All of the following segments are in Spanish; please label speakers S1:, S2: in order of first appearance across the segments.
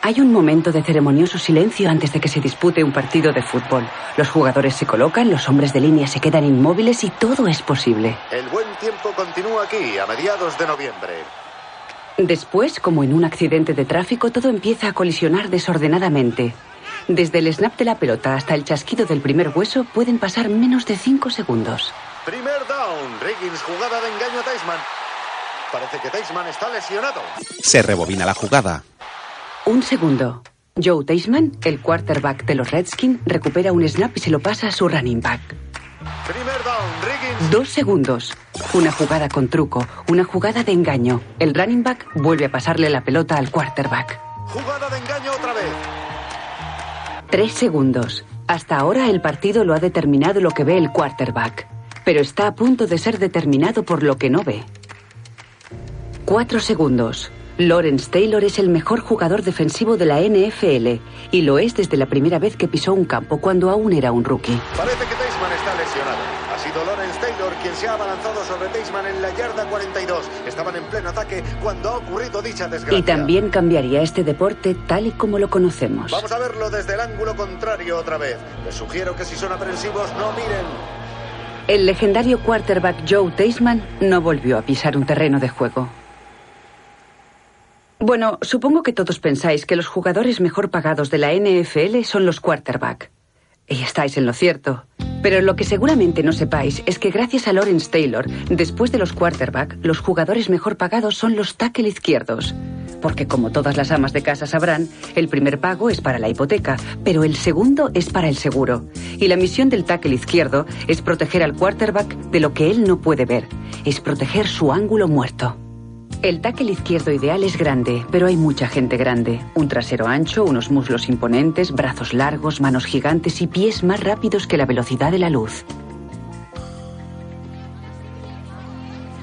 S1: Hay un momento de ceremonioso silencio antes de que se dispute un partido de fútbol. Los jugadores se colocan, los hombres de línea se quedan inmóviles y todo es posible.
S2: El buen tiempo continúa aquí, a mediados de noviembre.
S1: Después, como en un accidente de tráfico, todo empieza a colisionar desordenadamente. Desde el snap de la pelota hasta el chasquido del primer hueso pueden pasar menos de 5 segundos.
S2: Primer down. Riggins, jugada de engaño a Taisman. Parece que Taisman está lesionado.
S3: Se rebobina la jugada.
S1: Un segundo. Joe Taisman, el quarterback de los Redskins, recupera un snap y se lo pasa a su running back.
S2: Primer down. Riggins.
S1: Dos segundos. Una jugada con truco, una jugada de engaño. El running back vuelve a pasarle la pelota al quarterback.
S2: Jugada de engaño otra vez.
S1: Tres segundos. Hasta ahora el partido lo ha determinado lo que ve el quarterback, pero está a punto de ser determinado por lo que no ve. Cuatro segundos. Lawrence Taylor es el mejor jugador defensivo de la NFL y lo es desde la primera vez que pisó un campo cuando aún era un rookie.
S2: Parece que Taisman está lesionado. Ha sido Lawrence Taylor quien se ha abalanzado sobre Taisman en la yarda 42. Estaban en pleno ataque cuando ha ocurrido dicha desgracia.
S1: Y también cambiaría este deporte tal y como lo conocemos.
S2: Vamos a verlo desde el ángulo contrario otra vez. Les sugiero que si son aprensivos no miren.
S1: El legendario quarterback Joe Taisman no volvió a pisar un terreno de juego. Bueno, supongo que todos pensáis que los jugadores mejor pagados de la NFL son los quarterback. Y estáis en lo cierto. Pero lo que seguramente no sepáis es que gracias a Lawrence Taylor, después de los quarterback, los jugadores mejor pagados son los tackle izquierdos. Porque como todas las amas de casa sabrán, el primer pago es para la hipoteca, pero el segundo es para el seguro. Y la misión del tackle izquierdo es proteger al quarterback de lo que él no puede ver, es proteger su ángulo muerto. El tackle izquierdo ideal es grande, pero hay mucha gente grande. Un trasero ancho, unos muslos imponentes, brazos largos, manos gigantes y pies más rápidos que la velocidad de la luz.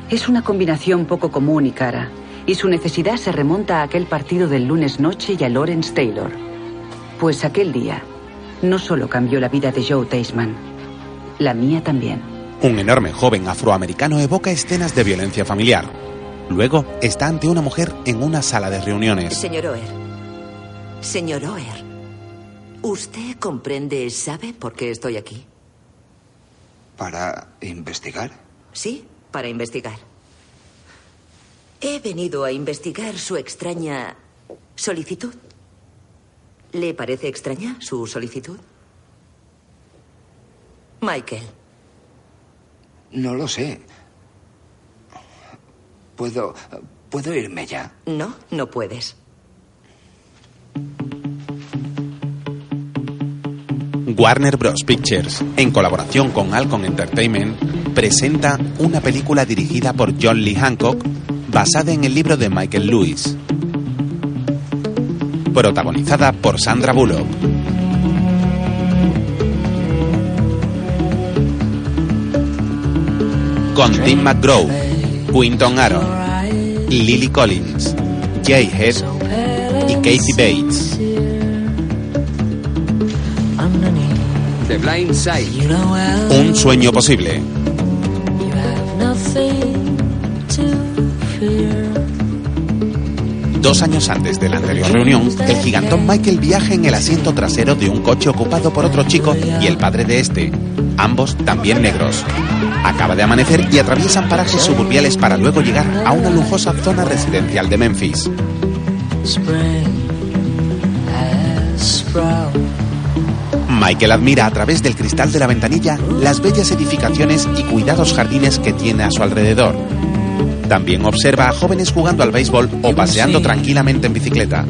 S1: Es una combinación poco común y cara, y su necesidad se remonta a aquel partido del lunes noche y a Lawrence Taylor. Pues aquel día no solo cambió la vida de Joe Taisman, la mía también.
S3: Un enorme joven afroamericano evoca escenas de violencia familiar. Luego está ante una mujer en una sala de reuniones.
S4: Señor Oer. Señor Oer. ¿Usted comprende, sabe por qué estoy aquí?
S5: ¿Para investigar?
S4: ¿Sí? Para investigar. He venido a investigar su extraña solicitud. ¿Le parece extraña su solicitud? Michael,
S5: No lo sé. ¿Puedo, ¿puedo irme ya?
S4: no, no puedes.
S3: Warner Bros. Pictures, en colaboración con Alcon Entertainment, presenta una película dirigida por John Lee Hancock basada en el libro de Michael Lewis. Protagonizada por Sandra Bullock. Con Tim McGraw, Quinton Aaron, Lily Collins, Jay Head y Casey Bates.
S6: The Blind Side.
S3: Un sueño posible. Dos años antes de la anterior reunión, el gigantón Michael viaja en el asiento trasero de un coche ocupado por otro chico y el padre de este, ambos también negros. Acaba de amanecer y atraviesan parajes suburbiales para luego llegar a una lujosa zona residencial de Memphis. Michael admira a través del cristal de la ventanilla las bellas edificaciones y cuidados jardines que tiene a su alrededor. También observa a jóvenes jugando al béisbol o paseando tranquilamente en bicicleta.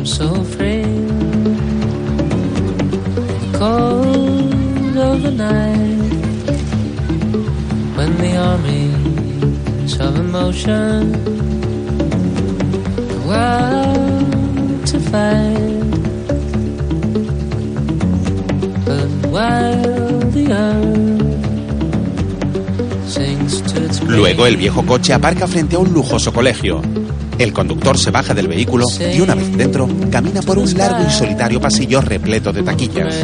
S3: Luego el viejo coche aparca frente a un lujoso colegio. El conductor se baja del vehículo y una vez dentro camina por un largo y solitario pasillo repleto de taquillas.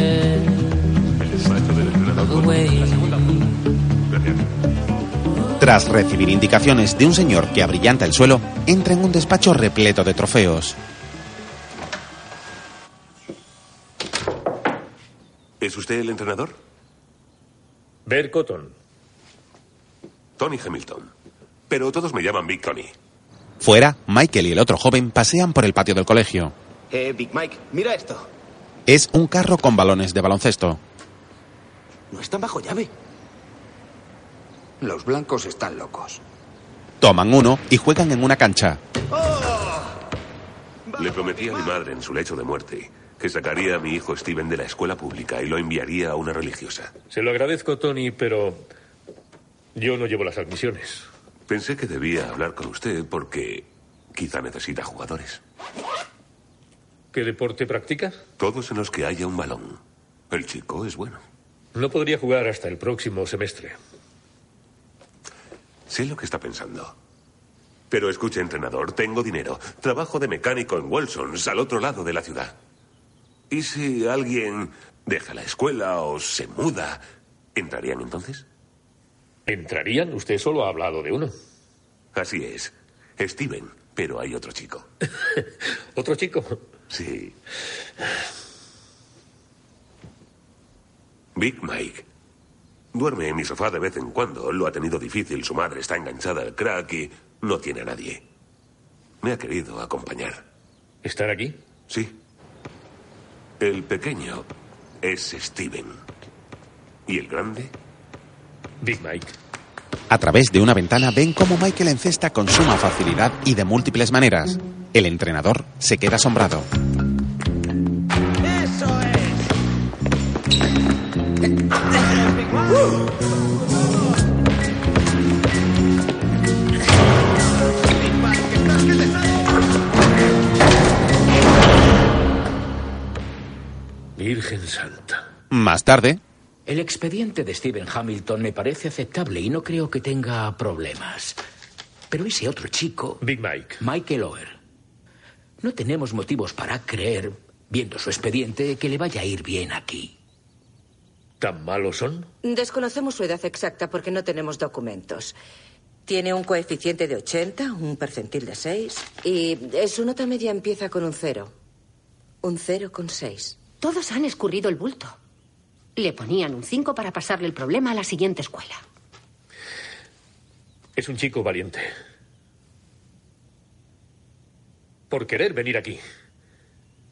S3: Tras recibir indicaciones de un señor que abrillanta el suelo, entra en un despacho repleto de trofeos.
S7: ¿Es usted el entrenador?
S8: Bert Cotton.
S7: Tony Hamilton. Pero todos me llaman Big Tony.
S3: Fuera, Michael y el otro joven pasean por el patio del colegio.
S9: Eh, Big Mike, mira esto.
S3: Es un carro con balones de baloncesto.
S9: No están bajo llave.
S5: Los blancos están locos.
S3: Toman uno y juegan en una cancha.
S7: Le prometí a mi madre en su lecho de muerte que sacaría a mi hijo Steven de la escuela pública y lo enviaría a una religiosa.
S8: Se lo agradezco, Tony, pero yo no llevo las admisiones.
S7: Pensé que debía hablar con usted porque quizá necesita jugadores.
S8: ¿Qué deporte practicas?
S7: Todos en los que haya un balón. El chico es bueno.
S8: No podría jugar hasta el próximo semestre.
S7: Sé lo que está pensando. Pero escuche, entrenador, tengo dinero. Trabajo de mecánico en Wilsons, al otro lado de la ciudad. ¿Y si alguien deja la escuela o se muda? ¿Entrarían entonces?
S8: ¿Entrarían? Usted solo ha hablado de uno.
S7: Así es. Steven, pero hay otro chico.
S8: ¿Otro chico?
S7: Sí. Big Mike. Duerme en mi sofá de vez en cuando. Lo ha tenido difícil. Su madre está enganchada al crack y no tiene a nadie. Me ha querido acompañar.
S8: ¿Están aquí?
S7: Sí. El pequeño es Steven. ¿Y el grande?
S8: Big Mike.
S3: A través de una ventana ven cómo Michael encesta con suma facilidad y de múltiples maneras. El entrenador se queda asombrado.
S9: ¡Eso es! Big Mike. Big Mike, ¿qué estás? ¿Qué te sale?
S8: Virgen Santa.
S3: Más tarde,
S10: El expediente de Steven Hamilton me parece aceptable y no creo que tenga problemas. Pero ese otro chico,
S8: Big Mike.
S10: Michael Ower, no tenemos motivos para creer, viendo su expediente, que le vaya a ir bien aquí.
S8: ¿Tan malos son?
S11: Desconocemos su edad exacta porque no tenemos documentos. Tiene un coeficiente de 80, un percentil de 6 y eh, su nota media empieza con un cero. Un cero con seis.
S12: Todos han escurrido el bulto. Le ponían un 5 para pasarle el problema a la siguiente escuela.
S8: Es un chico valiente. Por querer venir aquí.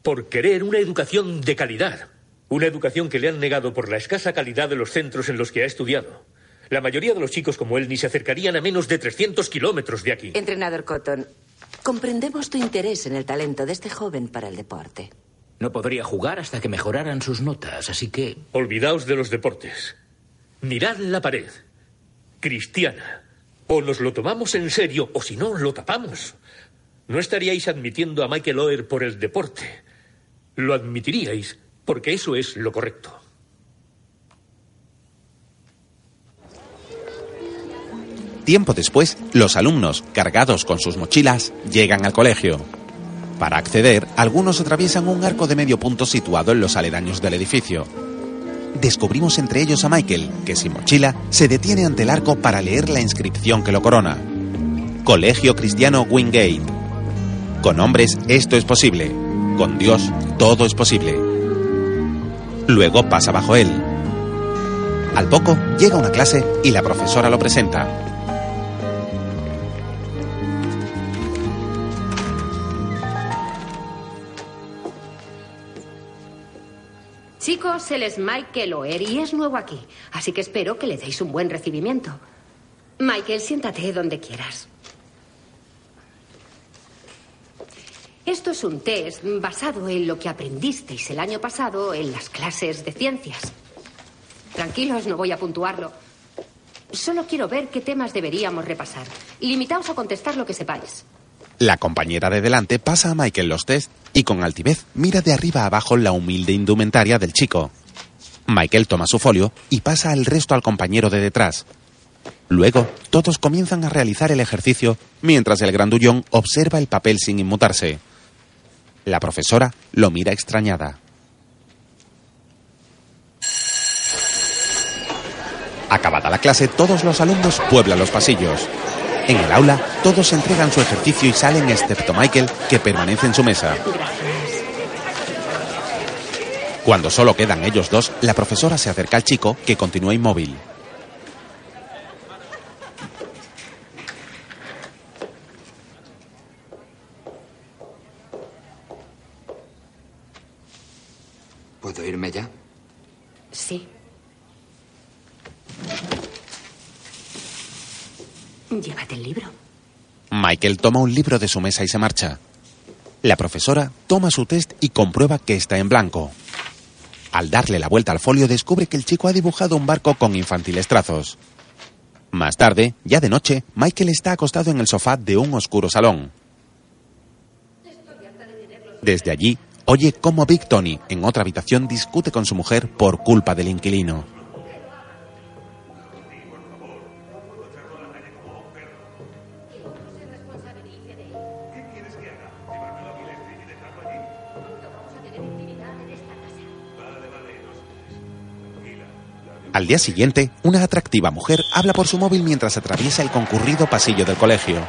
S8: Por querer una educación de calidad. Una educación que le han negado por la escasa calidad de los centros en los que ha estudiado. La mayoría de los chicos como él ni se acercarían a menos de 300 kilómetros de aquí.
S11: Entrenador Cotton, comprendemos tu interés en el talento de este joven para el deporte.
S10: No podría jugar hasta que mejoraran sus notas, así que...
S8: Olvidaos de los deportes. Mirad la pared. Cristiana. O nos lo tomamos en serio, o si no, lo tapamos. No estaríais admitiendo a Michael Oher por el deporte. Lo admitiríais porque eso es lo correcto.
S3: tiempo después, los alumnos, cargados con sus mochilas, llegan al colegio. Para acceder, algunos atraviesan un arco de medio punto situado en los aledaños del edificio. Descubrimos entre ellos a Michael, que sin mochila se detiene ante el arco para leer la inscripción que lo corona. Colegio Cristiano Wingate. Con hombres esto es posible. Con Dios todo es posible. Luego pasa bajo él. Al poco llega una clase y la profesora lo presenta.
S12: Chicos, él es Michael Oer y es nuevo aquí, así que espero que le deis un buen recibimiento. Michael, siéntate donde quieras. Esto es un test basado en lo que aprendisteis el año pasado en las clases de ciencias. Tranquilos, no voy a puntuarlo. Solo quiero ver qué temas deberíamos repasar. Limitaos a contestar lo que sepáis.
S3: La compañera de delante pasa a Michael los test y con altivez mira de arriba a abajo la humilde indumentaria del chico. Michael toma su folio y pasa el resto al compañero de detrás. Luego, todos comienzan a realizar el ejercicio mientras el grandullón observa el papel sin inmutarse. La profesora lo mira extrañada. Acabada la clase, todos los alumnos pueblan los pasillos. En el aula, todos entregan su ejercicio y salen, excepto Michael, que permanece en su mesa. Cuando solo quedan ellos dos, la profesora se acerca al chico, que continúa inmóvil.
S5: ¿Puedo irme ya?
S12: Sí. Llévate el libro.
S3: Michael toma un libro de su mesa y se marcha. La profesora toma su test y comprueba que está en blanco. Al darle la vuelta al folio descubre que el chico ha dibujado un barco con infantiles trazos. Más tarde, ya de noche, Michael está acostado en el sofá de un oscuro salón. Desde allí, oye cómo Big Tony, en otra habitación, discute con su mujer por culpa del inquilino. Al día siguiente, una atractiva mujer habla por su móvil mientras atraviesa el concurrido pasillo del colegio.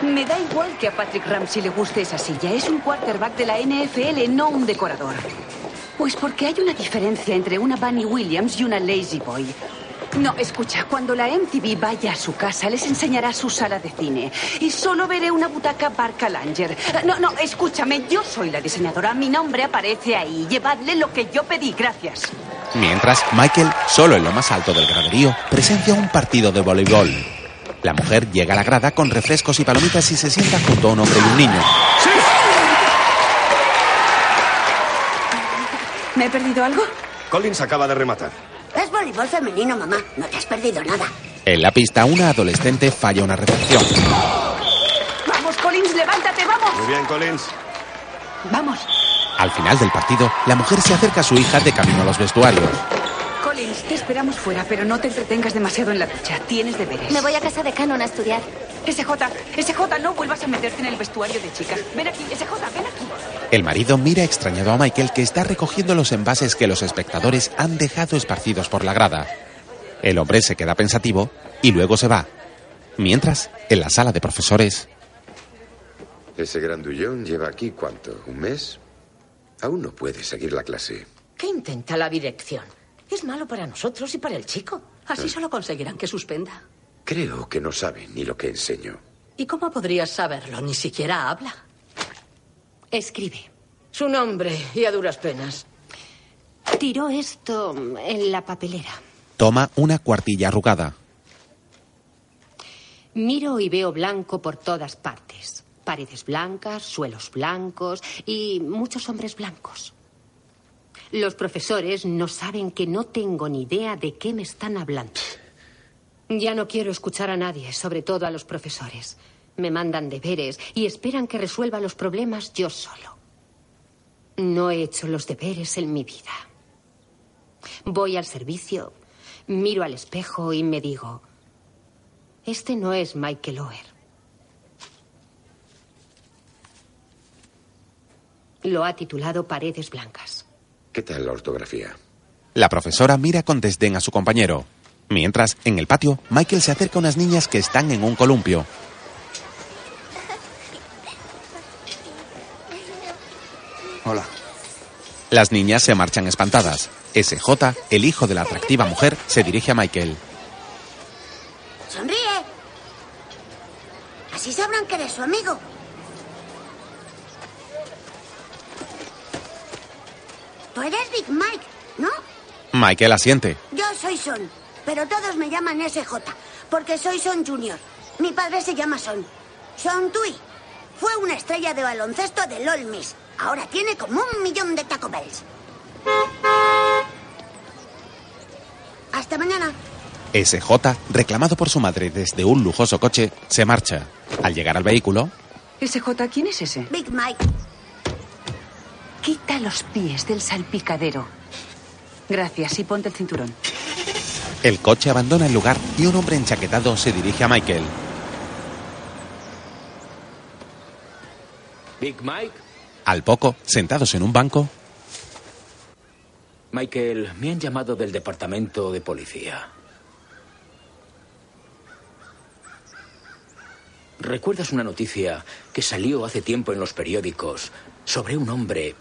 S1: Me da igual que a Patrick Ramsey le guste esa silla. Es un quarterback de la NFL, no un decorador. Pues porque hay una diferencia entre una Bunny Williams y una Lazy Boy. No, escucha, cuando la MTV vaya a su casa, les enseñará su sala de cine. Y solo veré una butaca Barca Langer. No, no, escúchame, yo soy la diseñadora. Mi nombre aparece ahí. Llevadle lo que yo pedí, gracias.
S3: Mientras, Michael, solo en lo más alto del graderío, presencia un partido de voleibol. La mujer llega a la grada con refrescos y palomitas y se sienta junto a un hombre y un niño.
S13: ¿Me he perdido algo?
S14: Collins acaba de rematar.
S13: Es voleibol femenino, mamá. No te has perdido nada.
S3: En la pista, una adolescente falla una recepción.
S1: Vamos, Collins, levántate, vamos.
S14: Muy bien, Collins.
S1: Vamos.
S3: Al final del partido, la mujer se acerca a su hija de camino a los vestuarios.
S1: Collins, te esperamos fuera, pero no te entretengas demasiado en la ducha. Tienes deberes.
S15: Me voy a casa de Canon a estudiar.
S1: SJ, SJ, no vuelvas a meterte en el vestuario de chicas. Ven aquí, SJ, ven aquí.
S3: El marido mira extrañado a Michael que está recogiendo los envases que los espectadores han dejado esparcidos por la grada. El hombre se queda pensativo y luego se va. Mientras, en la sala de profesores,
S11: Ese grandullón lleva aquí cuánto, un mes. Aún no puede seguir la clase.
S16: ¿Qué intenta la dirección? Es malo para nosotros y para el chico. Así solo conseguirán que suspenda.
S11: Creo que no sabe ni lo que enseño.
S16: ¿Y cómo podrías saberlo? Ni siquiera habla.
S12: Escribe.
S16: Su nombre, y a duras penas.
S12: Tiró esto en la papelera.
S3: toma una cuartilla arrugada.
S12: Miro y veo blanco por todas partes. Paredes blancas, suelos blancos y muchos hombres blancos. Los profesores no saben que no tengo ni idea de qué me están hablando. Ya no quiero escuchar a nadie, sobre todo a los profesores. Me mandan deberes y esperan que resuelva los problemas yo solo. No he hecho los deberes en mi vida. Voy al servicio, miro al espejo y me digo, este no es Michael Oher. Lo ha titulado Paredes Blancas.
S11: ¿Qué tal la ortografía?
S3: La profesora mira con desdén a su compañero. Mientras, en el patio, Michael se acerca a unas niñas que están en un columpio.
S5: Hola.
S3: Las niñas se marchan espantadas. SJ, el hijo de la atractiva mujer, se dirige a Michael.
S13: Sonríe. Así sabrán que eres su amigo. Tú eres Big Mike, ¿no?
S3: Michael asiente.
S13: Yo soy Son, pero todos me llaman SJ, porque soy Son Junior. Mi padre se llama Son. Son Tui. Fue una estrella de baloncesto del Ole Miss. Ahora tiene como un millón de Taco Bells. Hasta mañana.
S3: SJ, reclamado por su madre desde un lujoso coche, se marcha. Al llegar al vehículo,
S1: SJ, ¿quién es ese?
S13: Big Mike.
S1: Quita los pies del salpicadero. Gracias y ponte el cinturón.
S3: el coche abandona el lugar y un hombre enchaquetado se dirige a Michael.
S10: Big Mike.
S3: Al poco, sentados en un banco,
S10: Michael, me han llamado del departamento de policía. ¿Recuerdas una noticia que salió hace tiempo en los periódicos sobre un hombre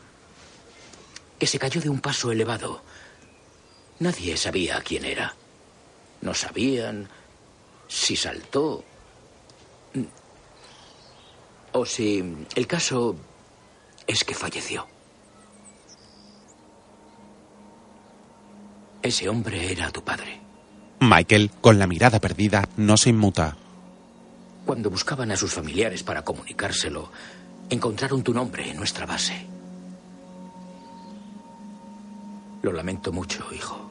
S10: que se cayó de un paso elevado. Nadie sabía quién era. No sabían si saltó o si el caso es que falleció. Ese hombre era tu padre.
S3: Michael, con la mirada perdida, no se inmuta.
S10: Cuando buscaban a sus familiares para comunicárselo, encontraron tu nombre en nuestra base. Lo lamento mucho, hijo.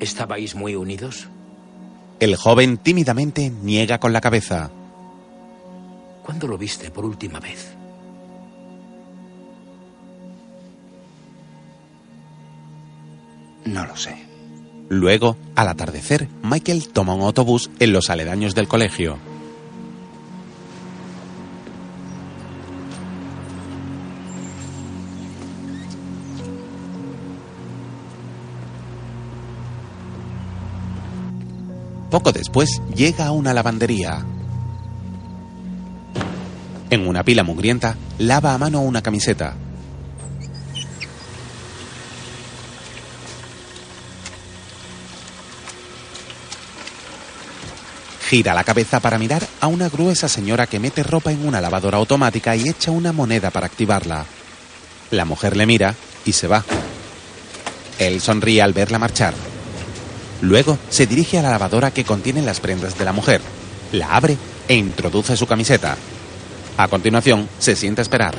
S10: ¿Estabais muy unidos?
S3: El joven tímidamente niega con la cabeza.
S10: ¿Cuándo lo viste por última vez?
S5: No lo sé.
S3: Luego, al atardecer, Michael toma un autobús en los aledaños del colegio. Poco después llega a una lavandería. En una pila mugrienta, lava a mano una camiseta. Gira la cabeza para mirar a una gruesa señora que mete ropa en una lavadora automática y echa una moneda para activarla. La mujer le mira y se va. Él sonríe al verla marchar. Luego se dirige a la lavadora que contiene las prendas de la mujer, la abre e introduce su camiseta. A continuación, se sienta a esperar.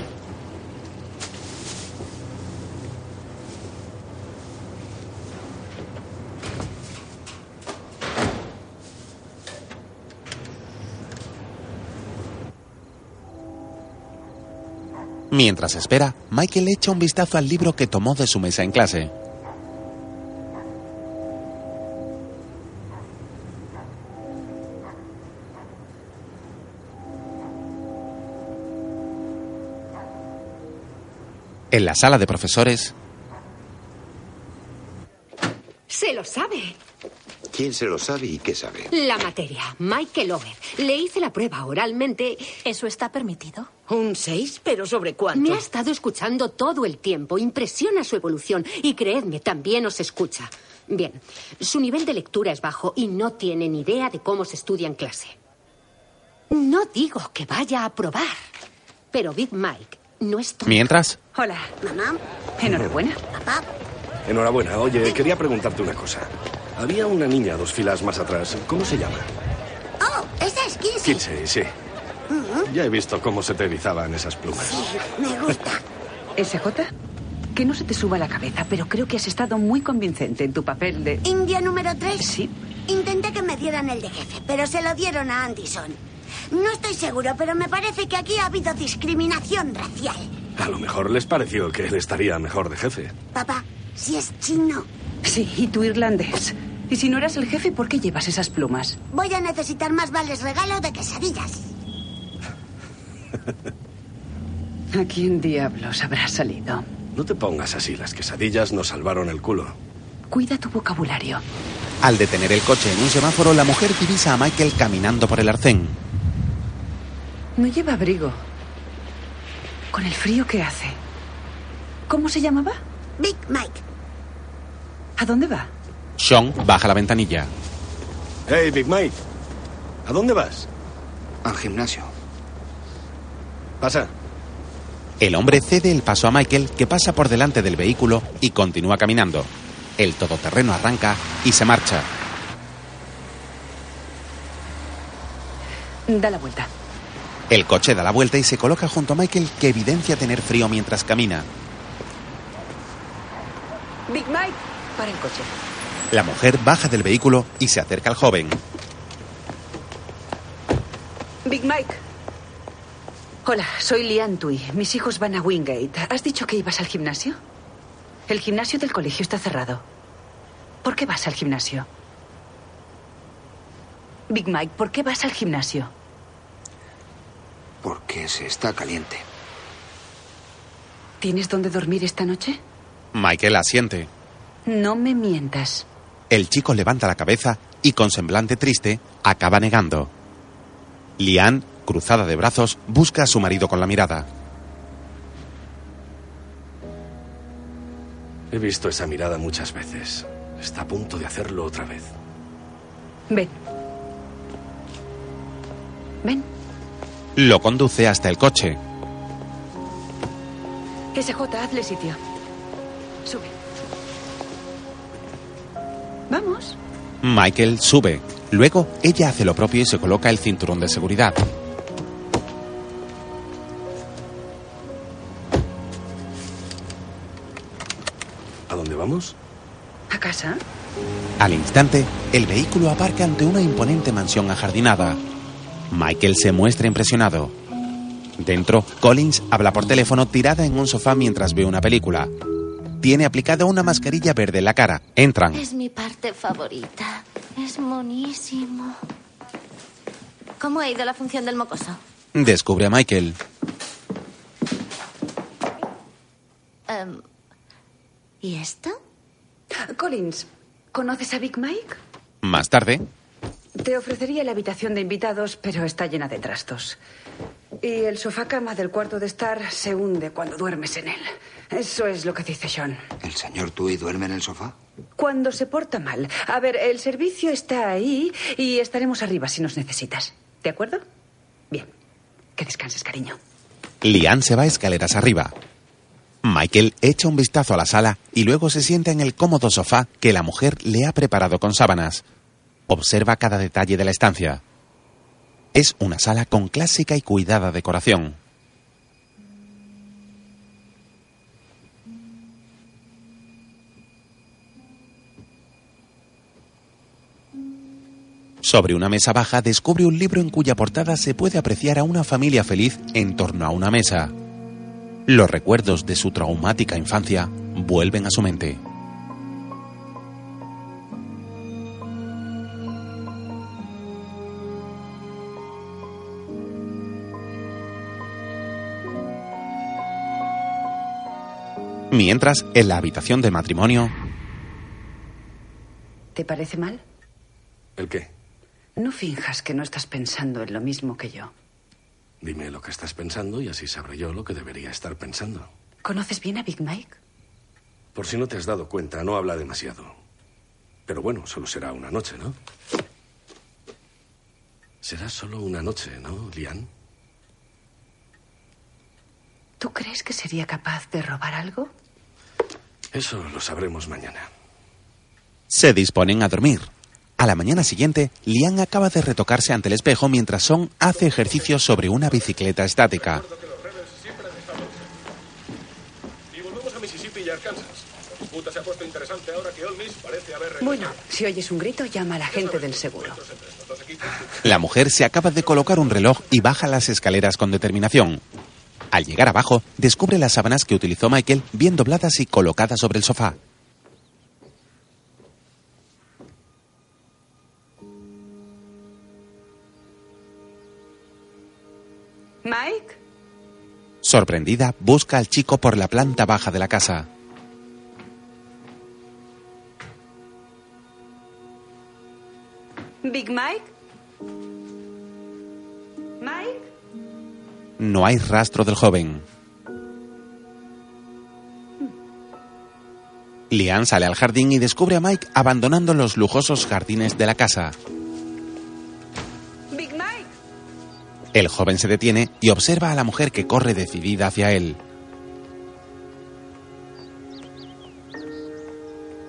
S3: Mientras espera, Michael echa un vistazo al libro que tomó de su mesa en clase. En la sala de profesores,
S12: Se lo sabe.
S11: ¿Quién se lo sabe y qué sabe?
S12: La materia. Michael Over. Le hice la prueba oralmente.
S17: ¿Eso está permitido?
S12: ¿Un 6? ¿Pero sobre cuánto? Me ha estado escuchando todo el tiempo. Impresiona su evolución. Y creedme, también os escucha. Bien, su nivel de lectura es bajo y no tiene ni idea de cómo se estudia en clase. No digo que vaya a aprobar. Pero Big Mike no es tonto.
S3: mientras,
S1: Hola. Mamá. Enhorabuena.
S14: Enhorabuena. Oye, quería preguntarte una cosa. Había una niña dos filas más atrás. ¿Cómo se llama?
S13: Oh, esa es 15.
S14: Kitse, sí. Ya he visto cómo se te erizaban esas plumas.
S13: Me gusta.
S1: SJ, que no se te suba la cabeza, pero creo que has estado muy convincente en tu papel de...
S13: India número 3. Sí. Intenté que me dieran el de jefe, pero se lo dieron a Anderson. No estoy seguro, pero me parece que aquí ha habido discriminación racial.
S14: A lo mejor les pareció que él estaría mejor de jefe.
S13: Papá, si es chino,
S1: Sí, y tú irlandés. Y si no eras el jefe, ¿por qué llevas esas plumas?
S13: voy a necesitar más vales regalo de quesadillas.
S1: ¿A quién diablos habrá salido?
S14: No te pongas así. Las quesadillas nos salvaron el culo.
S1: Cuida tu vocabulario.
S3: al detener el coche en un semáforo, la mujer divisa a Michael caminando por el arcén.
S1: No lleva abrigo. Con el frío que hace. ¿Cómo se llamaba?
S13: Big Mike.
S1: ¿A dónde va?
S3: Sean baja la ventanilla.
S14: Hey, Big Mike. ¿A dónde vas?
S5: Al gimnasio.
S14: Pasa.
S3: El hombre cede el paso a Michael, que pasa por delante del vehículo y continúa caminando. El todoterreno arranca y se marcha.
S1: Da la vuelta.
S3: El coche da la vuelta y se coloca junto a Michael, que evidencia tener frío mientras camina.
S18: Big Mike, para el coche.
S3: La mujer baja del vehículo y se acerca al joven.
S1: Big Mike. Hola, soy Lian Tui. Mis hijos van a Wingate. ¿Has dicho que ibas al gimnasio? El gimnasio del colegio está cerrado. ¿Por qué vas al gimnasio? Big Mike, ¿por qué vas al gimnasio?
S5: Porque se está caliente.
S1: ¿Tienes dónde dormir esta noche?
S3: Michael asiente.
S1: No me mientas.
S3: El chico levanta la cabeza y con semblante triste acaba negando. Lian cruzada de brazos, busca a su marido con la mirada.
S14: He visto esa mirada muchas veces. Está a punto de hacerlo otra vez.
S1: Ven. Ven.
S3: Lo conduce hasta el coche.
S1: SJ, hazle sitio. Sube. Vamos.
S3: Michael sube. Luego, ella hace lo propio y se coloca el cinturón de seguridad.
S14: ¿A dónde vamos?
S1: ¿A casa?
S3: Al instante, el vehículo aparca ante una imponente mansión ajardinada. Michael se muestra impresionado. Dentro, Collins habla por teléfono tirada en un sofá mientras ve una película. Tiene aplicada una mascarilla verde en la cara. Entran.
S19: Es mi parte favorita. Es monísimo. ¿Cómo ha ido la función del mocoso?
S3: Descubre a Michael.
S19: Em, ¿Y esto?
S1: Collins, ¿conoces a Big Mike?
S3: Más tarde,
S1: Te ofrecería la habitación de invitados, pero está llena de trastos. Y el sofá cama del cuarto de estar se hunde cuando duermes en él. Eso es lo que dice Sean.
S5: ¿El señor Tui duerme en el sofá?
S1: Cuando se porta mal. A ver, el servicio está ahí y estaremos arriba si nos necesitas. ¿De acuerdo? Bien. Que descanses, cariño.
S3: Lian se va escaleras arriba. Michael echa un vistazo a la sala y luego se sienta en el cómodo sofá que la mujer le ha preparado con sábanas. Observa cada detalle de la estancia. Es una sala con clásica y cuidada decoración. Sobre una mesa baja descubre un libro en cuya portada se puede apreciar a una familia feliz en torno a una mesa. Los recuerdos de su traumática infancia vuelven a su mente. Mientras, en la habitación de matrimonio,
S1: ¿Te parece mal?
S14: ¿El qué?
S1: No finjas que no estás pensando en lo mismo que yo.
S14: Dime lo que estás pensando y así sabré yo lo que debería estar pensando.
S1: ¿Conoces bien a Big Mike?
S14: Por si no te has dado cuenta, no habla demasiado. Pero bueno, solo será una noche, ¿no? Será solo una noche, ¿no, Lian?
S1: ¿Tú crees que sería capaz de robar algo?
S14: Eso lo sabremos mañana.
S3: se disponen a dormir. A la mañana siguiente, Lian acaba de retocarse ante el espejo mientras Son hace ejercicio sobre una bicicleta estática.
S7: Y volvemos a Mississippi y Arkansas. La disputa se ha puesto interesante ahora que Ole Miss parece haber regresado.
S1: Bueno, si oyes un grito, llama a la gente del seguro.
S3: La mujer se acaba de colocar un reloj y baja las escaleras con determinación. Al llegar abajo, descubre las sábanas que utilizó Michael bien dobladas y colocadas sobre el sofá.
S1: ¿Mike?
S3: Sorprendida, busca al chico por la planta baja de la casa.
S1: ¿Big Mike? ¿Mike?
S3: No hay rastro del joven. Lian sale al jardín y descubre a Mike abandonando los lujosos jardines de la casa.
S1: ¿Big Mike?
S3: El joven se detiene y observa a la mujer que corre decidida hacia él.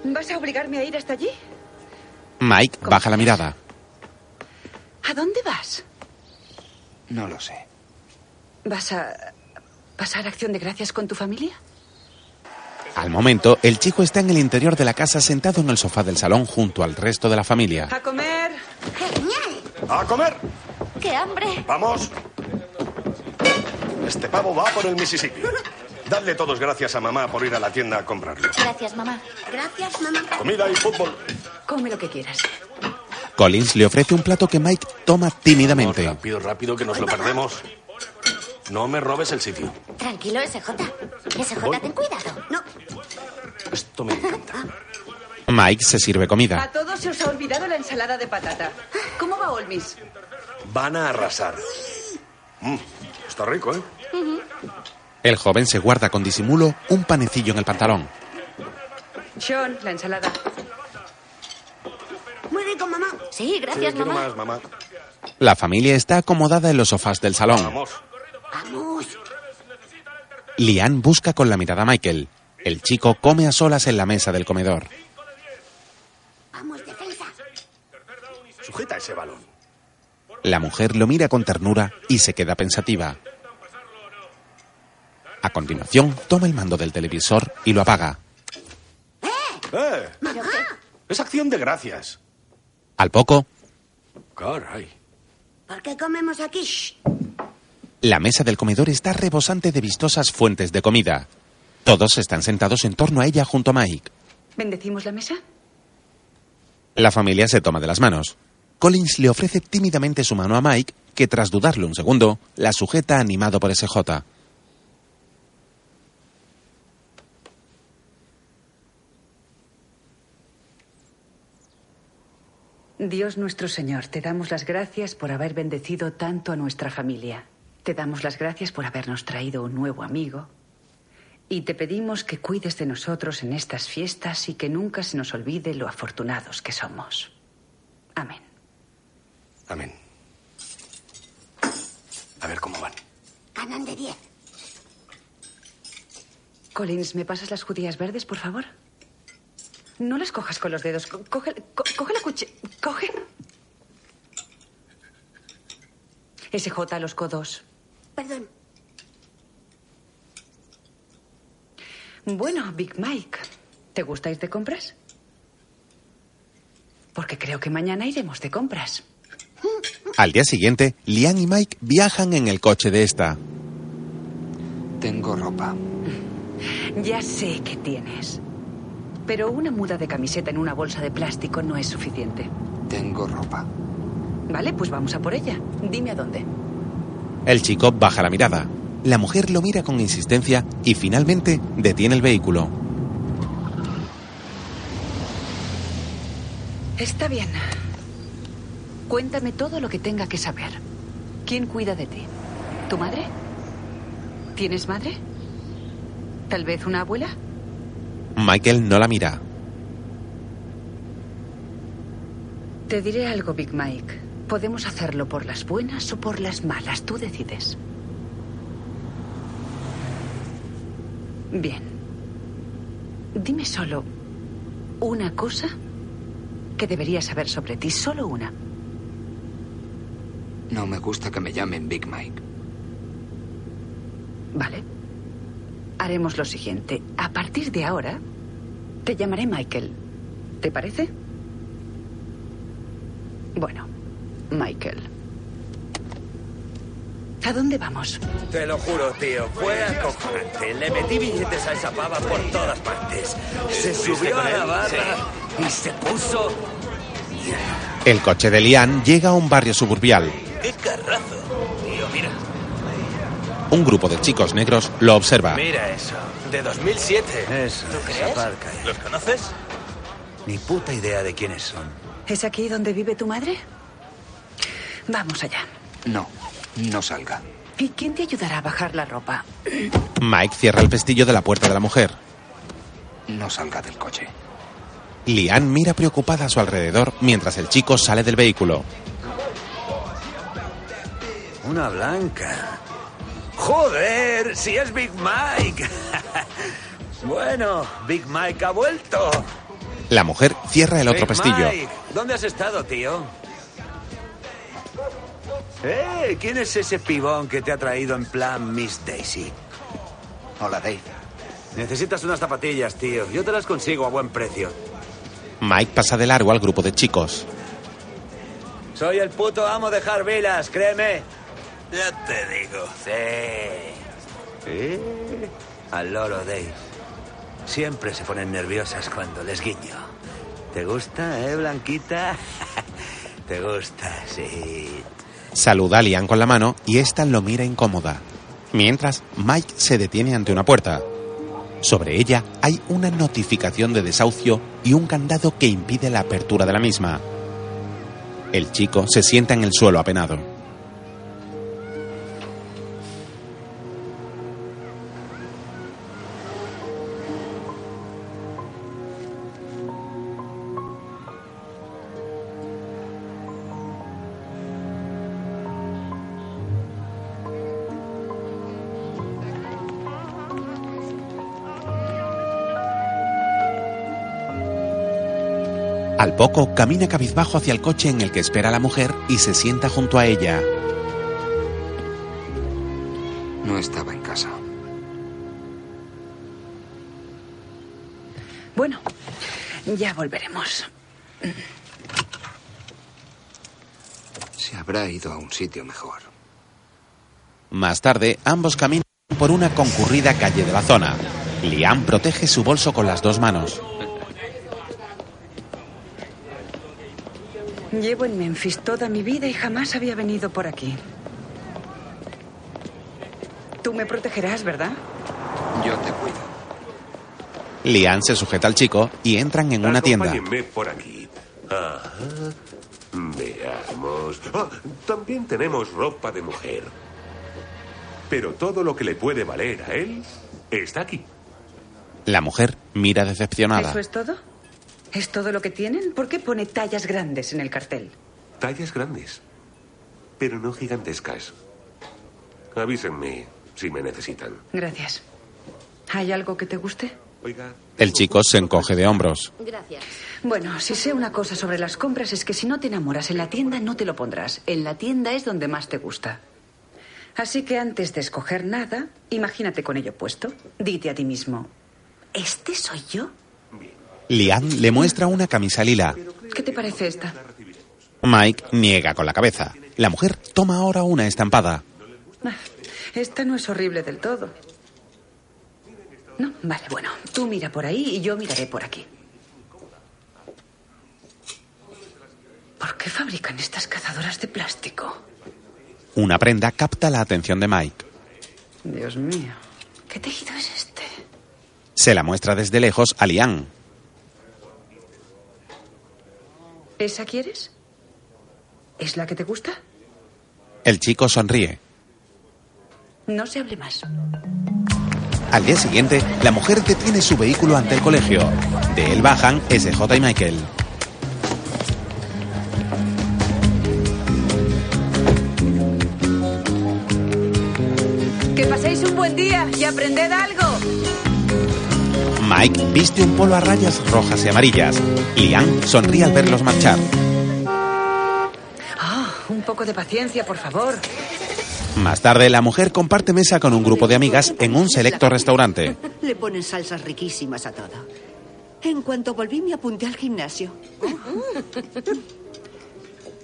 S1: ¿Vas a obligarme a ir hasta allí?
S3: Mike baja la mirada.
S1: ¿A dónde vas?
S5: No lo sé.
S1: ¿Vas a pasar acción de gracias con tu familia?
S3: Al momento, el chico está en el interior de la casa sentado en el sofá del salón junto al resto de la familia.
S1: A comer.
S20: ¡A comer!
S19: ¡Qué hambre!
S20: ¡Vamos!
S14: Este pavo va por el Mississippi. Dadle todos gracias a mamá por ir a la tienda a comprarlo.
S19: Gracias, mamá.
S13: Gracias, mamá.
S14: Comida y fútbol.
S1: Come lo que quieras.
S3: Collins le ofrece un plato que Mike toma tímidamente.
S14: Pido rápido que nos lo perdemos. No me robes el sitio.
S19: Tranquilo, SJ. SJ, ten cuidado. No.
S14: Esto me encanta.
S3: Mike se sirve comida.
S1: A todos se os ha olvidado la ensalada de patata. ¿Cómo va Olmis?
S14: Van a arrasar. Mm, está rico, ¿eh?
S3: El joven se guarda con disimulo un panecillo en el pantalón.
S1: Sean, la ensalada.
S13: Muy rico, mamá.
S21: Sí, gracias,
S14: Sí, quiero
S21: mamá.
S14: más, mamá.
S3: La familia está acomodada en los sofás del salón.
S13: Vamos.
S3: Lian busca con la mirada a Michael. El chico come a solas en la mesa del comedor.
S13: Vamos, defensa.
S14: Sujeta ese balón.
S3: La mujer lo mira con ternura y se queda pensativa. A continuación, toma el mando del televisor y lo apaga.
S14: ¡Eh! Es acción de gracias.
S3: Al poco,
S14: Caray.
S13: ¿Por qué comemos aquí?
S3: la mesa del comedor está rebosante de vistosas fuentes de comida. Todos están sentados en torno a ella junto a Mike.
S1: ¿Bendecimos la mesa?
S3: La familia se toma de las manos. Collins le ofrece tímidamente su mano a Mike, que tras dudarlo un segundo, la sujeta animado por SJ.
S1: Dios nuestro Señor, te damos las gracias por haber bendecido tanto a nuestra familia. Te damos las gracias por habernos traído un nuevo amigo. Y te pedimos que cuides de nosotros en estas fiestas y que nunca se nos olvide lo afortunados que somos. Amén.
S14: Amén. A ver cómo van.
S13: Ganan de 10.
S1: Collins, ¿me pasas las judías verdes, por favor? No las cojas con los dedos. Co- Coge, co- coge la cuchilla. Coge. SJ, los codos.
S13: Perdón.
S1: Bueno, Big Mike, ¿te gusta ir de compras? Porque creo que mañana iremos de compras.
S3: Al día siguiente, Lian y Mike viajan en el coche de esta.
S5: Tengo ropa.
S1: Ya sé que tienes. Pero una muda de camiseta en una bolsa de plástico no es suficiente.
S5: Tengo ropa.
S1: Vale, pues vamos a por ella. Dime a dónde.
S3: El chico baja la mirada. La mujer lo mira con insistencia y finalmente detiene el vehículo.
S1: Está bien. Cuéntame todo lo que tenga que saber. ¿Quién cuida de ti? ¿Tu madre? ¿Tienes madre? ¿Tal vez una abuela?
S3: Michael no la mira.
S1: Te diré algo, Big Mike. Podemos hacerlo por las buenas o por las malas. Tú decides. Bien. Dime solo una cosa que debería saber sobre ti. Solo una.
S5: No me gusta que me llamen Big Mike.
S1: Vale. Haremos lo siguiente. A partir de ahora, te llamaré Michael. ¿Te parece? Bueno, Michael. ¿A dónde vamos?
S9: Te lo juro, tío, fue acojonante. Le metí billetes a esa pava por todas partes. Se subió a la barra y se puso...
S3: El coche de Lian llega a un barrio suburbial.
S9: ¡Qué carrazo! Tío, mira.
S3: Un grupo de chicos negros lo observa.
S9: Mira eso. De 2007. Ah. Eso, ¿Tú crees? ¿Los conoces? Ni puta idea de quiénes son.
S1: ¿Es aquí donde vive tu madre? Vamos allá.
S5: No, no salga.
S1: ¿Y quién te ayudará a bajar la ropa?
S3: Mike cierra el pestillo de la puerta de la mujer.
S5: No salga del coche.
S3: Lian mira preocupada a su alrededor mientras el chico sale del vehículo.
S9: Una blanca. ¡Joder! ¡Si es Big Mike! bueno, Big Mike ha vuelto.
S3: La mujer cierra el otro
S9: Big
S3: pestillo.
S9: Mike, ¿Dónde has estado, tío? ¡Eh! ¿Quién es ese pibón que te ha traído en plan Miss Daisy?
S5: Hola, Dave.
S9: Necesitas unas zapatillas, tío. Yo te las consigo a buen precio.
S3: Mike pasa de largo al grupo de chicos.
S9: Soy el puto amo de Harvilas, créeme. Ya te digo. Sí. Eh, Al loro Dave. Siempre se ponen nerviosas cuando les guiño. ¿Te gusta, eh, Blanquita? ¿Te gusta? Sí.
S3: Saluda a Lian con la mano y ésta lo mira incómoda. Mientras, Mike se detiene ante una puerta. Sobre ella hay una notificación de desahucio y un candado que impide la apertura de la misma. El chico se sienta en el suelo apenado. Al poco, camina cabizbajo hacia el coche en el que espera la mujer y se sienta junto a ella.
S9: No estaba en casa.
S1: Bueno, ya volveremos.
S9: Se habrá ido a un sitio mejor.
S3: Más tarde, ambos caminan por una concurrida calle de la zona. Liam protege su bolso con las dos manos.
S1: Llevo en Memphis toda mi vida y jamás había venido por aquí. Tú me protegerás, ¿verdad?
S9: Yo te cuido.
S3: Liam se sujeta al chico y entran en una tienda.
S7: Acompáñenme por aquí. Ajá. Veamos. Ah, también tenemos ropa de mujer. Pero todo lo que le puede valer a él está aquí.
S3: La mujer mira
S1: ¿Eso
S3: decepcionada.
S1: es todo? ¿Es todo lo que tienen? ¿Por qué pone tallas grandes en el cartel?
S7: Tallas grandes, pero no gigantescas. Avísenme si me necesitan.
S1: Gracias. ¿Hay algo que te guste?
S7: Oiga,
S3: El chico se encoge de hombros.
S1: Gracias. Bueno, si sé una cosa sobre las compras es que si no te enamoras en la tienda no te lo pondrás. En la tienda es donde más te gusta. Así que antes de escoger nada, imagínate con ello puesto. Dite a ti mismo, ¿este soy yo?
S3: Liam le muestra una camisa lila.
S1: ¿Qué te parece esta?
S3: Mike niega con la cabeza. La mujer toma ahora una estampada.
S1: Ah, Esta no es horrible del todo. No, vale, bueno, tú mira por ahí y yo miraré por aquí. ¿Por qué fabrican estas cazadoras de plástico?
S3: Una prenda capta la atención de Mike.
S1: Dios mío. ¿Qué tejido es este?
S3: Se la muestra desde lejos a Liam.
S1: ¿Esa quieres? ¿Es la que te gusta?
S3: El chico sonríe.
S1: No se hable más.
S3: Al día siguiente, la mujer detiene su vehículo ante el colegio. De él bajan SJ y Michael.
S22: Que paséis un buen día y aprended algo.
S3: Mike viste un polo a rayas rojas y amarillas. Liam sonríe al verlos marchar.
S1: Ah, un poco de paciencia, por favor.
S3: Más tarde, la mujer comparte mesa con un grupo de amigas en un selecto restaurante.
S4: Le ponen salsas riquísimas a todo. En cuanto volví me apunté al gimnasio.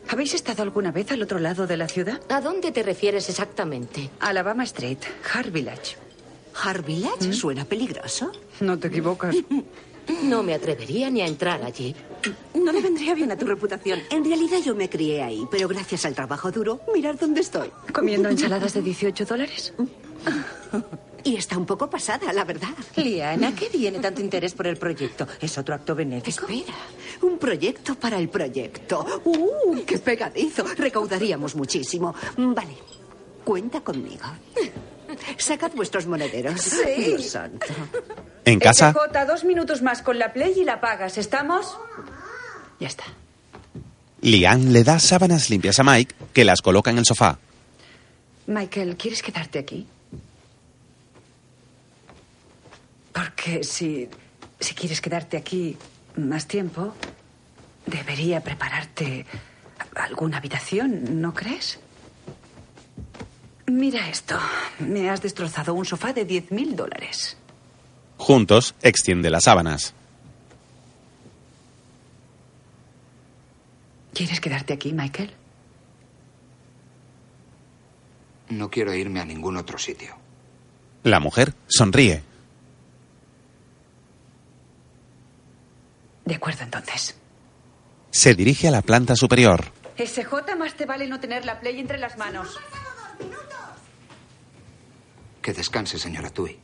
S1: ¿Habéis estado alguna vez al otro lado de la ciudad?
S23: ¿A dónde te refieres exactamente?
S1: Alabama Street, Hart Village. ¿Mm?
S23: ¿Hard Village?
S4: ¿Suena peligroso?
S1: No te equivocas.
S23: No me atrevería ni a entrar allí.
S4: No le vendría bien a tu reputación. En realidad yo me crié ahí, pero gracias al trabajo duro, mirar dónde estoy.
S1: ¿Comiendo ensaladas de 18 dólares?
S4: Y está un poco pasada, la verdad.
S23: Liana, ¿qué viene tanto interés por el proyecto? ¿Es otro acto benéfico?
S4: Espera, un proyecto para el proyecto. ¡Uh, qué pegadizo! Recaudaríamos muchísimo. Vale, cuenta conmigo. Sacad vuestros monederos.
S1: Sí.
S4: Dios santo.
S1: Este
S3: En casa,
S22: Jota, dos minutos más con la play y la pagas, ¿estamos?
S1: Ya está.
S3: Liam le da sábanas limpias a Mike, que las coloca en el sofá.
S1: Michael, ¿quieres quedarte aquí? Porque si, si quieres quedarte aquí más tiempo, debería prepararte alguna habitación, ¿no crees? Mira esto. Me has destrozado un sofá de 10.000 dólares.
S3: Juntos, extiende las sábanas.
S1: ¿Quieres quedarte aquí, Michael?
S9: No quiero irme a ningún otro sitio.
S3: La mujer sonríe.
S1: De acuerdo, entonces.
S3: Se dirige a la planta superior.
S22: SJ más te vale no tener la play entre las manos.
S9: Que descanse, señora Tui.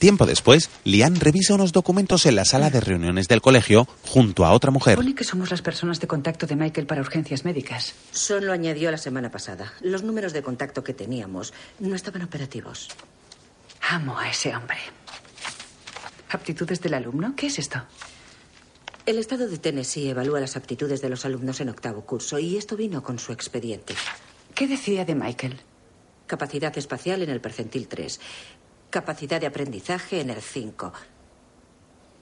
S3: Tiempo después, Liam revisa unos documentos en la sala de reuniones del colegio junto a otra mujer.
S1: Supone que somos las personas de contacto de Michael para urgencias médicas.
S24: Son lo añadió la semana pasada. Los números de contacto que teníamos no estaban operativos.
S1: Amo a ese hombre. ¿Aptitudes del alumno? ¿Qué es esto?
S24: El estado de Tennessee evalúa las aptitudes de los alumnos en octavo curso y esto vino con su expediente.
S1: ¿Qué decía de Michael?
S24: Capacidad espacial en el percentil 3. Capacidad de aprendizaje en el 5.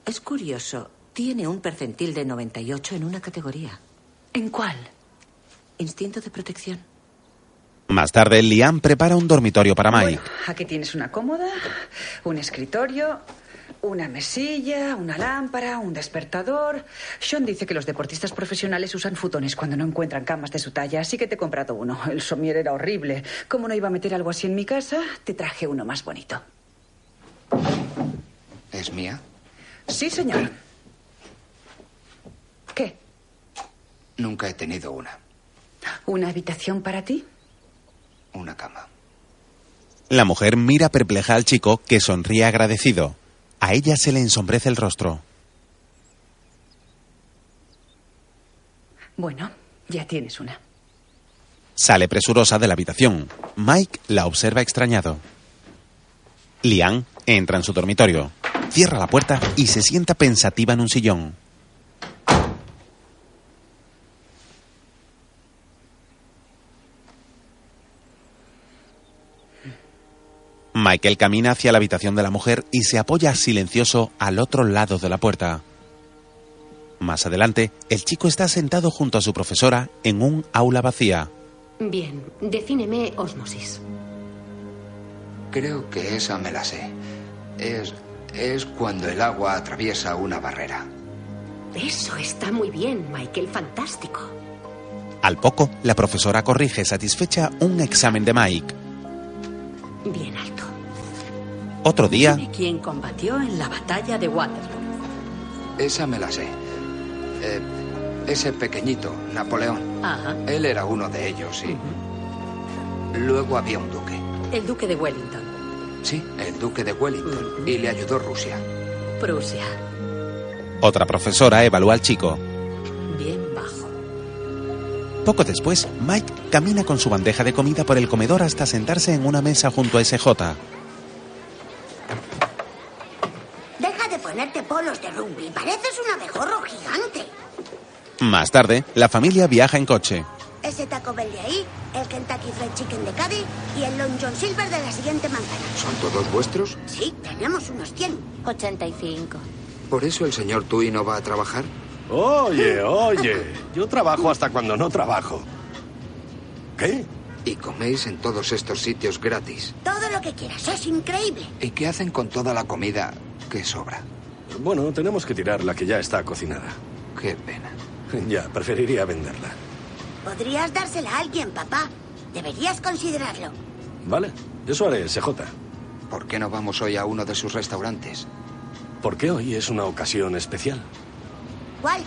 S24: Es curioso.
S11: Tiene un percentil de 98 en una categoría. ¿En cuál? Instinto de protección.
S3: Más tarde, Liam prepara un dormitorio para Mike.
S1: Aquí tienes una cómoda, un escritorio, una mesilla, una lámpara, un despertador. Sean dice que los deportistas profesionales usan futones cuando no encuentran camas de su talla, así que te he comprado uno. El somier era horrible. Como no iba a meter algo así en mi casa, te traje uno más bonito.
S5: ¿Es mía?
S1: Sí, señor. ¿Qué?
S5: Nunca he tenido una.
S1: ¿Una habitación para ti?
S5: Una cama.
S3: La mujer mira perpleja al chico que sonríe agradecido. A ella se le ensombrece el rostro.
S1: Bueno, ya tienes una.
S3: Sale presurosa de la habitación. Mike la observa extrañado. Lian entra en su dormitorio, cierra la puerta y se sienta pensativa en un sillón. Michael camina hacia la habitación de la mujer y se apoya silencioso al otro lado de la puerta. Más adelante, el chico está sentado junto a su profesora en un aula vacía.
S12: Bien, defíneme osmosis.
S5: Creo que esa me la sé. Es, es cuando el agua atraviesa una barrera.
S12: Eso está muy bien, Michael, fantástico.
S3: Al poco, la profesora corrige satisfecha un examen de Mike.
S25: Bien alto.
S3: Otro día,
S25: Dime quién combatió en la batalla de Waterloo.
S5: Esa me la sé. Eh, ese pequeñito, Napoleón.
S25: Ajá.
S5: Él era uno de ellos y... Luego había un duque.
S25: El duque de Wellington,
S5: Sí, el duque de Wellington. Y le ayudó Rusia.
S25: Prusia.
S3: otra profesora evalúa al chico.
S25: Bien bajo.
S3: Poco después, Mike camina con su bandeja de comida por el comedor hasta sentarse en una mesa junto a SJ.
S13: Deja de ponerte polos de rugby. Pareces un abejorro gigante.
S3: Más tarde, la familia viaja en coche.
S13: Ese Taco Bell de ahí, el Kentucky Fried Chicken de Cádiz y el Long John Silver de la siguiente manzana.
S5: ¿Son todos vuestros?
S13: Sí, tenemos unos 100. 85.
S5: ¿Por eso el señor Tui no va a trabajar?
S14: Oye, oye. Yo trabajo hasta cuando no trabajo.
S5: ¿Qué? Y coméis en todos estos sitios gratis.
S13: Todo lo que quieras, es increíble.
S5: ¿Y qué hacen con toda la comida que sobra?
S14: Bueno, tenemos que tirar la que ya está cocinada.
S5: Qué pena.
S14: Ya, preferiría venderla.
S13: Podrías dársela a alguien, papá. Deberías considerarlo.
S14: ¿Vale? Eso haré, CJ.
S5: ¿Por qué no vamos hoy a uno de sus restaurantes?
S14: Porque hoy es una ocasión especial.
S13: ¿Cuál?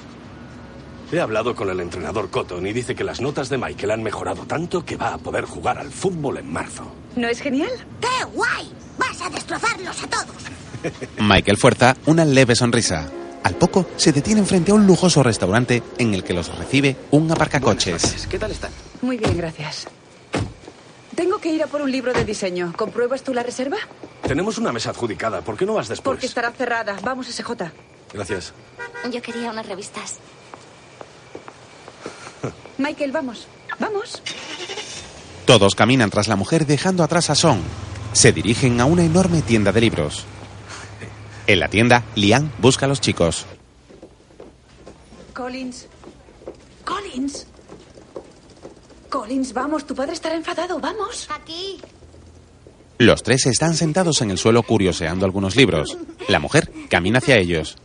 S14: He hablado con el entrenador Cotton y dice que las notas de Michael han mejorado tanto que va a poder jugar al fútbol en marzo.
S1: ¿No es genial?
S13: ¡Qué guay! Vas a destrozarlos a todos.
S3: Michael fuerza una leve sonrisa. Al poco, se detienen frente a un lujoso restaurante en el que los recibe un aparcacoches.
S9: ¿Qué tal están?
S1: Muy bien, gracias. Tengo que ir a por un libro de diseño. ¿Compruebas tú la reserva?
S14: Tenemos una mesa adjudicada, ¿por qué no vas después?
S1: Porque estará cerrada. Vamos, SJ.
S14: Gracias.
S19: Yo quería unas revistas.
S1: Michael, vamos. Vamos.
S3: Todos caminan tras la mujer dejando atrás a Son. Se dirigen a una enorme tienda de libros. En la tienda, Lian busca a los chicos.
S1: Collins. Collins. Collins, vamos. Tu padre estará enfadado. Vamos.
S19: Aquí.
S3: Los tres están sentados en el suelo curioseando algunos libros. La mujer camina hacia ellos.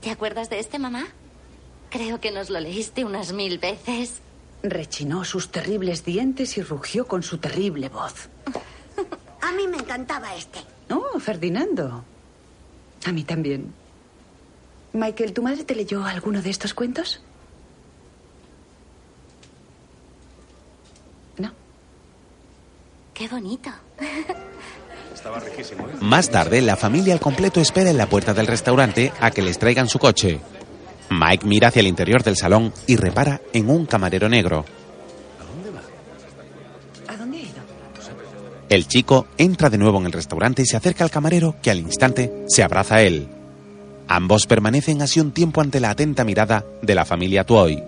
S19: ¿Te acuerdas de este, mamá? Creo que nos lo leíste unas mil veces.
S1: Rechinó sus terribles dientes y rugió con su terrible voz.
S13: A mí me encantaba este.
S1: Oh, Ferdinando. A mí también. Michael, ¿tu madre te leyó alguno de estos cuentos?
S19: Qué bonito.
S14: Estaba riquísimo, ¿eh?
S3: Más tarde, la familia al completo espera en la puerta del restaurante a que les traigan su coche. Mike mira hacia el interior del salón y repara en un camarero negro.
S1: ¿A dónde ha ido?
S3: El chico entra de nuevo en el restaurante y se acerca al camarero que al instante se abraza a él. Ambos permanecen así un tiempo ante la atenta mirada de la familia Tuoy.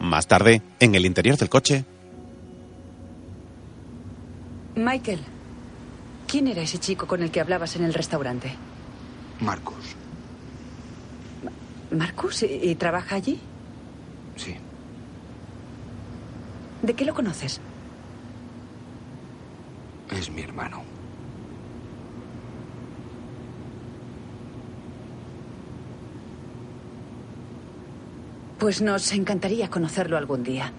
S3: Más tarde, en el interior del coche,
S1: Michael, ¿quién era ese chico con el que hablabas en el restaurante?
S5: Marcus.
S1: ¿Marcus? ¿Y, y trabaja allí?
S5: Sí.
S1: ¿De qué lo conoces?
S5: Es mi hermano.
S1: Pues nos encantaría conocerlo algún día.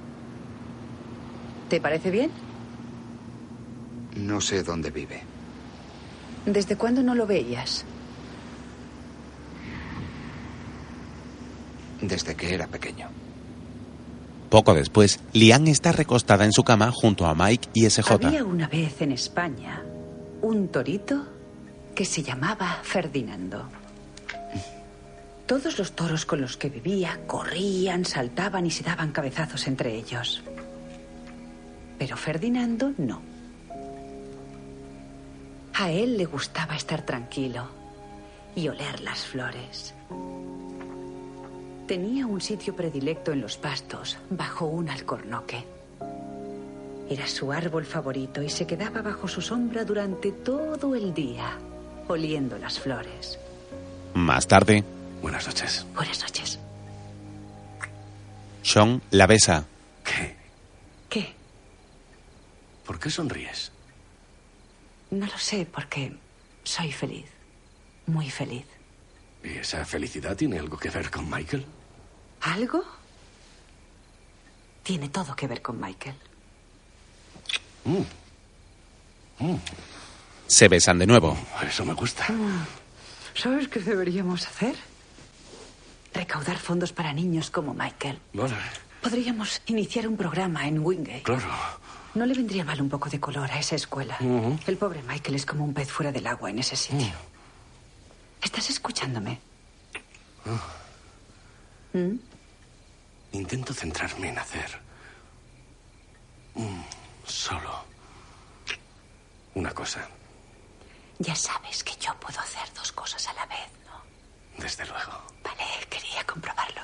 S1: ¿Te parece bien?
S5: No sé dónde vive.
S1: ¿Desde cuándo no lo veías?
S5: Desde que era pequeño.
S3: poco después, Lian está recostada en su cama junto a Mike y SJ.
S1: Había una vez en España un torito que se llamaba Ferdinando. Todos los toros con los que vivía corrían, saltaban y se daban cabezazos entre ellos. Pero Ferdinando no. A él le gustaba estar tranquilo y oler las flores. Tenía un sitio predilecto en los pastos, bajo un alcornoque. Era su árbol favorito y se quedaba bajo su sombra durante todo el día, oliendo las flores.
S3: Más tarde,
S14: Buenas noches.
S1: Buenas noches.
S3: Sean la besa.
S1: ¿Qué?
S14: ¿Por qué sonríes?
S1: No lo sé porque soy feliz. Muy feliz.
S14: ¿Y esa felicidad tiene algo que ver con Michael?
S1: ¿Algo? Tiene todo que ver con Michael.
S14: Mm.
S3: Se besan de nuevo.
S14: Eso me gusta.
S1: ¿Sabes qué deberíamos hacer? Recaudar fondos para niños como Michael.
S14: Vale,
S1: Podríamos iniciar un programa en Wingate.
S14: claro.
S1: No le vendría mal un poco de color a esa escuela.
S14: Ujú.
S1: El pobre Michael es como un pez fuera del agua en ese sitio.
S14: Mm.
S1: ¿Estás escuchándome?
S14: Ah.
S1: ¿Mm?
S14: Intento centrarme en hacer. mm, solo. Una cosa,
S1: Ya sabes que yo puedo hacer dos cosas a la vez,
S14: desde luego.
S1: ¿vale? Quería comprobarlo.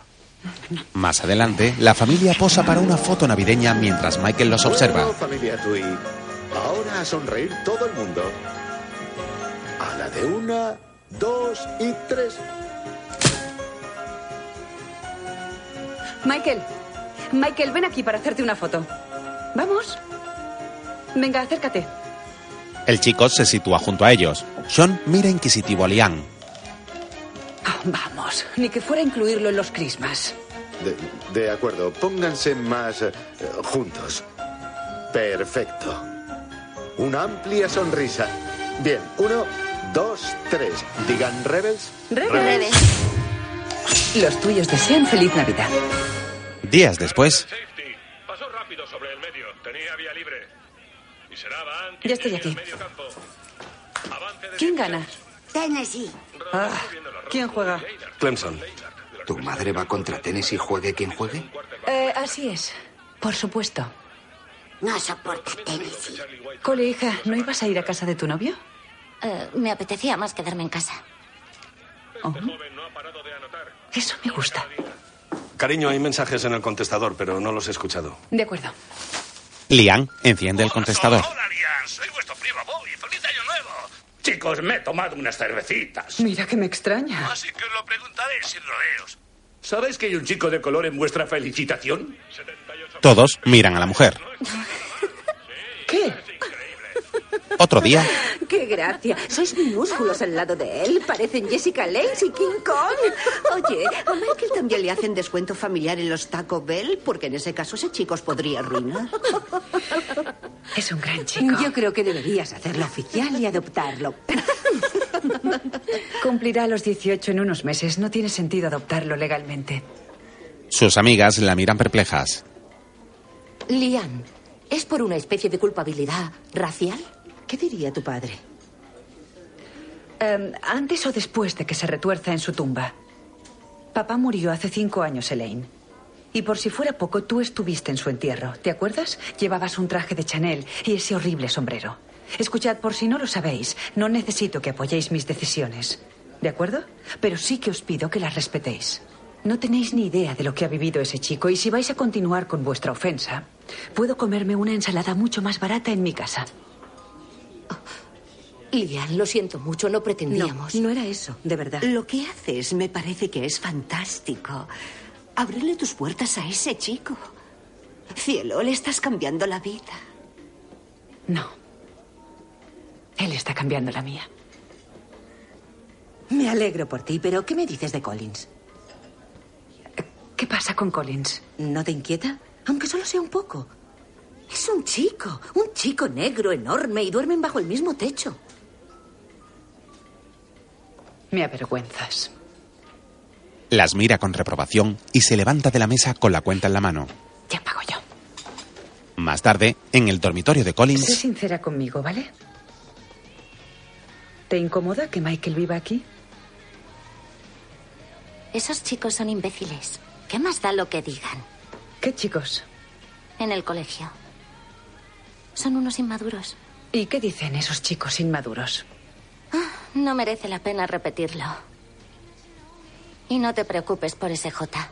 S3: Más adelante, la familia posa para una foto navideña mientras Michael los observa.
S20: Bueno, familia Tui. Ahora a sonreír todo el mundo. A la de una, dos y tres.
S1: Michael, Michael, ven aquí para hacerte una foto. ¿Vamos? Venga, acércate.
S3: El chico se sitúa junto a ellos. Sean mira inquisitivo a Lian.
S1: Ah, vamos, ni que fuera a incluirlo en los crismas.
S20: De, de acuerdo, pónganse más eh, juntos. Perfecto. Una amplia sonrisa. Bien, uno, dos, tres. Digan rebels.
S1: Los tuyos desean feliz Navidad.
S3: Días después,
S1: Ya estoy aquí. ¿Quién gana?
S13: Tennessee.
S1: Ah, ¿Quién juega?
S14: Clemson.
S5: ¿Tu madre va contra Tennessee juegue quien juegue?
S1: Eh, así es. Por supuesto.
S13: No soporta Tennessee.
S1: Cole, hija, ¿no ibas a ir a casa de tu novio?
S19: Eh, me apetecía más quedarme en casa.
S1: Eso me gusta.
S14: Cariño, hay mensajes en el contestador, pero no los he escuchado.
S1: De acuerdo.
S3: Lian enciende el contestador.
S8: Chicos, me he tomado unas cervecitas.
S1: Mira que me extraña.
S8: Así que os lo preguntaré sin rodeos. ¿Sabéis que hay un chico de color en vuestra felicitación?
S3: Todos miran a la mujer.
S1: ¿Qué?
S3: Otro día,
S25: ¡Qué gracia! Sois minúsculos al lado de él. Parecen Jessica Lange y King Kong.
S16: Oye, ¿a Michael también le hacen descuento familiar en los Taco Bell? Porque en ese caso ese chico os podría arruinar.
S1: Es un gran chico.
S25: Yo creo que deberías hacerlo oficial y adoptarlo.
S1: Cumplirá los 18 en unos meses. No tiene sentido adoptarlo legalmente.
S3: sus amigas la miran perplejas.
S25: Lian, ¿es por una especie de culpabilidad racial? ¿Qué diría tu padre?
S1: Em, antes o después de que se retuerza en su tumba. Papá murió hace cinco años, Elaine. Y por si fuera poco, tú estuviste en su entierro. ¿Te acuerdas? Llevabas un traje de Chanel y ese horrible sombrero. Escuchad, por si no lo sabéis, no necesito que apoyéis mis decisiones. ¿De acuerdo? Pero sí que os pido que las respetéis. No tenéis ni idea de lo que ha vivido ese chico y si vais a continuar con vuestra ofensa, puedo comerme una ensalada mucho más barata en mi casa.
S25: Lilian, lo siento mucho, no pretendíamos.
S11: No, no era eso, de verdad.
S16: Lo que haces me parece que es fantástico. Abrirle tus puertas a ese chico. Cielo, le estás cambiando la vida.
S1: No. Él está cambiando la mía.
S11: Me alegro por ti, pero ¿qué me dices de Collins?
S1: ¿Qué pasa con Collins?
S11: ¿No te inquieta? Aunque solo sea un poco. Es un chico, un chico negro enorme y duermen bajo el mismo techo.
S1: Me avergüenzas.
S3: Las mira con reprobación y se levanta de la mesa con la cuenta en la mano.
S1: Ya pago yo.
S3: Más tarde, en el dormitorio de Collins.
S1: Sé sincera conmigo, ¿vale? ¿Te incomoda que Michael viva aquí?
S19: Esos chicos son imbéciles. ¿Qué más da lo que digan?
S1: ¿Qué chicos?
S19: En el colegio. Son unos inmaduros.
S1: ¿Y qué dicen esos chicos inmaduros?
S19: Ah, no merece la pena repetirlo. Y no te preocupes por ese J.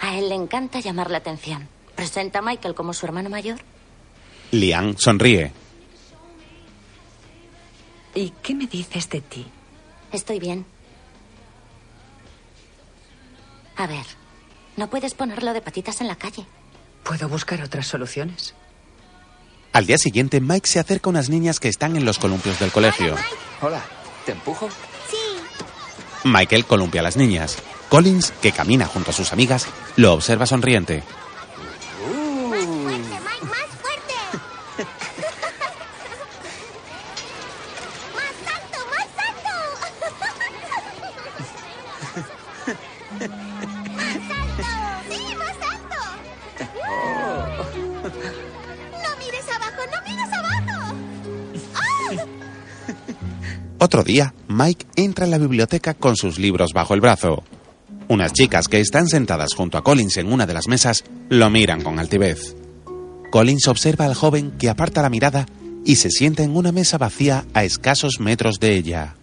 S19: A él le encanta llamar la atención. Presenta a Michael como su hermano mayor.
S3: Lian sonríe.
S1: ¿Y qué me dices de ti?
S19: Estoy bien. A ver, no puedes ponerlo de patitas en la calle.
S1: ¿Puedo buscar otras soluciones?
S3: Al día siguiente, Mike se acerca a unas niñas que están en los columpios del colegio.
S5: Hola, ¿te empujo?
S3: Michael columpia a las niñas. Collins, que camina junto a sus amigas, lo observa sonriente.
S5: Uh.
S1: Mm.
S9: ¡No mires abajo! ¡No mires abajo! ¡Ah!
S3: Otro día, Mike entra en la biblioteca con sus libros bajo el brazo. Unas chicas que están sentadas junto a Collins en una de las mesas lo miran con altivez. Collins observa al joven que aparta la mirada y se sienta en una mesa vacía a escasos metros de ella.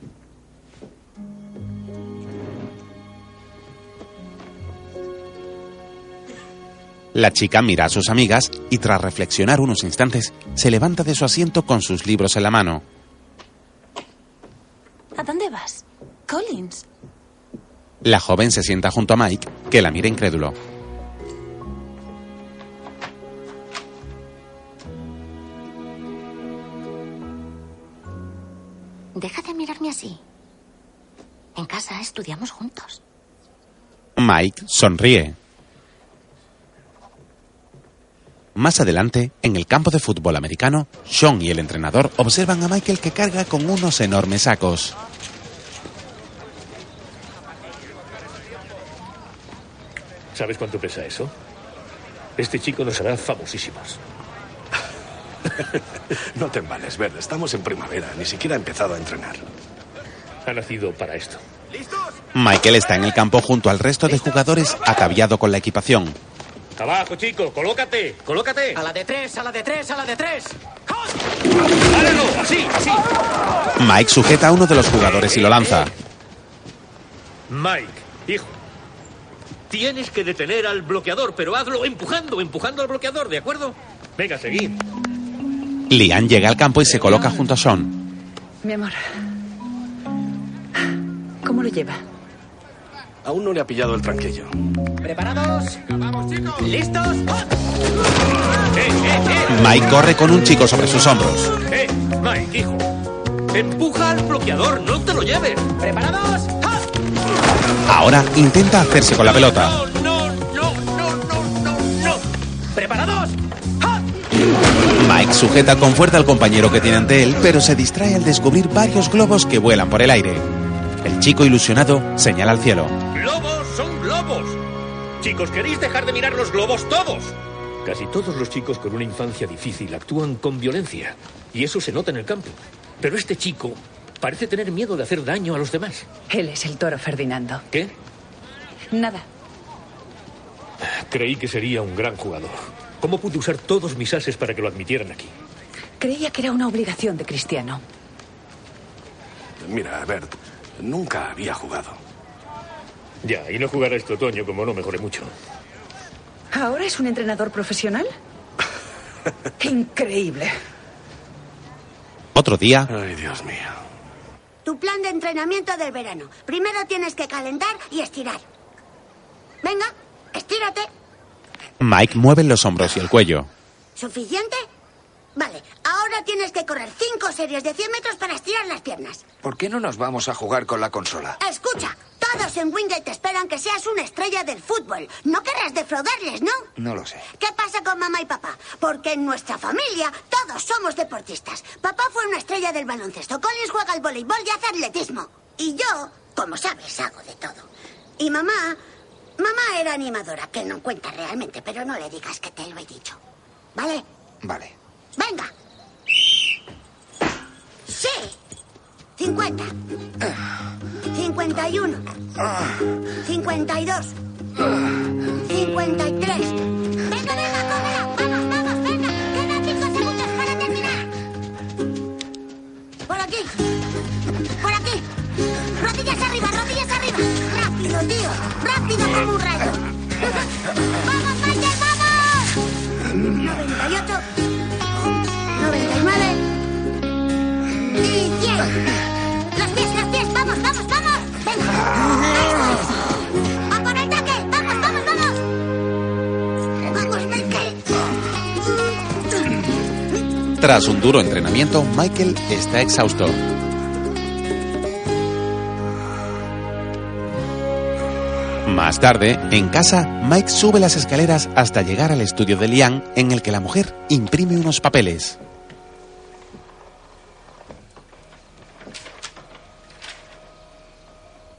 S3: La chica mira a sus amigas y tras reflexionar unos instantes se levanta de su asiento con sus libros en la mano.
S26: ¿A dónde vas? Collins.
S3: La joven se sienta junto a Mike, que la mira incrédulo.
S19: Deja de mirarme así. En casa estudiamos juntos.
S3: Mike sonríe. Más adelante, en el campo de fútbol americano, Sean y el entrenador observan a Michael que carga con unos enormes sacos.
S8: ¿Sabes cuánto pesa eso? Este chico nos hará famosísimos.
S14: No te embales, Verde. Estamos en primavera. Ni siquiera ha empezado a entrenar.
S8: Ha nacido para esto.
S3: Michael está en el campo junto al resto de jugadores ataviado con la equipación.
S8: Abajo, chico, colócate, colócate.
S9: A la de tres, a la de tres, a la de tres.
S8: ¡Páralo! Así, así.
S3: Mike sujeta a uno de los jugadores y lo lanza.
S8: Mike, hijo. Tienes que detener al bloqueador, pero hazlo empujando, empujando al bloqueador, ¿de acuerdo? Venga, seguid.
S3: Lian llega al campo y se coloca junto a Sean.
S1: Mi amor. ¿Cómo lo lleva?
S14: Aún no le ha pillado el tranquillo.
S9: ¿Preparados? ¡Vamos, chicos! ¿Listos?
S3: Mike corre con un chico sobre sus hombros.
S8: ¡Eh, Mike, hijo! Empuja al bloqueador, no te lo lleves.
S9: ¿Preparados?
S3: Ahora intenta hacerse con la pelota.
S9: ¿Preparados?
S3: Mike sujeta con fuerza al compañero que tiene ante él, pero se distrae al descubrir varios globos que vuelan por el aire. El chico ilusionado señala al cielo.
S8: ¡Globos son globos! Chicos, ¿queréis dejar de mirar los globos todos? Casi todos los chicos con una infancia difícil actúan con violencia. Y eso se nota en el campo. Pero este chico parece tener miedo de hacer daño a los demás.
S1: Él es el toro Ferdinando.
S8: ¿Qué?
S1: Nada.
S8: Creí que sería un gran jugador. ¿Cómo pude usar todos mis ases para que lo admitieran aquí?
S1: Creía que era una obligación de Cristiano.
S14: Mira, Bert, nunca había jugado.
S8: Ya, y no jugará este otoño como no mejore mucho.
S1: ¿Ahora es un entrenador profesional? Increíble.
S3: Otro día.
S14: Ay, Dios mío.
S13: Tu plan de entrenamiento del verano. Primero tienes que calentar y estirar. Venga, estírate.
S3: Mike mueve los hombros y el cuello.
S13: ¿Suficiente? Vale, ahora tienes que correr cinco series de 100 metros para estirar las piernas.
S5: ¿Por qué no nos vamos a jugar con la consola?
S13: Escucha, todos en Wingate esperan que seas una estrella del fútbol. No querrás defraudarles, ¿no?
S5: No lo sé.
S13: ¿Qué pasa con mamá y papá? Porque en nuestra familia todos somos deportistas. Papá fue una estrella del baloncesto. Collins juega al voleibol y hace atletismo. Y yo, como sabes, hago de todo. Y mamá, mamá era animadora, que no cuenta realmente, pero no le digas que te lo he dicho. ¿Vale?
S5: Vale.
S13: Venga. Sí. 50. 51. 52. 53. Venga, venga, cógela. Vamos, vamos, venga. Quedan 5 segundos para terminar. Por aquí. Por aquí. Rodillas arriba, rodillas arriba. Rápido, tío. Rápido como un rayo. ¡Vamos, Michael, vamos! 98. 99. Y 100. Los pies, los pies. Vamos, vamos, vamos. Venga. Eso es. A por el taque. Vamos, vamos, vamos. Vamos, Michael.
S3: Tras un duro entrenamiento, Michael está exhausto. Más tarde, en casa, Mike sube las escaleras hasta llegar al estudio de Lian, en el que la mujer imprime unos papeles.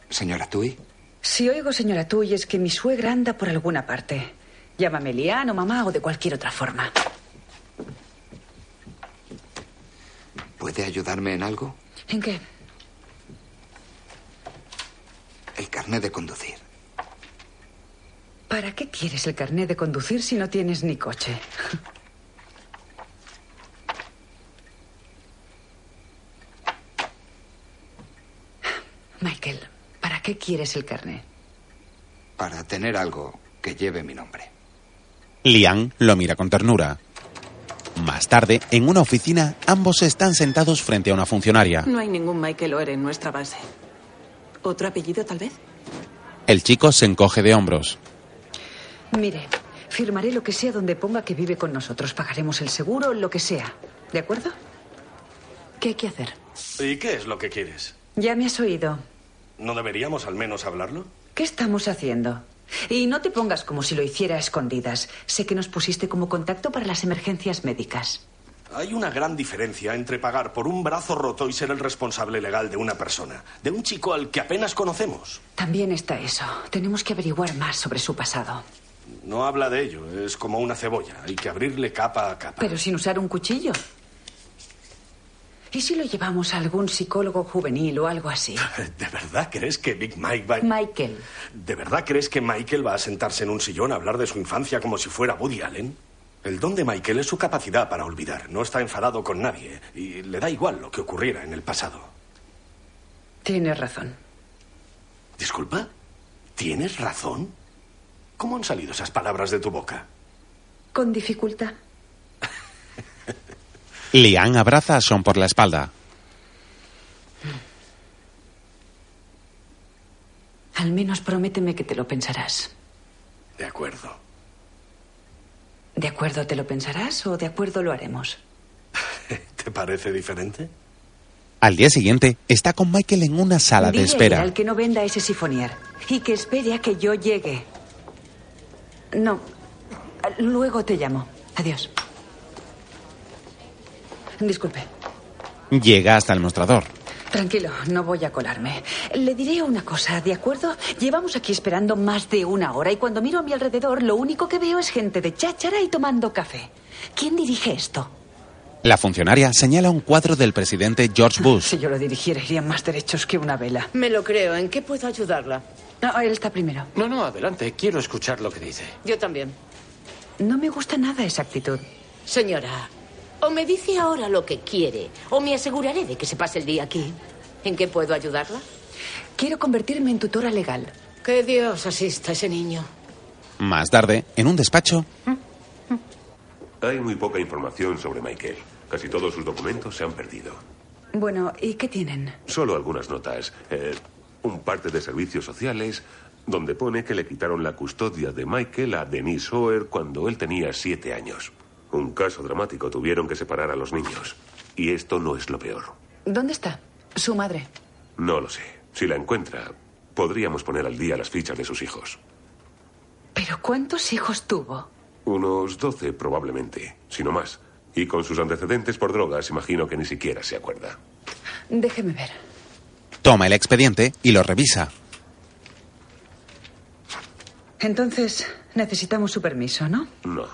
S5: Señora Tui,
S1: Si oigo, señora Tuy, es que mi suegra anda por alguna parte. Llámame Lian o mamá o de cualquier otra forma.
S5: ¿puede ayudarme en algo?
S1: ¿En qué?
S5: El carnet de conducir.
S1: ¿Para qué quieres el carnet de conducir si no tienes ni coche? Michael, ¿para qué quieres el carnet?
S5: Para tener algo que lleve mi nombre.
S3: Lian lo mira con ternura. Más tarde, en una oficina, ambos están sentados frente a una funcionaria.
S10: No hay ningún Michael Oer en nuestra base. ¿Otro apellido, tal vez?
S3: El chico se encoge de hombros.
S1: Mire, firmaré lo que sea donde ponga que vive con nosotros. Pagaremos el seguro, lo que sea. ¿De acuerdo? ¿Qué hay que hacer?
S14: ¿Y qué es lo que quieres?
S1: Ya me has oído.
S14: ¿No deberíamos al menos hablarlo?
S1: ¿Qué estamos haciendo? Y no te pongas como si lo hiciera a escondidas. Sé que nos pusiste como contacto para las emergencias médicas.
S14: Hay una gran diferencia entre pagar por un brazo roto y ser el responsable legal de una persona, de un chico al que apenas conocemos.
S1: También está eso. Tenemos que averiguar más sobre su pasado.
S14: No habla de ello, es como una cebolla, hay que abrirle capa a capa.
S1: Pero sin usar un cuchillo. ¿Y si lo llevamos a algún psicólogo juvenil o algo así?
S14: ¿De verdad crees que Big Mike va...
S1: Michael.
S14: ¿De verdad crees que Michael va a sentarse en un sillón a hablar de su infancia como si fuera Woody Allen? El don de Michael es su capacidad para olvidar, no está enfadado con nadie y le da igual lo que ocurriera en el pasado.
S1: Tienes razón.
S14: Disculpa, ¿tienes razón? ¿Cómo han salido esas palabras de tu boca?
S1: Con dificultad.
S3: Lian abraza a Sean por la espalda.
S1: Al menos prométeme que te lo pensarás.
S14: De acuerdo.
S1: ¿De acuerdo te lo pensarás o de acuerdo lo haremos?
S14: ¿Te parece diferente?
S3: Al día siguiente, está con Michael en una sala de
S1: Dile
S3: espera.
S1: Al que no venda ese sifonier y que espere a que yo llegue. No, luego te llamo. Adiós. Disculpe,
S3: Llega hasta el mostrador.
S1: tranquilo, no voy a colarme. Le diré una cosa, ¿de acuerdo? Llevamos aquí esperando más de una hora y cuando miro a mi alrededor lo único que veo es gente de cháchara y tomando café. ¿Quién dirige esto?
S3: La funcionaria señala un cuadro del presidente George Bush.
S1: Si yo lo dirigiera, irían más derechos que una vela.
S6: Me lo creo. ¿En qué puedo ayudarla?
S1: No, él está primero.
S27: No, no, adelante. Quiero escuchar lo que dice.
S6: Yo también.
S1: No me gusta nada esa actitud.
S6: Señora, o me dice ahora lo que quiere, o me aseguraré de que se pase el día aquí. ¿En qué puedo ayudarla?
S1: Quiero convertirme en tutora legal.
S16: Que Dios asista a ese niño.
S3: Más tarde, en un despacho,
S7: Hay muy poca información sobre Michael. Casi todos sus documentos se han perdido.
S1: Bueno, ¿y qué tienen?
S7: Solo algunas notas. eh, un parte de servicios sociales donde pone que le quitaron la custodia de Michael a Denise Hoer cuando él tenía siete años. Un caso dramático. Tuvieron que separar a los niños. Y esto no es lo peor.
S28: ¿Dónde está? Su madre.
S7: No lo sé. Si la encuentra, podríamos poner al día las fichas de sus hijos.
S28: ¿Pero cuántos hijos tuvo?
S7: Unos 12 probablemente, si no más. Y con sus antecedentes por drogas, imagino que ni siquiera se acuerda.
S28: Déjeme ver.
S3: toma el expediente y lo revisa.
S1: Entonces, necesitamos su permiso, ¿no?
S7: No.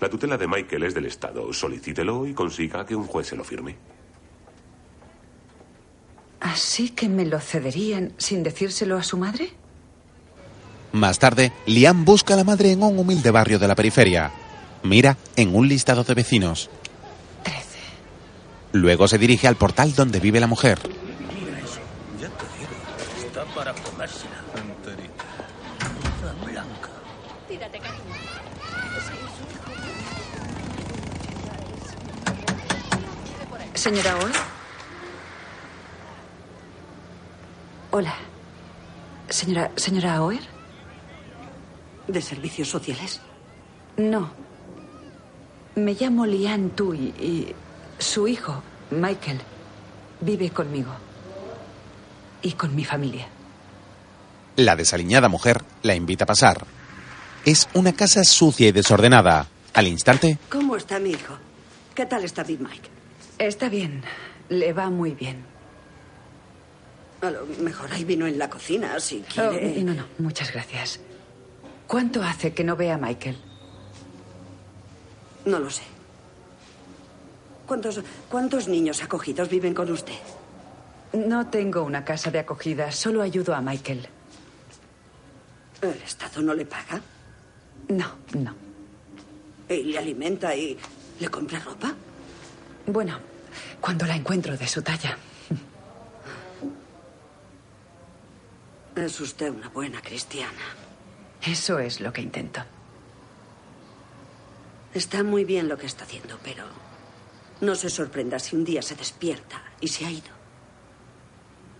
S7: La tutela de Michael es del Estado. Solicítelo y consiga que un juez se lo firme.
S1: ¿Así que me lo cederían sin decírselo a su madre?
S3: Más tarde, Liam busca a la madre en un humilde barrio de la periferia. Mira en un listado de vecinos. Luego se dirige al portal donde vive la mujer.
S20: Mira eso. Ya te digo. Está para comérsela. Enterita. blanca.
S29: Tírate, cariño.
S1: Señora Hoy. Hola. Señora, señora Auer.
S30: ¿De servicios sociales?
S1: No. Me llamo Lian Tui y su hijo, Michael, vive conmigo. Y con mi familia.
S3: La desaliñada mujer la invita a pasar. Es una casa sucia y desordenada. Al instante,
S26: ¿Cómo está mi hijo? ¿Qué tal está Big Mike?
S1: Está bien. Le va muy bien.
S26: A lo mejor hay vino en la cocina, si quiere.
S1: Oh, no, no, muchas gracias. ¿Cuánto hace que no ve a Michael?
S26: No lo sé. ¿Cuántos, ¿Cuántos niños acogidos viven con usted?
S1: No tengo una casa de acogida, solo ayudo a Michael.
S26: ¿El Estado no le paga?
S1: No, no.
S26: Eh, ¿Y le alimenta y le compra ropa?
S1: Bueno, cuando la encuentro de su talla.
S26: Es usted una buena cristiana.
S1: Eso es lo que intento.
S26: Está muy bien lo que está haciendo, pero no se sorprenda si un día se despierta y se ha ido.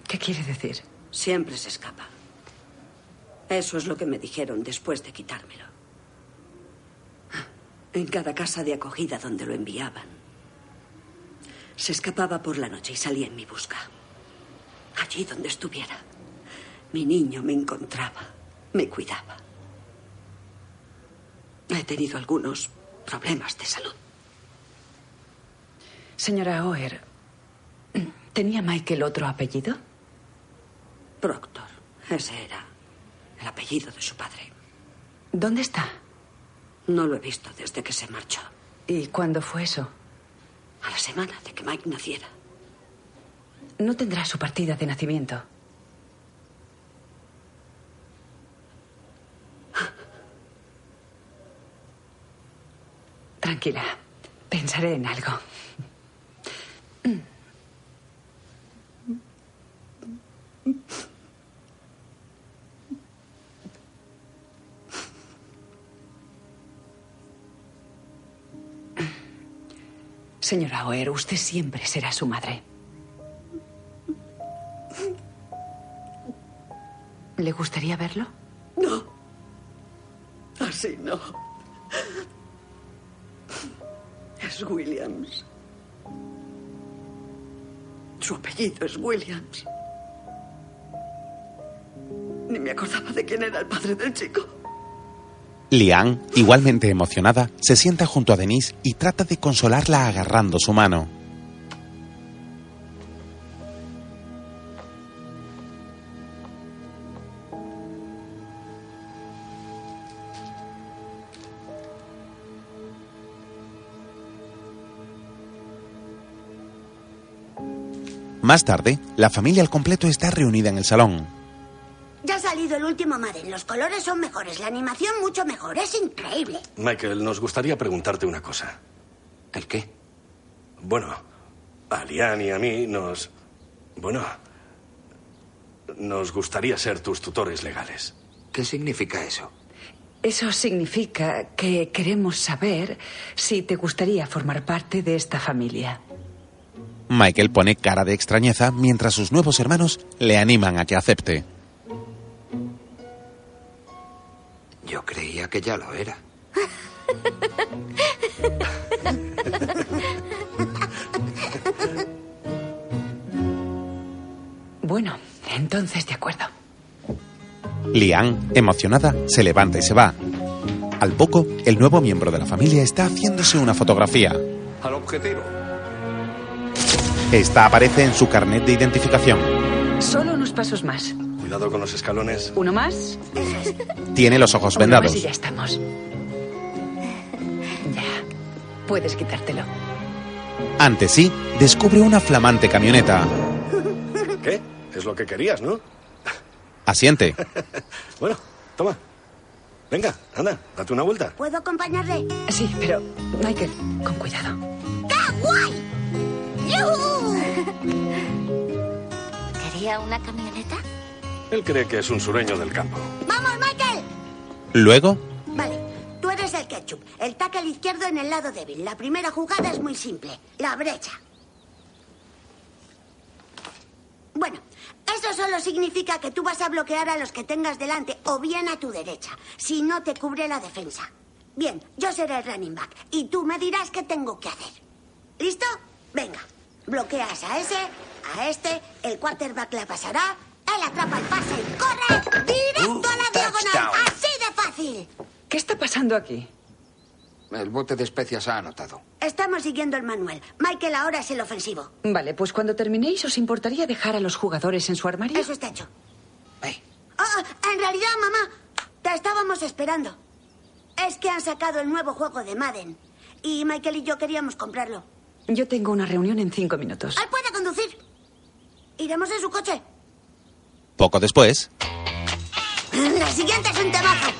S1: ¿Qué quiere decir?
S26: Siempre se escapa. Eso es lo que me dijeron después de quitármelo. Ah, En cada casa de acogida donde lo enviaban, se escapaba por la noche y salía en mi busca. Allí donde estuviera, mi niño me encontraba, me cuidaba. He tenido algunos problemas de salud.
S1: Señora Oer, ¿tenía Michael otro apellido?
S26: Proctor, ese era el apellido de su padre.
S1: ¿Dónde está?
S26: No lo he visto desde que se marchó.
S1: ¿Y cuándo fue eso?
S26: A la semana de que Mike naciera.
S1: No tendrá su partida de nacimiento. Tranquila, pensaré en algo. Señora Oer, usted siempre será su madre. ¿Le gustaría verlo?
S26: No. Así no. Es Williams. Su apellido es Williams. Ni me acordaba de quién era el padre del chico.
S3: Lian, igualmente emocionada, se sienta junto a Denise y trata de consolarla agarrando su mano. Más tarde, la familia al completo está reunida en el salón.
S13: Ya ha salido el último Madden. Los colores son mejores, la animación mucho mejor. Es increíble.
S14: Michael, nos gustaría preguntarte una cosa. ¿El qué? Bueno, a Lian y a mí nos... Bueno, nos gustaría ser tus tutores legales.
S5: ¿Qué significa eso?
S6: Eso significa que queremos saber si te gustaría formar parte de esta familia.
S3: Michael pone cara de extrañeza mientras sus nuevos hermanos le animan a que acepte.
S5: Yo creía que ya lo era.
S6: Bueno, entonces de acuerdo.
S3: Lian, emocionada, se levanta y se va. Al poco, el nuevo miembro de la familia está haciéndose una fotografía.
S14: Al objetivo.
S3: Esta aparece en su carnet de identificación.
S1: Solo unos pasos más.
S14: Cuidado con los escalones.
S1: Uno más.
S3: Tiene los ojos
S1: Uno
S3: vendados.
S1: más y ya estamos.
S6: Puedes quitártelo.
S3: Ante sí, descubre una flamante camioneta.
S14: ¿Qué? Es lo que querías, ¿no?
S3: Asiente.
S14: Bueno, toma. Venga, anda, date una vuelta.
S13: ¿Puedo acompañarle?
S6: Sí, pero Michael, con cuidado.
S13: ¡Qué guay! ¡Yujú!
S19: ¿Quería una camioneta?
S14: Él cree que es un sureño del campo.
S13: ¡Vamos, Michael!
S3: Luego,
S13: Vale, tú eres el ketchup. El tackle izquierdo en el lado débil. La primera jugada es muy simple. La brecha. Bueno, eso solo significa que tú vas a bloquear a los que tengas delante o bien a tu derecha, si no te cubre la defensa. Bien, yo seré el running back y tú me dirás qué tengo que hacer. ¿Listo? Venga, bloqueas a ese, a este, el quarterback la pasará, él atrapa el pase y corre directo a la diagonal. ¡Así de fácil!
S1: ¿Qué está pasando aquí?
S5: El bote de especias ha anotado.
S13: Estamos siguiendo el manual. Michael ahora es el ofensivo.
S1: Vale, pues cuando terminéis, ¿os importaría dejar a los jugadores en su armario? Eso
S13: está hecho. Ah, en realidad, mamá, te estábamos esperando. Es que han sacado el nuevo juego de Madden. Y Michael y yo queríamos comprarlo.
S1: Yo tengo una reunión en cinco minutos.
S13: Él puede conducir. Iremos en su coche.
S3: poco después,
S13: La siguiente es un temazo.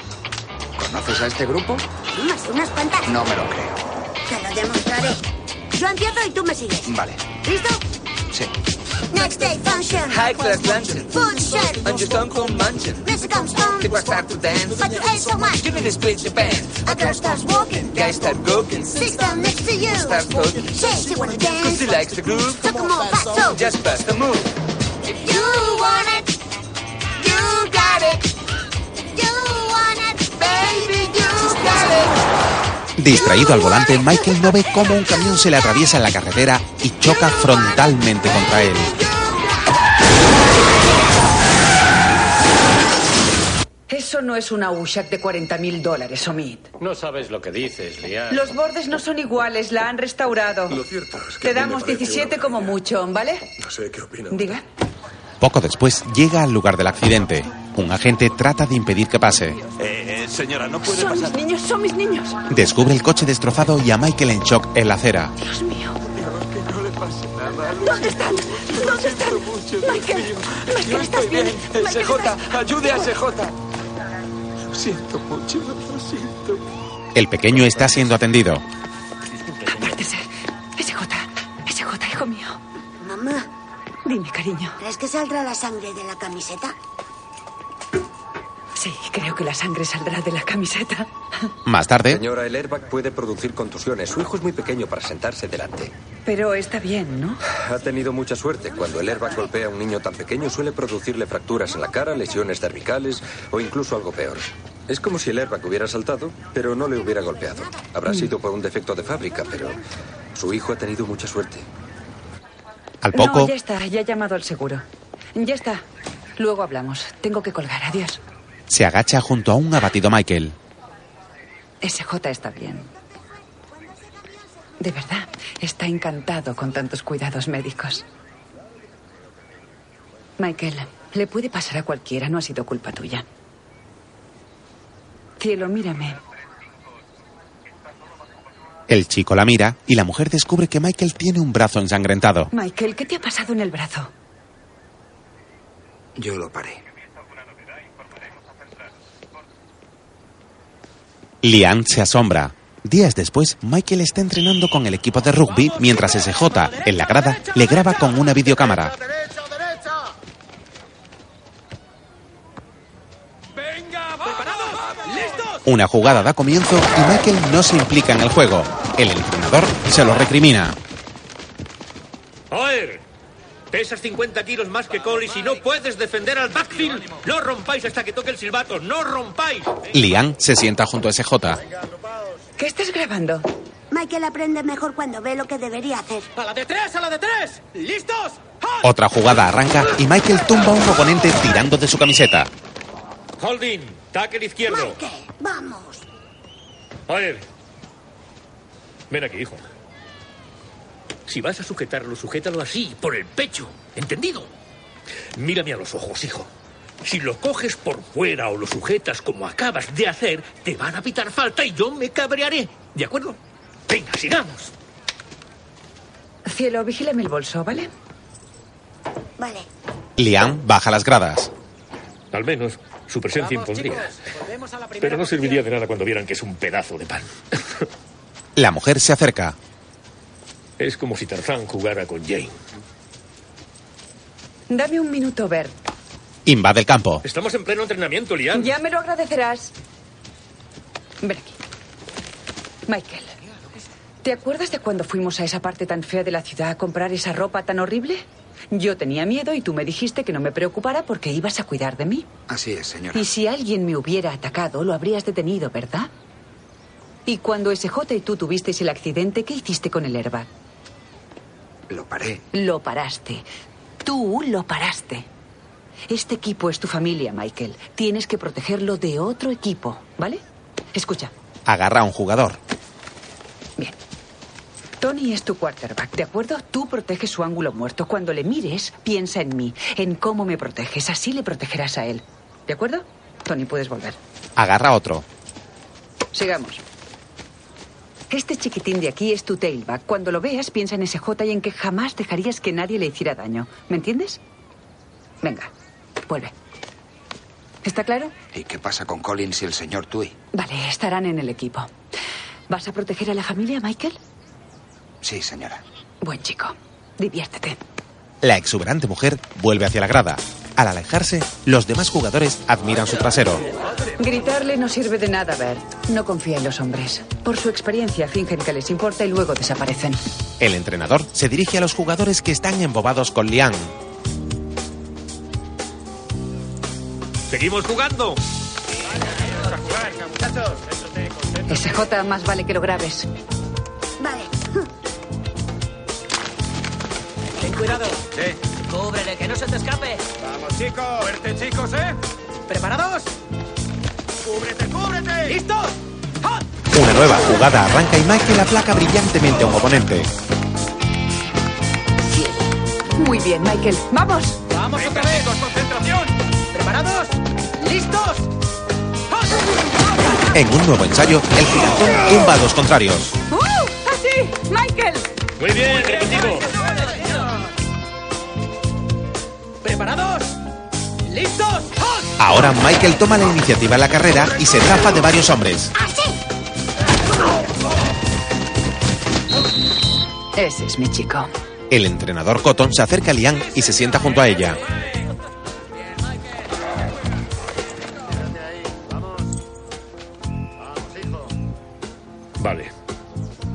S5: ¿Conoces a este grupo?
S13: Más unas cuantas.
S5: No me lo creo.
S13: Te lo demostraré. Yo empiezo y tú me sigues.
S5: Vale,
S13: ¿Listo?
S5: sí.
S13: Next day function.
S20: High class luncheon.
S13: Food share.
S20: And you come from mansion.
S13: Music comes on.
S20: People start to dance.
S13: But you hate so much.
S20: Give me the split the band.
S13: A girl starts walking.
S20: Guys start cooking.
S13: Sister next to you.
S20: Start talking.
S13: Says she wanna
S20: Cause
S13: dance.
S20: she likes the groove.
S13: So come on, paso.
S20: Just bust the move.
S13: If you want it, you got it. You want it, baby, you got it.
S3: distraído al volante, Michael no ve cómo un camión se le atraviesa en la carretera y choca frontalmente contra él.
S1: Eso no es una Ushak de 40 mil dólares, Omid.
S31: No sabes lo que dices, Lian.
S1: Los bordes no son iguales, la han restaurado. Lo
S32: cierto es
S1: Te damos 17 como mucho, ¿vale?
S32: No sé qué opina.
S1: Diga.
S3: Poco después, llega al lugar del accidente. Un agente trata de impedir que pase.
S32: Eh, eh, señora, no puede
S33: Son
S32: pasar.
S33: mis niños, son mis niños.
S3: Descubre el coche destrozado y a Michael en shock en la acera.
S33: Dios mío. ¿Dónde están? ¿Dónde están? Michael, Michael, ¿estás bien? Michael,
S20: SJ, ayude a SJ.
S32: Lo siento mucho, lo siento.
S3: El pequeño está siendo atendido.
S6: Apártese. SJ, SJ, hijo mío.
S13: Mamá,
S6: Dime, cariño.
S13: ¿crees que saldrá la sangre de la camiseta?
S6: Sí, creo que la sangre saldrá de la camiseta.
S3: Más tarde,
S8: Señora, el airbag puede producir contusiones. Su hijo es muy pequeño para sentarse delante.
S1: Pero está bien, ¿no?
S8: Ha tenido mucha suerte. Cuando el airbag golpea a un niño tan pequeño suele producirle fracturas en la cara, lesiones cervicales o incluso algo peor. Es como si el airbag hubiera saltado, pero no le hubiera golpeado. Habrá sido por un defecto de fábrica, pero su hijo ha tenido mucha suerte.
S3: al
S1: No,
S3: poco,
S1: ya está, ya he llamado al seguro. Ya está. Luego hablamos. Tengo que colgar. Adiós.
S3: se agacha junto a un abatido Michael.
S1: SJ está bien. De verdad, está encantado con tantos cuidados médicos. Michael, le puede pasar a cualquiera, no ha sido culpa tuya. Cielo, mírame.
S3: El chico la mira y la mujer descubre que Michael tiene un brazo ensangrentado.
S1: Michael, ¿qué te ha pasado en el brazo?
S5: Yo lo paré.
S3: Lian se asombra. Días después, Michael está entrenando con el equipo de rugby mientras SJ, en la grada, le graba con una videocámara.
S34: ¡Venga!
S3: Una jugada da comienzo y Michael no se implica en el juego. El entrenador se lo recrimina.
S8: ¡Oer! Pesas 50 kilos más que Collins y no puedes defender al backfield. No rompáis hasta que toque el silbato. No rompáis.
S3: Lian se sienta junto a SJ.
S1: ¿Qué estás grabando?
S13: Michael aprende mejor cuando ve lo que debería hacer.
S20: ¡A la de tres! ¡A la de tres! ¡Listos!
S3: Otra jugada arranca y Michael tumba a un oponente tirando de su camiseta.
S8: Holding, tackle izquierdo.
S13: ¡Vamos!
S8: Oer. Ven aquí, hijo. Si vas a sujetarlo, sujétalo así, por el pecho. ¿Entendido? Mírame a los ojos, hijo. Si lo coges por fuera o lo sujetas como acabas de hacer, te van a pitar falta y yo me cabrearé. ¿De acuerdo? Venga, sigamos.
S1: Cielo, vigílame el bolso, ¿vale?
S13: Vale.
S3: Lian baja las gradas.
S8: Al menos su presencia impondría.
S20: Volvemos a la primera.
S8: Pero no serviría de nada cuando vieran que es un pedazo de pan.
S3: La mujer se acerca.
S8: Es como si Tarzán jugara con Jane.
S1: Dame un minuto, Bert.
S3: Invade el campo.
S8: Estamos en pleno entrenamiento, Lian.
S1: Ya me lo agradecerás. Ven aquí. Michael, ¿te acuerdas de cuando fuimos a esa parte tan fea de la ciudad a comprar esa ropa tan horrible? Yo tenía miedo y tú me dijiste que no me preocupara porque ibas a cuidar de mí.
S5: Así es, señora.
S1: Y si alguien me hubiera atacado, lo habrías detenido, ¿verdad? Y cuando SJ y tú tuvisteis el accidente, ¿qué hiciste con el airbag?
S5: Lo paré.
S1: Lo paraste. Tú lo paraste. Este equipo es tu familia, Michael. Tienes que protegerlo de otro equipo, ¿vale? Escucha,
S3: Agarra a un jugador.
S1: Tony es tu quarterback, ¿de acuerdo? Tú proteges su ángulo muerto. Cuando le mires, piensa en mí, en cómo me proteges. Así le protegerás a él. ¿De acuerdo? Tony, puedes volver.
S3: Agarra a otro.
S1: Sigamos. Este chiquitín de aquí es tu tailback. Cuando lo veas, piensa en ese J y en que jamás dejarías que nadie le hiciera daño. ¿Me entiendes? Venga, vuelve. ¿Está claro?
S5: ¿Y qué pasa con Collins y el señor Tui?
S1: Vale, estarán en el equipo. ¿Vas a proteger a la familia, Michael?
S5: Sí, señora.
S1: Buen chico. Diviértete.
S3: La exuberante mujer vuelve hacia la grada. Al alejarse, los demás jugadores admiran su trasero.
S1: Gritarle no sirve de nada, Bert. No confía en los hombres. Por su experiencia, fingen que les importa y luego desaparecen.
S3: El entrenador se dirige a los jugadores que están embobados con Liang.
S8: Seguimos jugando.
S1: SJ, más vale que lo grabes.
S13: Vale.
S20: Ten cuidado. Sí. Cúbrele, que no se te escape. Vamos, chicos. Fuerte, chicos, ¿eh? ¿Preparados? ¡Cúbrete, cúbrete! ¿Listos? ¡Ah!
S3: Una nueva jugada arranca y Michael aplaca brillantemente a un oponente.
S1: Muy bien, Michael. ¡Vamos!
S20: ¡Vamos otra vez! Chicos, concentración! ¿Preparados? ¿Listos? ¡Ah!
S3: En un nuevo ensayo, el gigantón tumba a los contrarios.
S20: ¡Uh! ¡Así! ¡Michael!
S8: Muy bien, repetimos.
S20: ¿Preparados? ¿Listos? ¡Ah!
S3: Ahora Michael toma la iniciativa en la carrera y se zafa de varios hombres.
S1: Ese es mi chico.
S3: El entrenador Cotton se acerca a Lian y se sienta junto a ella.
S8: Vale.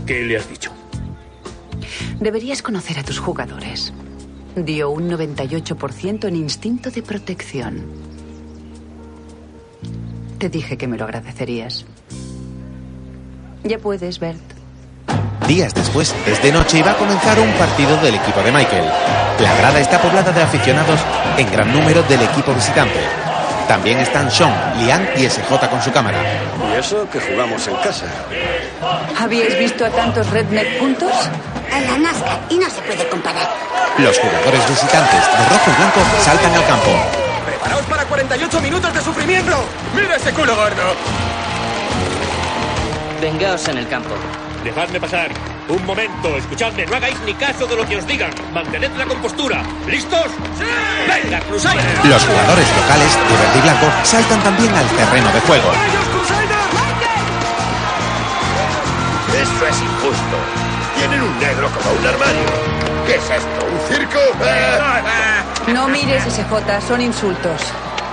S8: ¿Qué le has dicho?
S1: Deberías conocer a tus jugadores. Dio un 98% en instinto de protección. Te dije que me lo agradecerías. Ya puedes, Bert.
S3: Días después, es de noche y va a comenzar un partido del equipo de Michael. La grada está poblada de aficionados en gran número del equipo visitante. También están Sean, Lian y SJ con su cámara.
S14: Y eso que jugamos en casa.
S1: ¿Habíais visto a tantos redneck juntos?
S13: En la NASCAR y no se puede comparar.
S3: Los jugadores visitantes de rojo y blanco saltan al campo.
S20: ¡Preparaos para 48 minutos de sufrimiento! ¡Mira ese culo gordo!
S35: Vengaos en el campo.
S8: Dejadme pasar. Un momento, escuchadme, no hagáis ni caso de lo que os digan. Mantened la compostura. ¿Listos? ¡Sí! ¡Venga, cruzáis!
S3: Los jugadores locales de verde y blanco saltan también al terreno de juego.
S11: Esto es injusto. Tienen un negro como un armario. ¿Qué es esto? ¿Un circo? Ah,
S1: No mires, SJ, son insultos.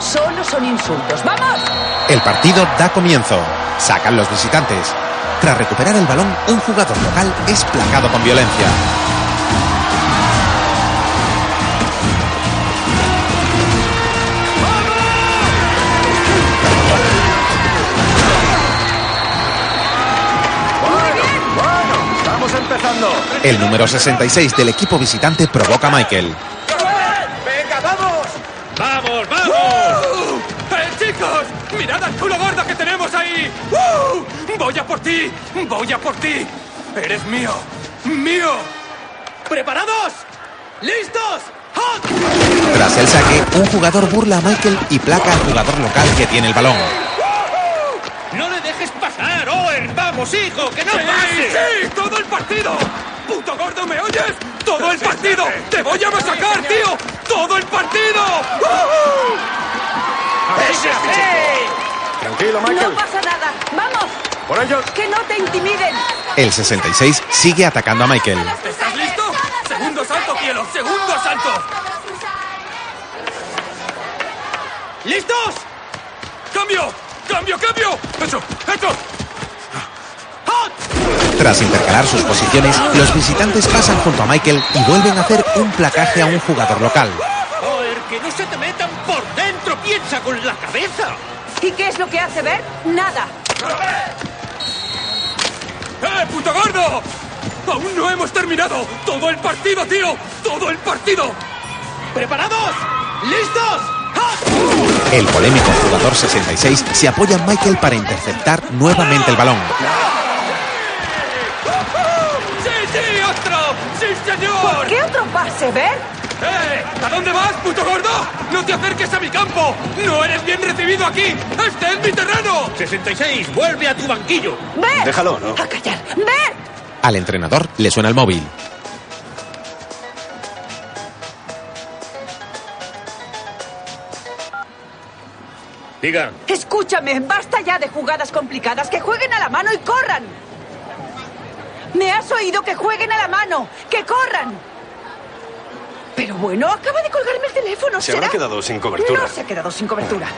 S2: Solo son insultos. ¡Vamos!
S3: El partido da comienzo. Sacan los visitantes. Tras recuperar el balón, un jugador local es placado con violencia.
S20: Estamos empezando.
S3: El número 66 del equipo visitante provoca a Michael.
S20: ¡Venga, vamos!
S8: ¡Vamos,
S20: vamos! chicos! ¡Mirad al culo gordo que tenemos ahí! ¡Uh! ¡Voy a por ti! ¡Voy a por ti! ¡Eres mío! ¡Mío!
S10: ¿Preparados? ¿Listos? ¡Hot!
S3: Tras el saque, un jugador burla a Michael y placa al jugador local que tiene el balón.
S8: ¡No le dejes pasar, Owen! ¡Vamos, hijo! ¡Que no
S20: ¡Sí,
S8: pase!
S20: sí! ¡Todo el partido! ¡Puto gordo, me oyes! ¡Todo el partido! ¡Te voy a masacrar, tío! ¡Todo el partido! ¡Uh! ¡Ese
S11: Tranquilo,
S2: No pasa nada. ¡Vamos!
S11: Por ellos.
S2: ¡Que no te intimiden!
S3: El 66 sigue atacando a Michael.
S20: ¿Estás listo? ¡Segundo salto, cielo! ¡Segundo salto!
S10: ¿Listos?
S20: ¡Cambio! ¡Cambio, cambio! ¡Hecho! ¡Hecho!
S3: Tras intercalar sus posiciones, los visitantes pasan junto a Michael y vuelven a hacer un placaje a un jugador local.
S8: Owen, que no se te metan por dentro! ¡Piensa con la cabeza!
S2: ¿Y qué es lo que hace ver? Nada.
S20: ¡Eh, puto gordo! ¡Aún no hemos terminado! ¡Todo el partido, tío! ¡Todo el partido!
S10: ¿Preparados? ¿Listos?
S3: El polémico jugador 66 se apoya en Michael para interceptar nuevamente el balón.
S20: ¡Sí, sí, otro! ¡Sí, señor!
S2: ¿Por qué otro pase, ver?
S20: ¡Eh! ¿A dónde vas, puto gordo? ¡No te acerques a mi campo! ¡No eres bien recibido aquí! ¡Este es mi terreno!
S8: 66, vuelve a tu banquillo.
S2: ¡Ver!
S14: Déjalo, ¿no?
S2: ¡A callar! ¡Ver!
S3: Al entrenador le suena el móvil.
S8: Diga,
S2: Escúchame, basta ya de jugadas complicadas. Que jueguen a la mano y corran. ¿Me has oído que jueguen a la mano? ¡Que corran! Pero bueno, acaba de colgarme el teléfono.
S14: Se
S2: ¿será?
S14: habrá quedado sin cobertura.
S2: No se ha quedado sin cobertura.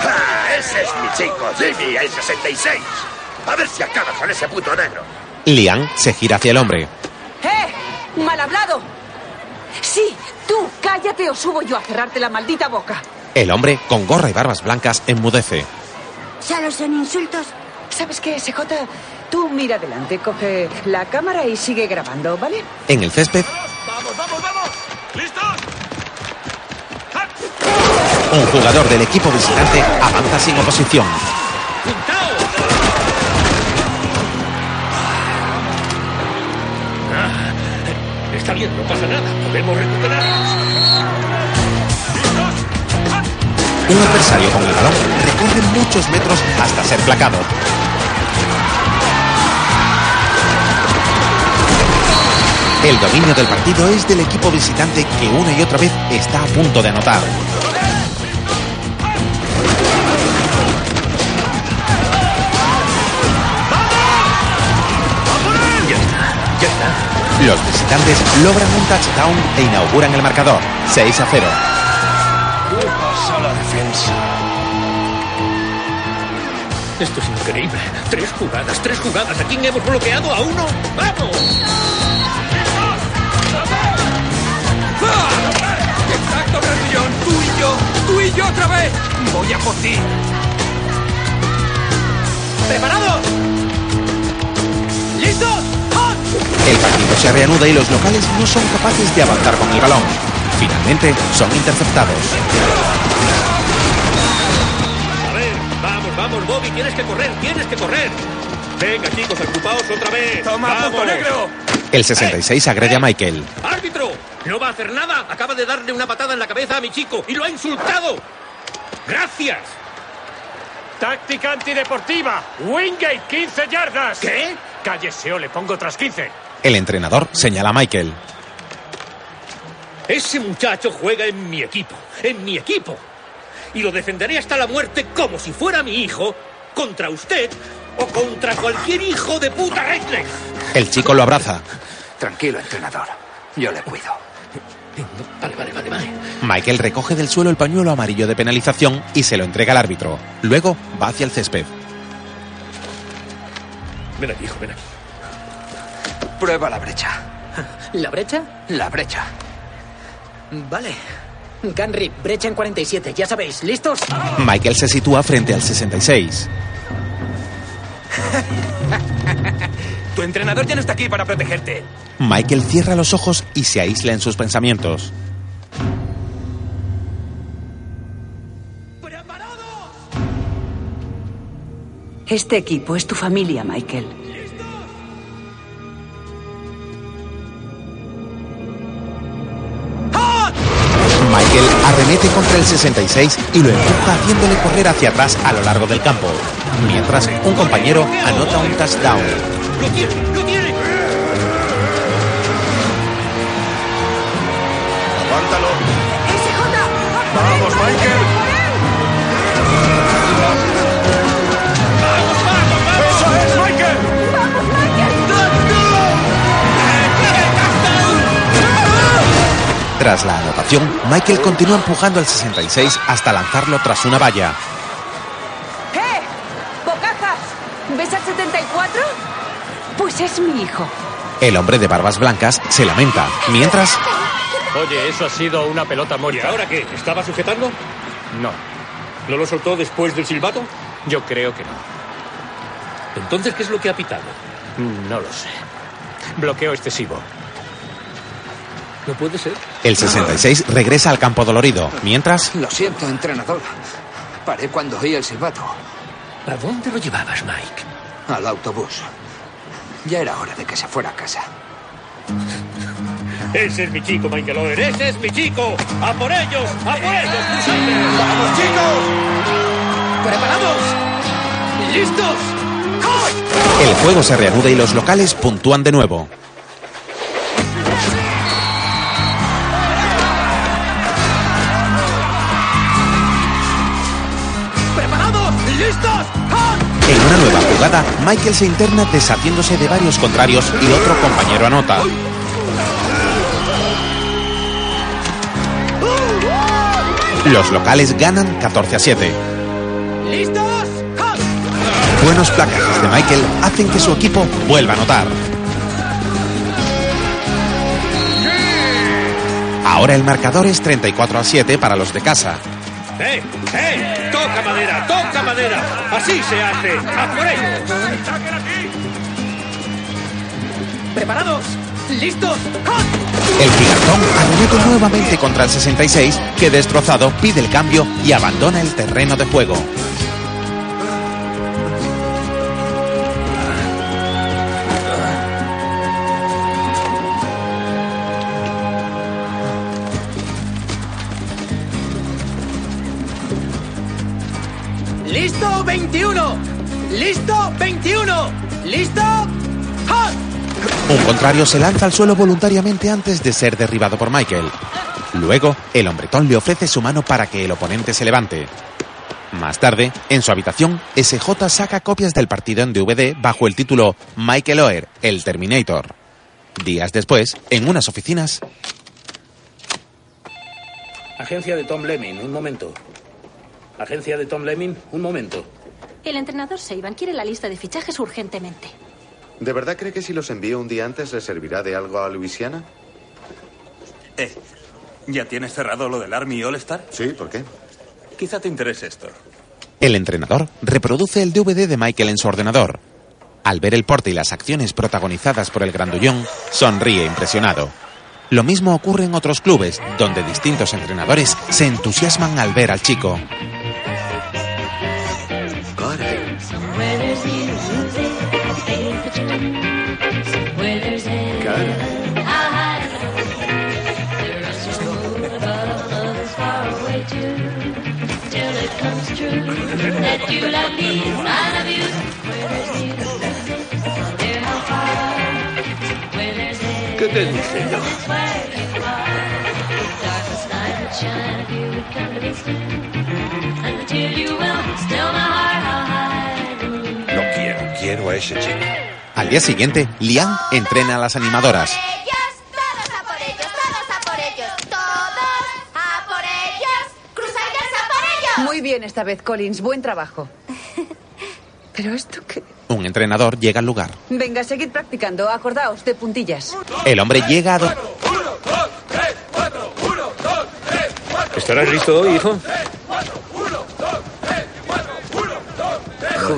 S11: ¡Ah, ¡Ese es mi chico, Jimmy, el 66! A ver si acaba con ese puto negro.
S3: Lian se gira hacia el hombre.
S2: ¡Eh! ¡Mal hablado! Sí, tú cállate o subo yo a cerrarte la maldita boca.
S3: El hombre, con gorra y barbas blancas, enmudece.
S2: Solo son insultos. ¿Sabes qué, SJ? Tú mira adelante, coge la cámara y sigue grabando, ¿vale?
S3: En el césped,
S20: ¡Vamos, vamos, vamos! ¡Listos!
S3: un jugador del equipo visitante avanza sin oposición.
S8: Ah, está bien, no pasa nada. Podemos recuperarnos.
S3: Un adversario con el balón recorre muchos metros hasta ser placado. El dominio del partido es del equipo visitante que una y otra vez está a punto de anotar. Los visitantes logran un touchdown e inauguran el marcador 6 a 0.
S14: Solo defensa.
S8: Esto es increíble. Tres jugadas, tres jugadas. ¿A quién hemos bloqueado? ¿A uno? ¡Vamos!
S20: Ah, ¡Exacto, Carrillón! ¡Tú y yo! ¡Tú y yo otra vez! ¡Voy a por ti!
S10: ¿Preparados? ¿Listos? ¡Hot!
S3: El partido se reanuda y los locales no son capaces de avanzar con el balón. Finalmente son interceptados.
S8: A ver, vamos, vamos, Bobby. Tienes que correr, tienes que correr. Venga, chicos, ocupaos otra vez.
S20: ¡Toma,
S8: vamos.
S20: puto negro!
S3: El 66 agrede a Michael.
S8: ¡Árbitro! No va a hacer nada. Acaba de darle una patada en la cabeza a mi chico y lo ha insultado. ¡Gracias!
S9: Táctica antideportiva. Wingate, 15 yardas.
S8: ¿Qué?
S9: Cállese o le pongo otras 15.
S3: El entrenador señala a Michael.
S8: Ese muchacho juega en mi equipo, en mi equipo. Y lo defenderé hasta la muerte como si fuera mi hijo, contra usted o contra cualquier hijo de puta redneck.
S3: El chico lo abraza.
S5: Tranquilo, entrenador. Yo le cuido.
S8: Vale, vale, vale, vale.
S3: Michael recoge del suelo el pañuelo amarillo de penalización y se lo entrega al árbitro. Luego va hacia el césped.
S8: Ven aquí, hijo, ven aquí.
S10: Prueba la brecha. ¿La brecha? La brecha. Vale. Ganry, brecha en 47, ya sabéis, ¿listos?
S3: Michael se sitúa frente al 66.
S20: Tu entrenador ya no está aquí para protegerte.
S3: Michael cierra los ojos y se aísla en sus pensamientos.
S4: Este equipo es tu familia, Michael.
S3: Michael arremete contra el 66 y lo empuja haciéndole correr hacia atrás a lo largo del campo. Mientras, un compañero anota un touchdown.
S20: ¡Lo tiene! ¡Lo tiene!
S11: ¡Aguántalo!
S13: ¡Vamos, Michael!
S11: ¡Eso es, Michael!
S13: ¡Vamos, Michael!
S3: Tras la anotación, Michael continúa empujando al 66 hasta lanzarlo tras una valla.
S2: ¡Eh! ¡Bocazas! ¿Ves al 74? Pues es mi hijo.
S3: El hombre de barbas blancas se lamenta, mientras
S27: Oye, eso ha sido una pelota
S8: ¿Y
S27: muerta.
S8: ahora qué? ¿Estaba sujetando?
S27: No.
S8: ¿No lo soltó después del silbato?
S27: Yo creo que no.
S8: Entonces, ¿qué es lo que ha pitado?
S27: No lo sé. Bloqueo excesivo.
S8: No puede ser.
S3: el 66 regresa al campo dolorido, mientras
S5: Lo siento, entrenador. Paré cuando oí el silbato.
S8: ¿A dónde lo llevabas, Mike?
S5: Al autobús. Ya era hora de que se fuera a casa.
S8: Ese es mi chico, Michael Owen. Ese es mi chico. A por ellos. A
S27: Eh,
S8: por ellos. Vamos,
S20: chicos. ¡Preparados! ¡Listos!
S3: el juego se reanuda y los locales puntúan de nuevo.
S20: ¡Preparados! ¡Listos!
S3: En una nueva jugada, Michael se interna deshaciéndose de varios contrarios y otro compañero anota. Los locales ganan 14 a 7.
S20: ¡Listos!
S3: Buenos placajes de Michael hacen que su equipo vuelva a anotar. Ahora el marcador es 34 a 7 para los de casa.
S8: ¡Eh! ¡Eh! ¡Toca madera! ¡Toca madera! ¡Así se hace! ¡A por ellos!
S20: ¡Preparados! ¡Listos!
S3: El gigantón arremete nuevamente contra el 66, que destrozado pide el cambio y abandona el terreno de juego.
S20: ¡Listo 21! ¡Listo 21! ¡Listo! ¡Ja!
S3: Un contrario se lanza al suelo voluntariamente antes de ser derribado por Michael. Luego, el hombretón le ofrece su mano para que el oponente se levante. Más tarde, en su habitación, SJ saca copias del partido en DVD bajo el título Michael Oher, el Terminator. Días después, en unas oficinas,
S12: Agencia de Tom Lemming, un momento. Agencia de Tom Lemming, un momento.
S26: El entrenador Seiban quiere la lista de fichajes urgentemente.
S25: ¿De verdad cree que si los envío un día antes le servirá de algo a Luisiana?
S9: Eh, ¿ya tienes cerrado lo del Army All-Star?
S25: Sí, ¿por qué?
S9: Quizá te interese esto.
S3: el entrenador reproduce el DVD de Michael en su ordenador. Al ver el porte y las acciones protagonizadas por el grandullón, sonríe impresionado. Lo mismo ocurre en otros clubes, donde distintos entrenadores se entusiasman al ver al chico.
S8: ¿Qué te dije yo?
S11: No quiero, quiero a ese chico.
S3: Al día siguiente, Lian entrena a las animadoras.
S13: ¡Ellos! ¡Todos a por ellos! ¡Todos a por ellos! ¡Todos a por
S2: Muy bien esta vez, Collins. Buen trabajo. ¿Pero esto qué?
S3: Un entrenador llega al lugar.
S2: Venga, seguid practicando. Acordaos de puntillas.
S3: El hombre llega a... do-
S8: ¿Estarás listo hoy, hijo?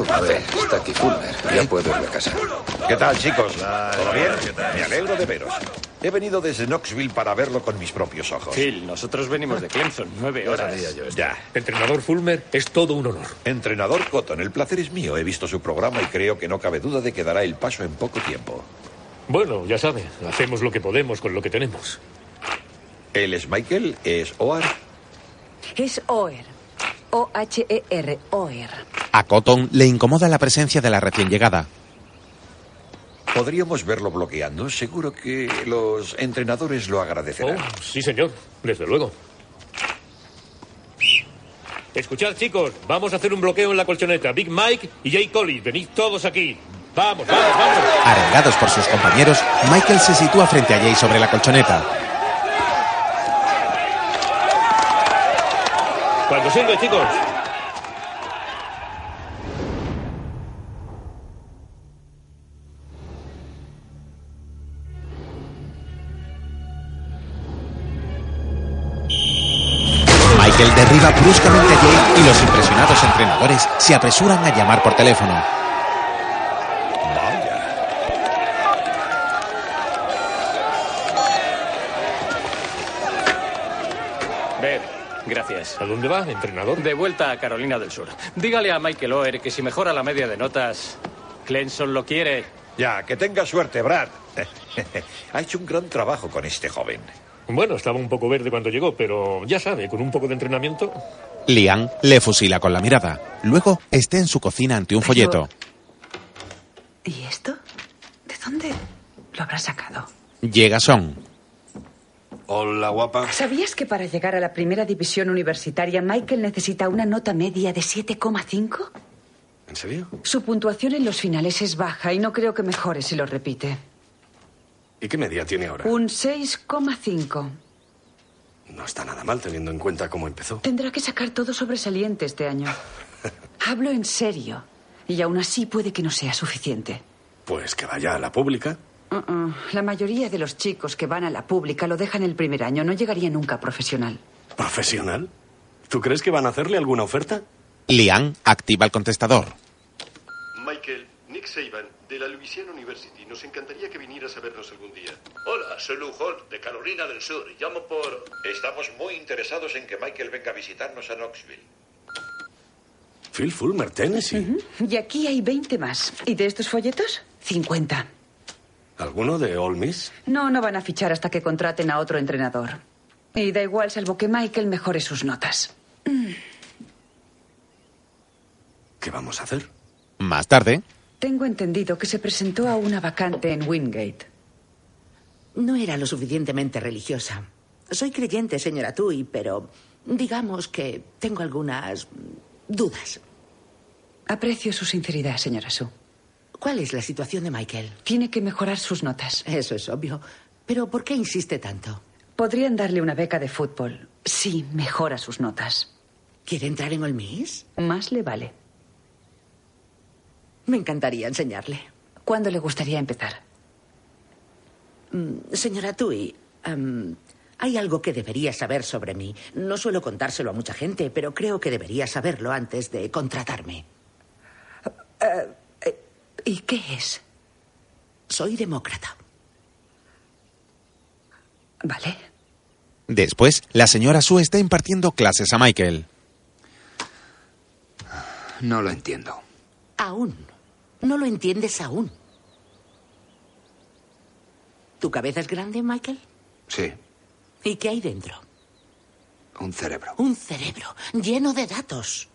S36: Joder, está aquí Fulmer. Ya puedo irme a casa.
S11: ¿Qué tal, chicos? ¿Todo bien? Me alegro de veros. He venido desde Knoxville para verlo con mis propios ojos.
S27: Phil, nosotros venimos de Clemson, nueve
S11: Ya
S27: horas.
S11: sabía yo esto. Ya.
S8: Entrenador Fulmer, es todo un honor.
S11: Entrenador Cotton, el placer es mío. He visto su programa y creo que no cabe duda de que dará el paso en poco tiempo.
S8: Bueno, ya sabe, hacemos lo que podemos con lo que tenemos.
S11: Él es Michael, es Oar.
S2: Es OER. O-H-E-R. OER.
S3: A Cotton le incomoda la presencia de la recién llegada.
S11: Podríamos verlo bloqueando. Seguro que los entrenadores lo agradecerán.
S8: Oh, sí, señor, desde luego. Escuchad, chicos, vamos a hacer un bloqueo en la colchoneta. Big Mike y Jay Collins, venid todos aquí. Vamos, vamos, vamos.
S3: Arreglados por sus compañeros, Michael se sitúa frente a Jay sobre la colchoneta.
S8: Cuando sirve, chicos.
S3: Michael derriba bruscamente a Jay y los impresionados entrenadores se apresuran a llamar por teléfono.
S27: Ver, gracias.
S8: ¿A dónde va, entrenador?
S27: De vuelta a Carolina del Sur. Dígale a Michael Oher que si mejora la media de notas, Clemson lo quiere.
S11: Ya, que tenga suerte, Brad. ha hecho un gran trabajo con este joven.
S8: Bueno, estaba un poco verde cuando llegó, pero ya sabe, con un poco de entrenamiento.
S3: Lian le fusila con la mirada. Luego está en su cocina ante un folleto.
S1: ¿Y esto? ¿De dónde lo habrá sacado?
S3: Llega Son.
S14: Hola, guapa.
S1: ¿Sabías que para llegar a la primera división universitaria Michael necesita una nota media de 7,5?
S14: ¿En serio?
S1: Su puntuación en los finales es baja y no creo que mejore si lo repite.
S14: ¿Y qué media tiene ahora?
S1: Un 6,5.
S14: No está nada mal teniendo en cuenta cómo empezó.
S1: Tendrá que sacar todo sobresaliente este año. Hablo en serio. Y aún así puede que no sea suficiente.
S14: Pues que vaya a la pública.
S1: Uh-uh. La mayoría de los chicos que van a la pública lo dejan el primer año. No llegaría nunca a profesional.
S14: ¿Profesional? ¿Tú crees que van a hacerle alguna oferta?
S3: Lian activa el contestador.
S7: Michael, Nick Saban, de la Louisiana University. Nos encantaría que vinieras a vernos algún día. Hola, soy Lou Holt, de Carolina del Sur. Llamo por...
S11: Estamos muy interesados en que Michael venga a visitarnos a Knoxville.
S14: Phil Fulmer, Tennessee.
S1: Y aquí hay 20 más. ¿Y de estos folletos? 50.
S14: ¿Alguno de All Miss?
S1: No, no van a fichar hasta que contraten a otro entrenador. Y da igual, salvo que Michael mejore sus notas.
S14: ¿Qué vamos a hacer?
S3: Más tarde,
S1: Tengo entendido que se presentó a una vacante en Wingate.
S16: No era lo suficientemente religiosa. Soy creyente, señora Tui, pero digamos que tengo algunas dudas.
S1: Aprecio su sinceridad, señora Su.
S16: ¿Cuál es la situación de Michael?
S1: Tiene que mejorar sus notas.
S16: Eso es obvio. Pero ¿por qué insiste tanto?
S1: Podrían darle una beca de fútbol. Sí, mejora sus notas.
S16: ¿Quiere entrar en All Miss?
S1: Más le vale.
S16: Me encantaría enseñarle.
S1: ¿Cuándo le gustaría empezar?
S16: Mm, Señora Tui, am, hay algo que debería saber sobre mí. No suelo contárselo a mucha gente, pero creo que debería saberlo antes de contratarme.
S1: Eh, ¿Y qué es?
S16: Soy demócrata.
S1: Vale.
S3: después, la señora Sue está impartiendo clases a Michael.
S5: No lo entiendo.
S16: Aún. No lo entiendes aún. ¿Tu cabeza es grande, Michael?
S5: Sí,
S16: ¿Y qué hay dentro?
S5: un cerebro.
S16: Un cerebro lleno de datos.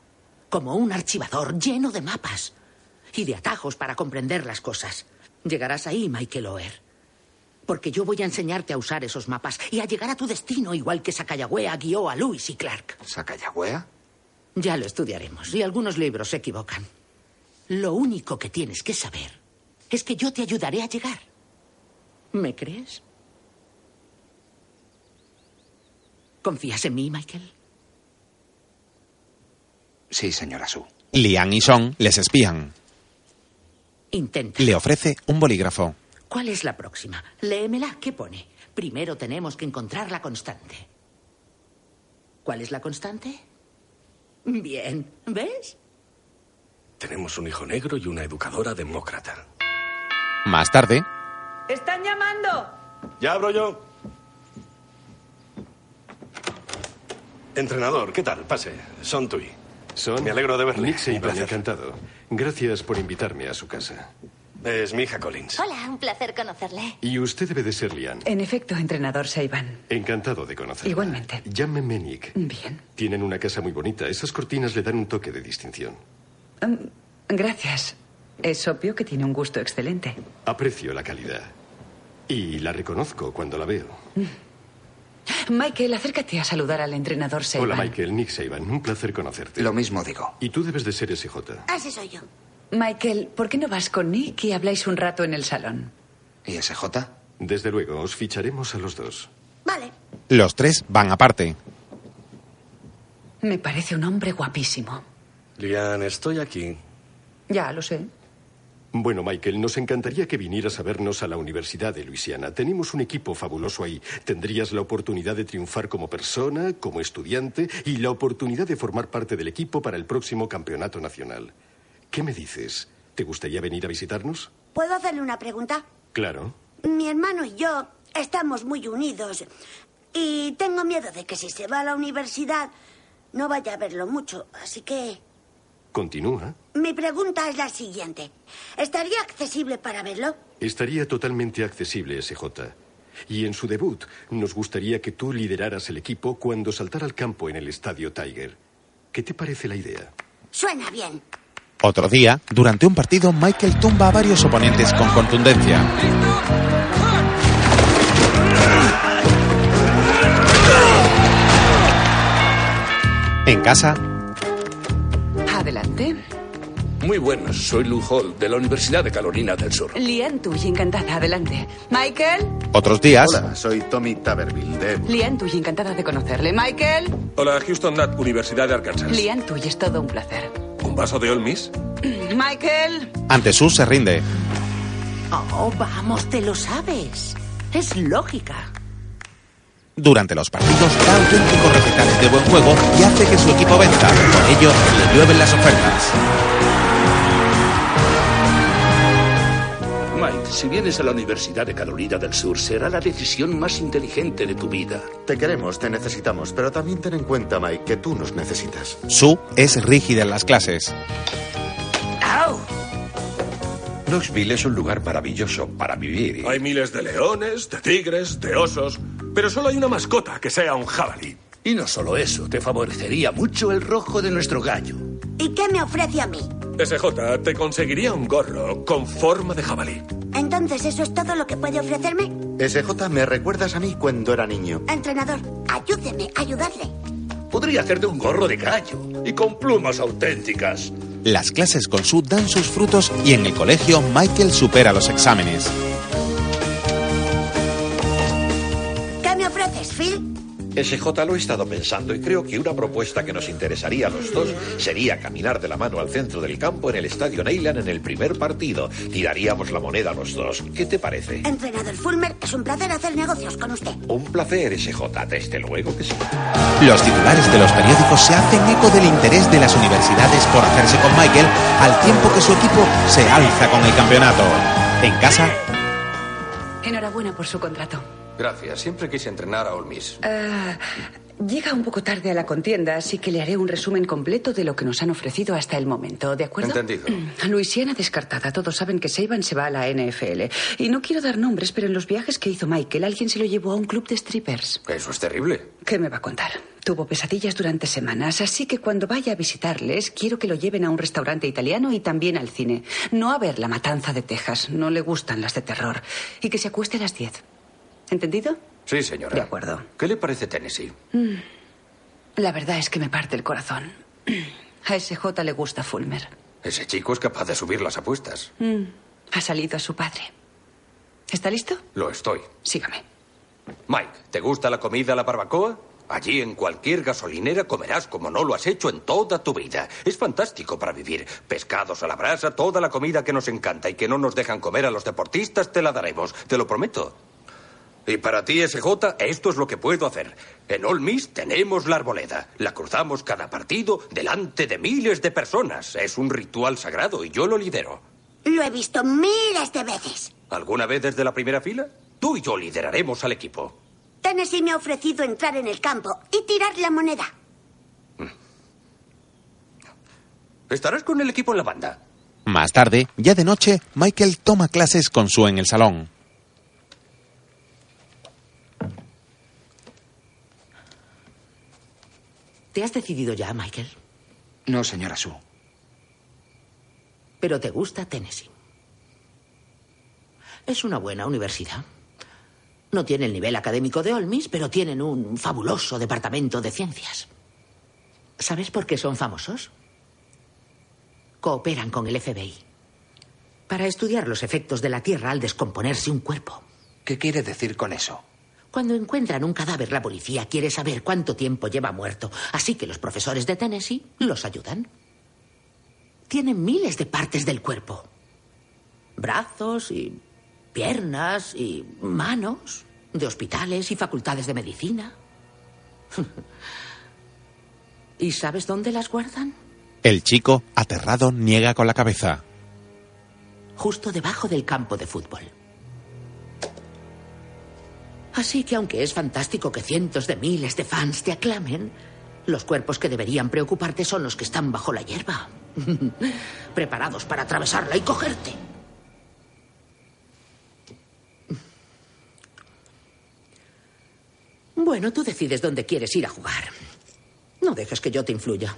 S16: Como un archivador lleno de mapas. Y de atajos para comprender las cosas. Llegarás ahí, Michael Oher. Porque yo voy a enseñarte a usar esos mapas y a llegar a tu destino igual que Sacagawea guió a Lewis y Clark.
S5: ¿Sacayagüea?
S16: Ya lo estudiaremos y algunos libros se equivocan. Lo único que tienes que saber es que yo te ayudaré a llegar. ¿Me crees? ¿Confías en mí, Michael?
S37: Sí, señora Su.
S3: Lian y Son les espían.
S16: Intenta.
S3: Le ofrece un bolígrafo.
S16: ¿Cuál es la próxima? Léemela. ¿Qué pone? Primero tenemos que encontrar la constante. ¿Cuál es la constante? Bien. ¿Ves?
S14: Tenemos un hijo negro y una educadora demócrata.
S3: Más tarde,
S1: ¡Están llamando!
S14: Ya abro yo. Entrenador, ¿qué tal? Pase. Son Tui.
S27: Son.
S14: Me alegro de verle.
S27: Nick Saban,
S14: placer.
S27: encantado. Gracias por invitarme a su casa.
S14: Es mi hija Collins.
S19: Hola, un placer conocerle.
S27: Y usted debe de ser Lian.
S1: En efecto, entrenador Seiban.
S27: Encantado de conocerla.
S1: Igualmente.
S27: Llámeme Nick.
S1: Bien.
S27: Tienen una casa muy bonita. Esas cortinas le dan un toque de distinción.
S1: Mm, gracias. Es obvio que tiene un gusto excelente.
S27: Aprecio la calidad. Y la reconozco cuando la veo.
S1: Michael, acércate a saludar al entrenador Seiban.
S27: Hola, Michael. Nick Saban. Un placer conocerte.
S37: Lo mismo digo.
S27: Y tú debes de ser SJ.
S1: Así soy yo. Michael, ¿por qué no vas con Nick y habláis un rato en el salón?
S27: ¿Y SJ? Desde luego, os ficharemos a los dos.
S3: los tres van aparte.
S1: Me parece un hombre guapísimo.
S27: Lian, estoy aquí.
S1: Ya, lo sé.
S27: Bueno, Michael, nos encantaría que vinieras a vernos a la Universidad de Luisiana. Tenemos un equipo fabuloso ahí. Tendrías la oportunidad de triunfar como persona, como estudiante y la oportunidad de formar parte del equipo para el próximo campeonato nacional. ¿Qué me dices? ¿Te gustaría venir a visitarnos?
S13: ¿Puedo hacerle una pregunta?
S27: Claro.
S13: Mi hermano y yo estamos muy unidos y tengo miedo de que si se va a la universidad no vaya a verlo mucho. Así que
S27: Continúa.
S13: mi pregunta es la siguiente. ¿Estaría accesible para verlo?
S27: Estaría totalmente accesible SJ. Y en su debut, nos gustaría que tú lideraras el equipo cuando saltara al campo en el estadio Tiger. ¿Qué te parece la idea?
S13: Suena bien.
S3: Otro día, durante un partido, Michael tumba a varios oponentes con contundencia. En casa,
S1: Adelante.
S2: Muy buenas, soy Lou Hall, de la Universidad de Carolina del Sur.
S1: Lian Tuyi, encantada. Adelante. Michael.
S3: otros días.
S2: Hola, soy Tommy Taberville, de...
S1: Lian Tuyi, encantada de conocerle. Michael.
S7: Hola, Houston Nat, Universidad de Arkansas.
S1: Lian Tuyi, es todo un placer.
S7: ¿Un vaso de All Miss?
S1: Michael.
S3: ante Sue se rinde.
S16: Oh, vamos, te lo sabes. Es lógica.
S3: Durante los partidos da auténticos recetales de buen juego y hace que su equipo venza. Con ello, le llueven las ofertas.
S2: Mike, si vienes a la Universidad de Carolina del Sur, será la decisión más inteligente de tu vida.
S7: Te queremos, te necesitamos, pero también ten en cuenta, Mike, que tú nos necesitas.
S3: Sue es rígida en las clases.
S8: Knoxville es un lugar maravilloso para vivir.
S7: Hay miles de leones, de tigres, de osos, pero solo hay una mascota que sea un jabalí.
S2: Y no solo eso, te favorecería mucho el rojo de nuestro gallo.
S13: ¿Y qué me ofrece a mí?
S7: SJ, te conseguiría un gorro con forma de jabalí.
S13: Entonces, ¿eso es todo lo que puede ofrecerme?
S7: SJ, me recuerdas a mí cuando era niño.
S13: Entrenador, ayúdeme, ayudadle.
S2: Podría hacerte un gorro de gallo y con plumas auténticas.
S3: Las clases con Sue dan sus frutos y en el colegio Michael supera los exámenes.
S13: ¿Qué me ofreces, Phil?
S8: SJ lo he estado pensando y creo que una propuesta que nos interesaría a los dos sería caminar de la mano al centro del campo en el estadio Neyland en el primer partido. Tiraríamos la moneda a los dos. ¿Qué te parece?
S13: Entrenador Fulmer, es un placer hacer negocios con usted.
S8: Un placer, SJ, desde luego que sí.
S3: Los titulares de los periódicos se hacen eco del interés de las universidades por hacerse con Michael al tiempo que su equipo se alza con el campeonato. En casa,
S1: Enhorabuena por su contrato.
S8: Gracias, siempre quise entrenar a Ole Miss.
S1: Ah, llega un poco tarde a la contienda, así que le haré un resumen completo de lo que nos han ofrecido hasta el momento, ¿de acuerdo? Mm,
S8: Entendido.
S1: Luisiana descartada. Todos saben que Saban se va a la NFL. Y no quiero dar nombres, pero en los viajes que hizo Michael, alguien se lo llevó a un club de strippers.
S8: Eso es terrible.
S1: ¿Qué me va a contar? Tuvo pesadillas durante semanas, así que cuando vaya a visitarles, quiero que lo lleven a un restaurante italiano y también al cine. No a ver La Matanza de Texas. No le gustan las de terror. Y que se acueste a las 10. ¿Entendido?
S8: Sí, señora.
S1: De acuerdo.
S8: ¿Qué le parece Tennessee?
S1: Mm. La verdad es que me parte el corazón. A SJ le gusta Fulmer.
S8: Ese chico es capaz de subir las apuestas.
S1: Mm. Ha salido a su padre. ¿Está listo?
S8: Lo estoy.
S1: Sígame.
S8: Mike, ¿te gusta la comida a la barbacoa?
S36: Allí en cualquier gasolinera comerás como no lo has hecho en toda tu vida. Es fantástico para vivir. Pescados a la brasa, toda la comida que nos encanta y que no nos dejan comer a los deportistas te la daremos, te lo prometo. Y para ti, SJ, esto es lo que puedo hacer. En Olmis tenemos la arboleda. La cruzamos cada partido delante de miles de personas. Es un ritual sagrado y yo lo lidero.
S13: Lo he visto miles de veces.
S36: ¿Alguna vez desde la primera fila? Tú y yo lideraremos al equipo.
S13: Tennessee me ha ofrecido entrar en el campo y tirar la moneda.
S36: Estarás con el equipo en la banda.
S3: Más tarde, ya de noche, Michael toma clases con Sue en el salón.
S16: ¿Te has decidido ya, Michael?
S5: No, señora Su.
S16: Pero te gusta Tennessee. Es una buena universidad. No tiene el nivel académico de Olmis, pero tienen un fabuloso departamento de ciencias. ¿Sabes por qué son famosos? Cooperan con el FBI para estudiar los efectos de la Tierra al descomponerse un cuerpo.
S5: ¿Qué quiere decir con eso?
S16: Cuando encuentran un cadáver, la policía quiere saber cuánto tiempo lleva muerto, así que los profesores de Tennessee los ayudan. Tienen miles de partes del cuerpo. Brazos y piernas y manos de hospitales y facultades de medicina. ¿Y sabes dónde las guardan?
S3: El chico, aterrado, niega con la cabeza.
S16: Justo debajo del campo de fútbol. Así que aunque es fantástico que cientos de miles de fans te aclamen, los cuerpos que deberían preocuparte son los que están bajo la hierba, preparados para atravesarla y cogerte. Bueno, tú decides dónde quieres ir a jugar. No dejes que yo te influya.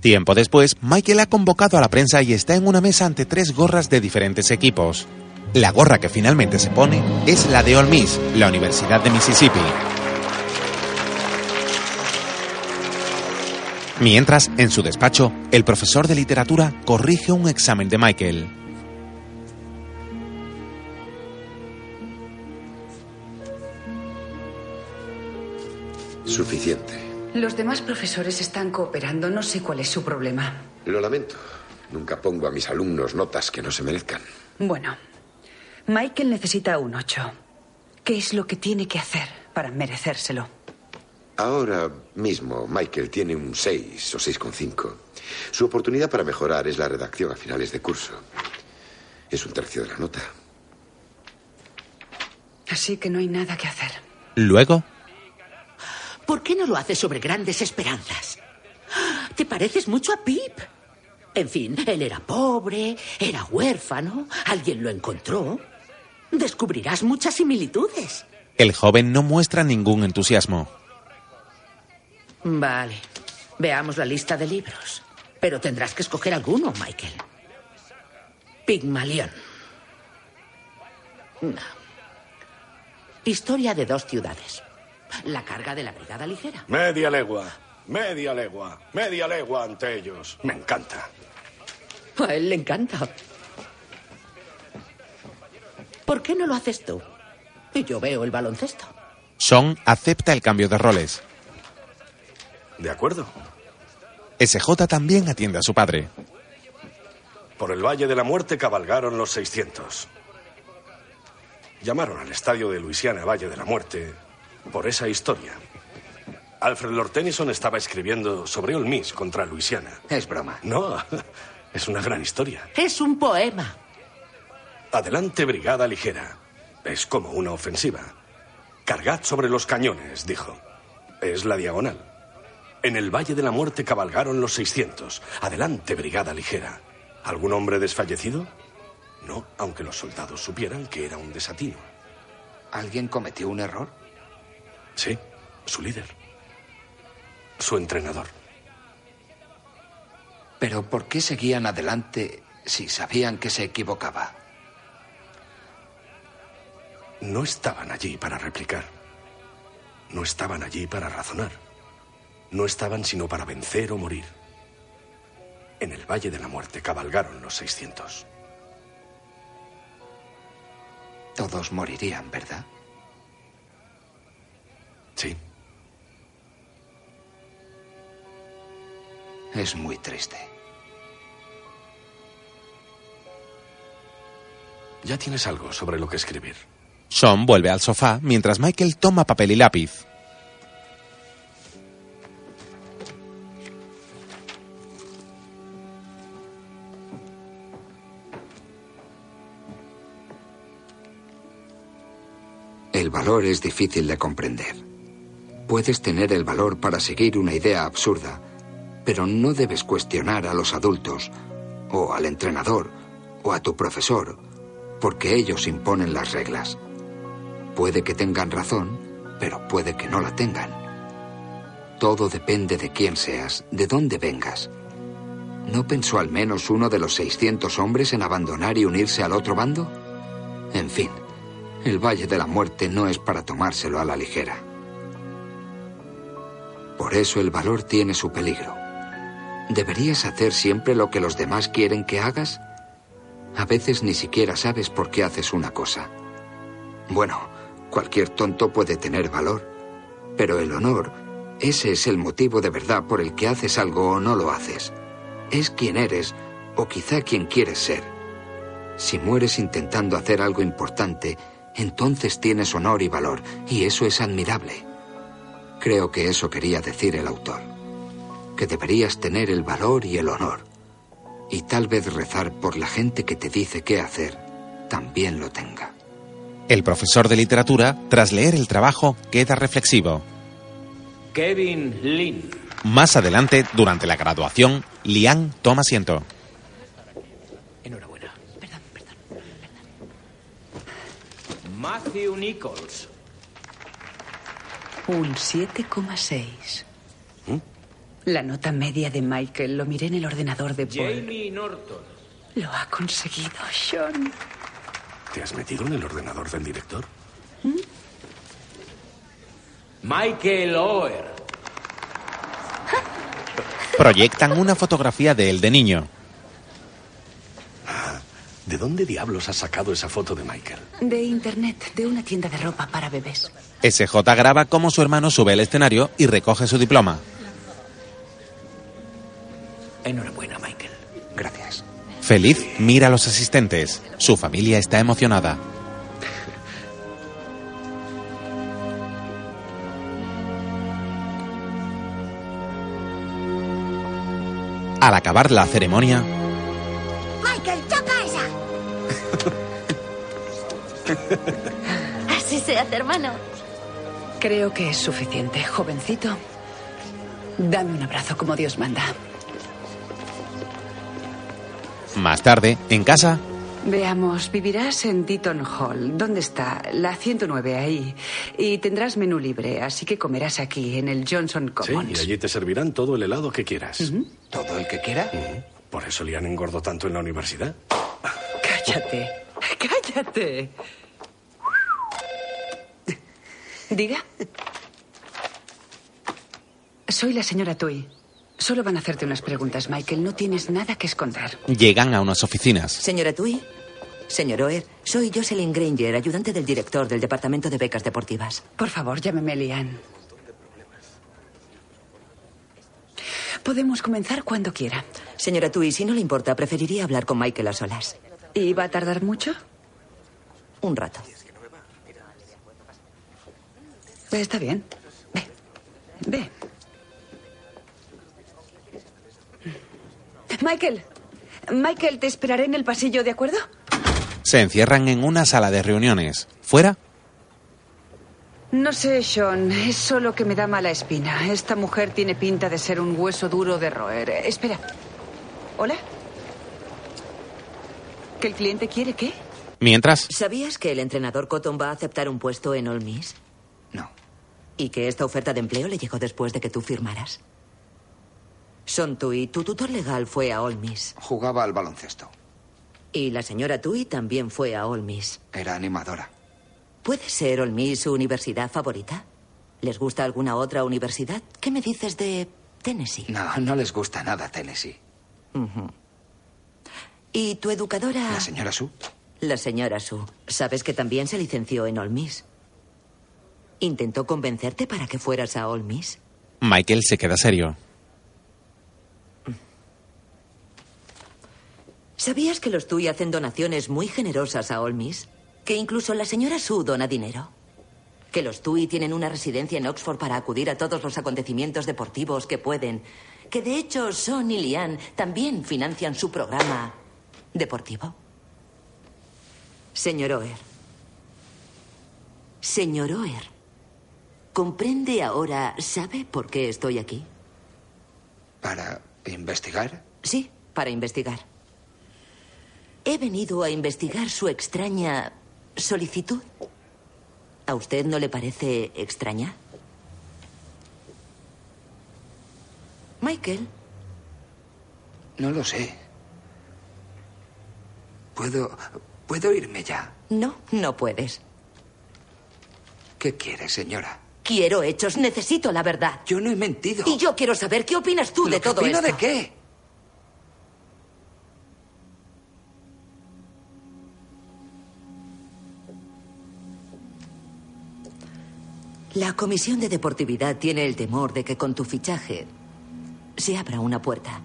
S3: Tiempo después, Michael ha convocado a la prensa y está en una mesa ante tres gorras de diferentes equipos. La gorra que finalmente se pone es la de Ole Miss, la Universidad de Mississippi. Mientras, en su despacho, el profesor de literatura corrige un examen de Michael.
S11: Suficiente.
S1: Los demás profesores están cooperando. No sé cuál es su problema.
S11: Lo lamento. Nunca pongo a mis alumnos notas que no se merezcan.
S2: Bueno, Michael necesita un 8. ¿Qué es lo que tiene que hacer para merecérselo?
S11: Ahora mismo Michael tiene un 6 o 6,5. Su oportunidad para mejorar es la redacción a finales de curso. Es un tercio de la nota.
S2: Así que no hay nada que hacer.
S3: Luego,
S16: ¿Por qué no lo haces sobre grandes esperanzas? ¡Ah! Te pareces mucho a Pip. En fin, él era pobre, era huérfano, alguien lo encontró. Descubrirás muchas similitudes.
S3: el joven no muestra ningún entusiasmo.
S16: Vale. Veamos la lista de libros. Pero tendrás que escoger alguno, Michael. Pigmalión. No. Historia de dos ciudades. La carga de la brigada ligera.
S19: Media legua, media legua, media legua ante ellos. Me encanta.
S16: A él le encanta. ¿Por qué no lo haces tú? Y yo veo el baloncesto.
S3: Son acepta el cambio de roles.
S14: De acuerdo.
S3: SJ también atiende a su padre.
S14: Por el Valle de la Muerte cabalgaron los 600. Llamaron al estadio de Luisiana Valle de la Muerte por esa historia. Alfred Lord Tennyson estaba escribiendo sobre Ole Miss contra Luisiana.
S5: Es broma.
S14: No, es una gran historia.
S16: Es un poema.
S14: Adelante, brigada ligera. Es como una ofensiva. Cargad sobre los cañones, dijo. Es la diagonal. En el Valle de la Muerte cabalgaron los 600. Adelante, brigada ligera. ¿Algún hombre desfallecido? No, aunque los soldados supieran que era un desatino.
S5: ¿Alguien cometió un error?
S14: Sí, su líder. Su entrenador.
S5: Pero ¿por qué seguían adelante si sabían que se equivocaba?
S14: No estaban allí para replicar. No estaban allí para razonar. No estaban sino para vencer o morir. En el Valle de la Muerte cabalgaron los 600.
S5: Todos morirían, ¿verdad?
S14: Sí.
S5: Es muy triste.
S14: Ya tienes algo sobre lo que escribir.
S3: Sean vuelve al sofá mientras Michael toma papel y lápiz.
S5: El valor es difícil de comprender. Puedes tener el valor para seguir una idea absurda, pero no debes cuestionar a los adultos, o al entrenador, o a tu profesor, porque ellos imponen las reglas. Puede que tengan razón, pero puede que no la tengan. Todo depende de quién seas, de dónde vengas. ¿No pensó al menos uno de los 600 hombres en abandonar y unirse al otro bando? En fin, el Valle de la Muerte no es para tomárselo a la ligera. Por eso el valor tiene su peligro. ¿Deberías hacer siempre lo que los demás quieren que hagas? A veces ni siquiera sabes por qué haces una cosa. Bueno, cualquier tonto puede tener valor, pero el honor, ese es el motivo de verdad por el que haces algo o no lo haces. Es quien eres o quizá quien quieres ser. Si mueres intentando hacer algo importante, entonces tienes honor y valor, y eso es admirable. Creo que eso quería decir el autor, que deberías tener el valor y el honor, y tal vez rezar por la gente que te dice qué hacer, también lo tenga.
S3: El profesor de literatura, tras leer el trabajo, queda reflexivo.
S10: Kevin Lynn.
S3: Más adelante, durante la graduación, Liang toma asiento.
S10: Matthew Nichols.
S1: Un 7,6. La nota media de Michael. Lo miré en el ordenador de Paul.
S10: Jamie Norton.
S1: Lo ha conseguido, Sean.
S14: ¿Te has metido en el ordenador del director?
S10: Michael Oer.
S3: Proyectan una fotografía de él de niño.
S14: Ah, ¿De dónde diablos has sacado esa foto de Michael?
S1: De internet, de una tienda de ropa para bebés.
S3: SJ graba cómo su hermano sube al escenario y recoge su diploma.
S10: Enhorabuena, Michael.
S5: Gracias.
S3: Feliz mira a los asistentes. Su familia está emocionada. Al acabar la ceremonia,
S38: Michael, toca esa.
S19: Así se hace, hermano.
S1: Creo que es suficiente, jovencito. Dame un abrazo como Dios manda.
S3: más tarde, en casa,
S1: Veamos, vivirás en Ditton Hall. ¿Dónde está? La 109, ahí. Y tendrás menú libre, así que comerás aquí, en el Johnson
S14: Sí,
S1: Commons.
S14: y allí te servirán todo el helado que quieras. Mm.
S5: ¿Todo el que quiera?
S14: Por eso Lian engordó tanto en la universidad.
S1: Cállate. Cállate. Diga. Soy la señora Tui. Solo van a hacerte unas preguntas, Michael. No tienes nada que esconder.
S3: llegan a unas oficinas.
S4: Señora Tui. Señor Oer, soy Jocelyn Granger, ayudante del director del Departamento de Becas Deportivas.
S1: Por favor, llámeme Lian. Podemos comenzar cuando quiera.
S4: Señora Tui, si no le importa, preferiría hablar con Michael a solas.
S1: ¿Y va a tardar mucho?
S4: Un rato.
S1: Está bien. Ve. Ve. Michael. Michael, te esperaré en el pasillo, ¿de acuerdo?
S3: Se encierran en una sala de reuniones. Fuera,
S1: No sé, Sean. Es solo que me da mala espina. Esta mujer tiene pinta de ser un hueso duro de roer. Eh, Espera. ¿Hola? ¿Que el cliente quiere qué?
S3: mientras,
S4: ¿Sabías que el entrenador Cotton va a aceptar un puesto en All Miss?
S5: No.
S4: ¿Y que esta oferta de empleo le llegó después de que tú firmaras? Son Tui, tu tutor legal fue a All Miss.
S5: Jugaba al baloncesto.
S4: Y la señora Tui también fue a All Miss.
S5: Era animadora.
S4: ¿Puede ser All Miss su universidad favorita? ¿Les gusta alguna otra universidad? ¿Qué me dices de Tennessee?
S5: No, no les gusta nada Tennessee.
S4: Ujú. ¿Y tu educadora?
S5: La señora Su.
S4: La señora Su. Sabes que también se licenció en All Miss. ¿Intentó convencerte para que fueras a All Miss?
S3: Michael se queda serio.
S4: ¿Sabías que los TUI hacen donaciones muy generosas a Olmis? Que incluso la señora Su dona dinero. Que los TUI tienen una residencia en Oxford para acudir a todos los acontecimientos deportivos que pueden. Que de hecho Son y Lian también financian su programa deportivo. Señor Oer. Señor Oer. ¿Comprende ahora, sabe por qué estoy aquí?
S5: ¿Para investigar?
S4: Sí, para investigar. He venido a investigar su extraña solicitud. ¿A usted no le parece extraña? Michael,
S5: No lo sé. ¿Puedo. ¿Puedo irme ya?
S4: no, no puedes.
S5: ¿Qué quiere, señora?
S4: Quiero hechos, necesito la verdad.
S5: Yo no he mentido.
S4: Y yo quiero saber qué opinas tú de
S5: ¿Lo que
S4: todo
S5: opino
S4: esto.
S5: de qué?
S4: La Comisión de Deportividad tiene el temor de que con tu fichaje se abra una puerta.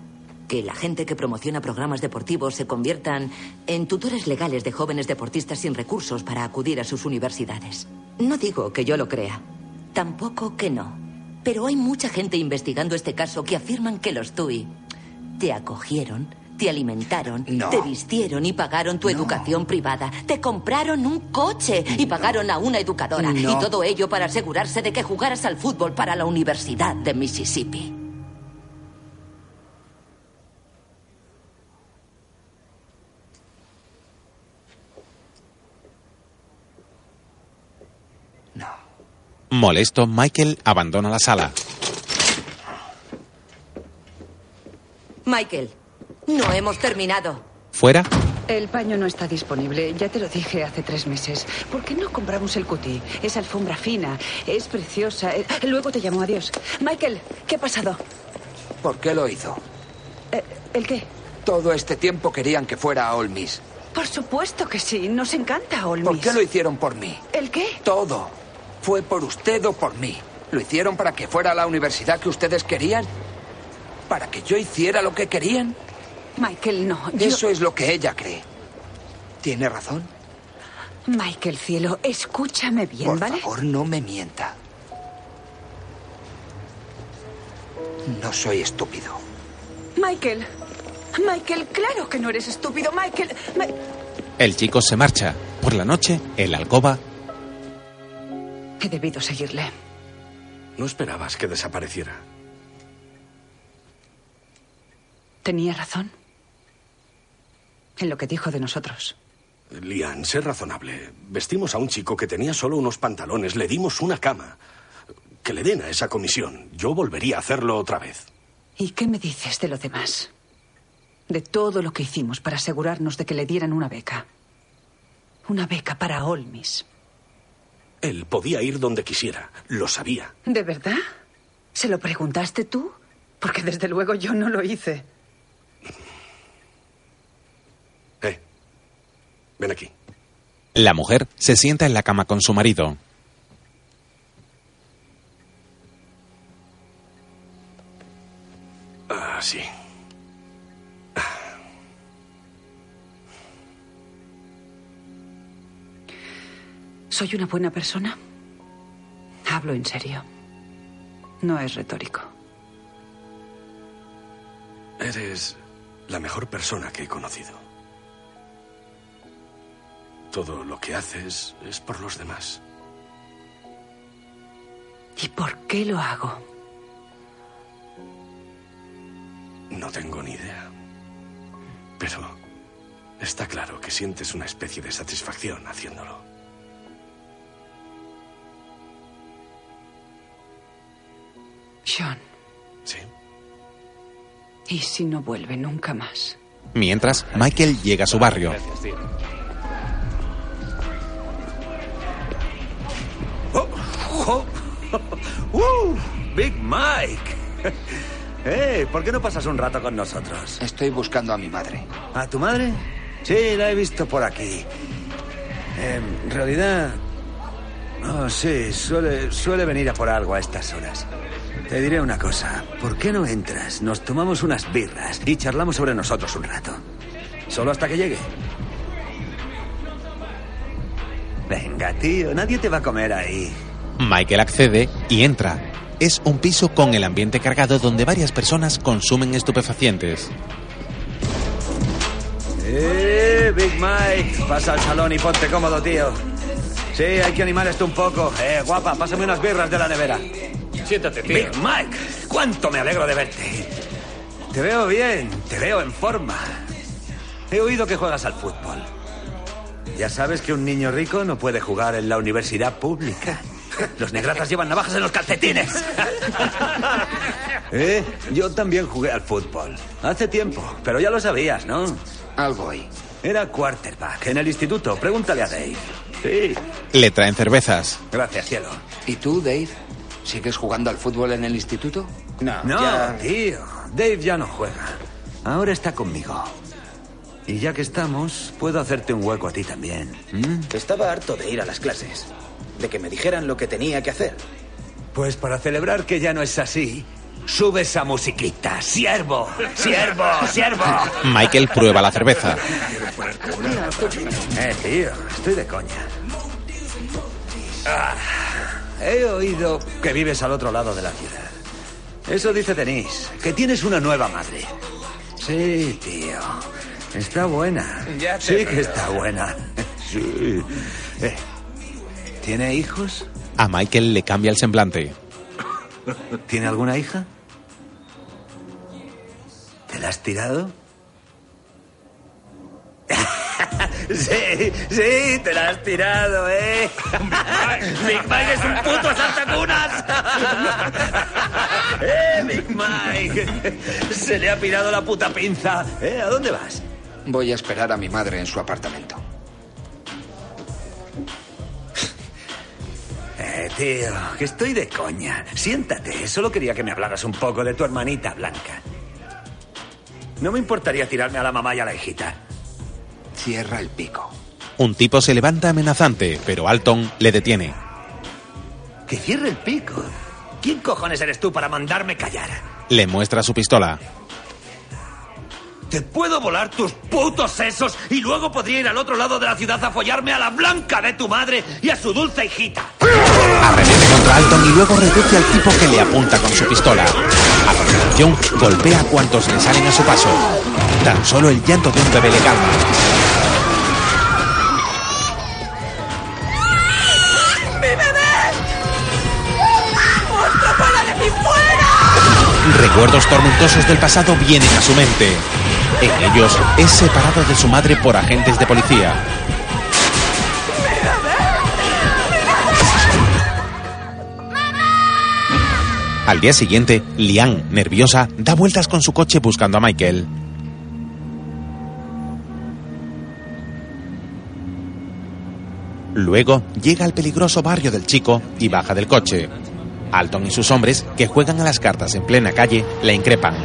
S4: Que la gente que promociona programas deportivos se conviertan en tutores legales de jóvenes deportistas sin recursos para acudir a sus universidades. No digo que yo lo crea, tampoco que no. Pero hay mucha gente investigando este caso que afirman que los TUI te acogieron, te alimentaron,
S5: No.
S4: te vistieron y pagaron tu educación privada, te compraron un coche y pagaron a una educadora.
S5: No.
S4: Y todo ello para asegurarse de que jugaras al fútbol para la Universidad de Mississippi.
S3: Molesto, Michael abandona la sala.
S4: Michael, no hemos terminado.
S3: Fuera,
S1: El paño no está disponible, ya te lo dije hace tres meses. ¿Por qué no compramos el cutie? Es alfombra fina, es preciosa. eh, Luego te llamo, adiós. Michael, ¿qué ha pasado?
S5: ¿Por qué lo hizo?
S1: Eh, ¿El qué?
S5: Todo este tiempo querían que fuera a Olmis.
S1: Por supuesto que sí, nos encanta Olmis.
S5: ¿Por qué lo hicieron por mí?
S1: ¿El qué?
S5: Todo. ¿Fue por usted o por mí? ¿Lo hicieron para que fuera a la universidad que ustedes querían? ¿Para que yo hiciera lo que querían?
S1: Michael, no. yo-
S5: Eso es lo que ella cree. ¿Tiene razón?
S1: Michael, cielo, escúchame bien,
S5: por
S1: ¿vale?
S5: favor, no me mienta. No soy estúpido.
S1: Michael, Michael, claro que no eres estúpido, Michael. Mi-
S3: el chico se marcha. Por la noche, en la alcoba,
S1: He debido seguirle.
S14: No esperabas que desapareciera.
S1: Tenía razón. En lo que dijo de nosotros.
S14: Lian, sé razonable. Vestimos a un chico que tenía solo unos pantalones, le dimos una cama. Que le den a esa comisión. Yo volvería a hacerlo otra vez.
S1: ¿Y qué me dices de lo demás? De todo lo que hicimos para asegurarnos de que le dieran una beca. Una beca para Olmis.
S14: Él podía ir donde quisiera, lo sabía.
S1: ¿De verdad? ¿Se lo preguntaste tú? Porque desde luego yo no lo hice.
S14: Ven aquí.
S3: la mujer se sienta en la cama con su marido.
S14: Ah, sí.
S1: ¿Soy una buena persona? Hablo en serio. No es retórico.
S14: Eres la mejor persona que he conocido. Todo lo que haces es por los demás.
S1: ¿Y por qué lo hago?
S14: No tengo ni idea. Pero está claro que sientes una especie de satisfacción haciéndolo.
S1: Sean.
S14: Sí.
S1: ¿Y si no vuelve nunca más?
S3: Mientras, Michael llega a su barrio.
S9: ¡Jo! ¡Uh! ¡Big Mike! Eh, ¿por qué no pasas un rato con nosotros?
S5: Estoy buscando a mi madre.
S9: ¿A tu madre? Sí, la he visto por aquí. Eh, En realidad... Oh, sí, suele, suele venir a por algo a estas horas. Te diré una cosa. ¿Por qué no entras? Nos tomamos unas birras y charlamos sobre nosotros un rato. Solo hasta que llegue. Venga, tío, nadie te va a comer ahí.
S3: Michael accede y entra. Es un piso con el ambiente cargado donde varias personas consumen estupefacientes.
S9: ¡Eh, Big Mike! Pasa al salón y ponte cómodo, tío. Sí, hay que animar esto un poco. Eh, guapa, pásame unas birras de la nevera.
S27: Siéntate, tío.
S9: Big Mike, cuánto me alegro de verte. Te veo bien, te veo en forma. He oído que juegas al fútbol. Ya sabes que un niño rico no puede jugar en la universidad pública. Los negratas llevan navajas en los calcetines. ¿Eh? Yo también jugué al fútbol. Hace tiempo, pero ya lo sabías, ¿no? Al voy. Era quarterback en el instituto. Pregúntale a Dave. Sí.
S3: Le traen cervezas.
S9: Gracias, cielo.
S5: ¿Y tú, Dave? ¿Sigues jugando al fútbol en el instituto?
S9: No, tío. Dave ya no juega. Ahora está conmigo. Y ya que estamos, puedo hacerte un hueco a ti también. ¿Mm?
S20: Estaba harto de ir a las clases, de que me dijeran lo que tenía que hacer.
S9: Pues para celebrar que ya no es así, sube esa musiquita. ¡Siervo! ¡Siervo! ¡Siervo!
S3: Michael prueba la cerveza.
S9: Eh, tío, estoy de coña. Ah, he oído que vives al otro lado de la ciudad. Eso dice Denise, que tienes una nueva madre. Sí, tío. Está buena.
S20: Ya te
S9: sí
S20: veo.
S9: que está buena. Sí. Eh, ¿Tiene hijos?
S3: A Michael le cambia el semblante.
S9: ¿Tiene alguna hija? ¿Te la has tirado? sí, sí, te la has tirado, ¿eh? Big Mike es un puto saltacunas. ¡Eh, Big Mike! Se le ha pirado la puta pinza. ¿Eh? ¿A dónde vas?
S5: Voy a esperar a mi madre en su apartamento.
S9: Eh, tío, que estoy de coña. Siéntate, solo quería que me hablaras un poco de tu hermanita Blanca. No me importaría tirarme a la mamá y a la hijita.
S5: Cierra el pico.
S3: Un tipo se levanta amenazante, pero Alton le detiene.
S9: Que cierre el pico. ¿Quién cojones eres tú para mandarme callar?
S3: Le muestra su pistola.
S9: Te puedo volar tus putos sesos y luego podría ir al otro lado de la ciudad a follarme a la blanca de tu madre y a su dulce hijita.
S3: Arremete contra Alton y luego reduce al tipo que le apunta con su pistola. A continuación, golpea a cuantos le salen a su paso. Tan solo el llanto de un bebé le calma.
S12: ¡Mi bebé! ¡Monstruo, de mi fuera!
S3: Recuerdos tormentosos del pasado vienen a su mente. En ellos es separado de su madre por agentes de policía. Al día siguiente, Lian, nerviosa, da vueltas con su coche buscando a Michael. Luego llega al peligroso barrio del chico y baja del coche. Alton y sus hombres, que juegan a las cartas en plena calle, la increpan.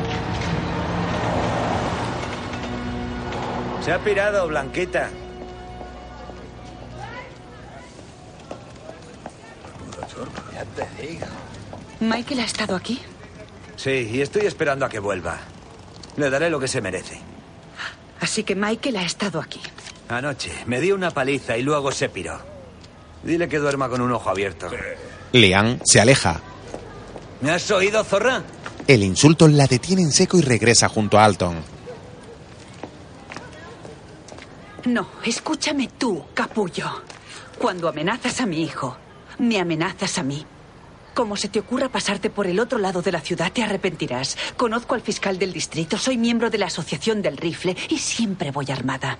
S9: Se ha pirado, Blanquita.
S20: Ya te digo.
S2: Michael ha estado aquí.
S9: Sí, y estoy esperando a que vuelva. Le daré lo que se merece.
S2: Así que Michael ha estado aquí.
S9: Anoche me dio una paliza y luego se piró. Dile que duerma con un ojo abierto.
S3: Lian se aleja.
S9: ¿Me has oído, zorra?
S3: El insulto la detiene en seco y regresa junto a Alton.
S2: No, escúchame tú, capullo. Cuando amenazas a mi hijo, me amenazas a mí. Como se te ocurra pasarte por el otro lado de la ciudad, te arrepentirás. Conozco al fiscal del distrito, soy miembro de la Asociación del Rifle y siempre voy armada.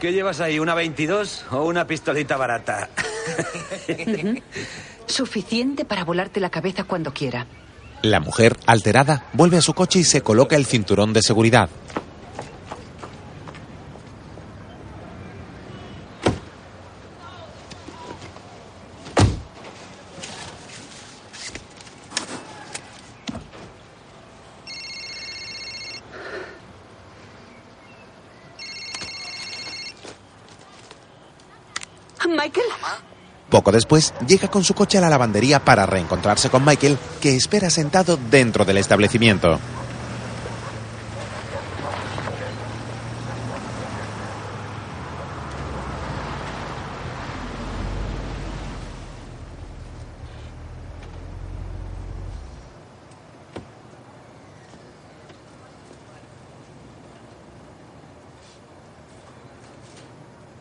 S9: ¿Qué llevas ahí? ¿Una 22 o una pistolita barata?
S2: Ujú. Suficiente para volarte la cabeza cuando quiera.
S3: La mujer, alterada, vuelve a su coche y se coloca el cinturón de seguridad.
S2: Michael,
S3: Poco después, llega con su coche a la lavandería para reencontrarse con Michael, que espera sentado dentro del establecimiento.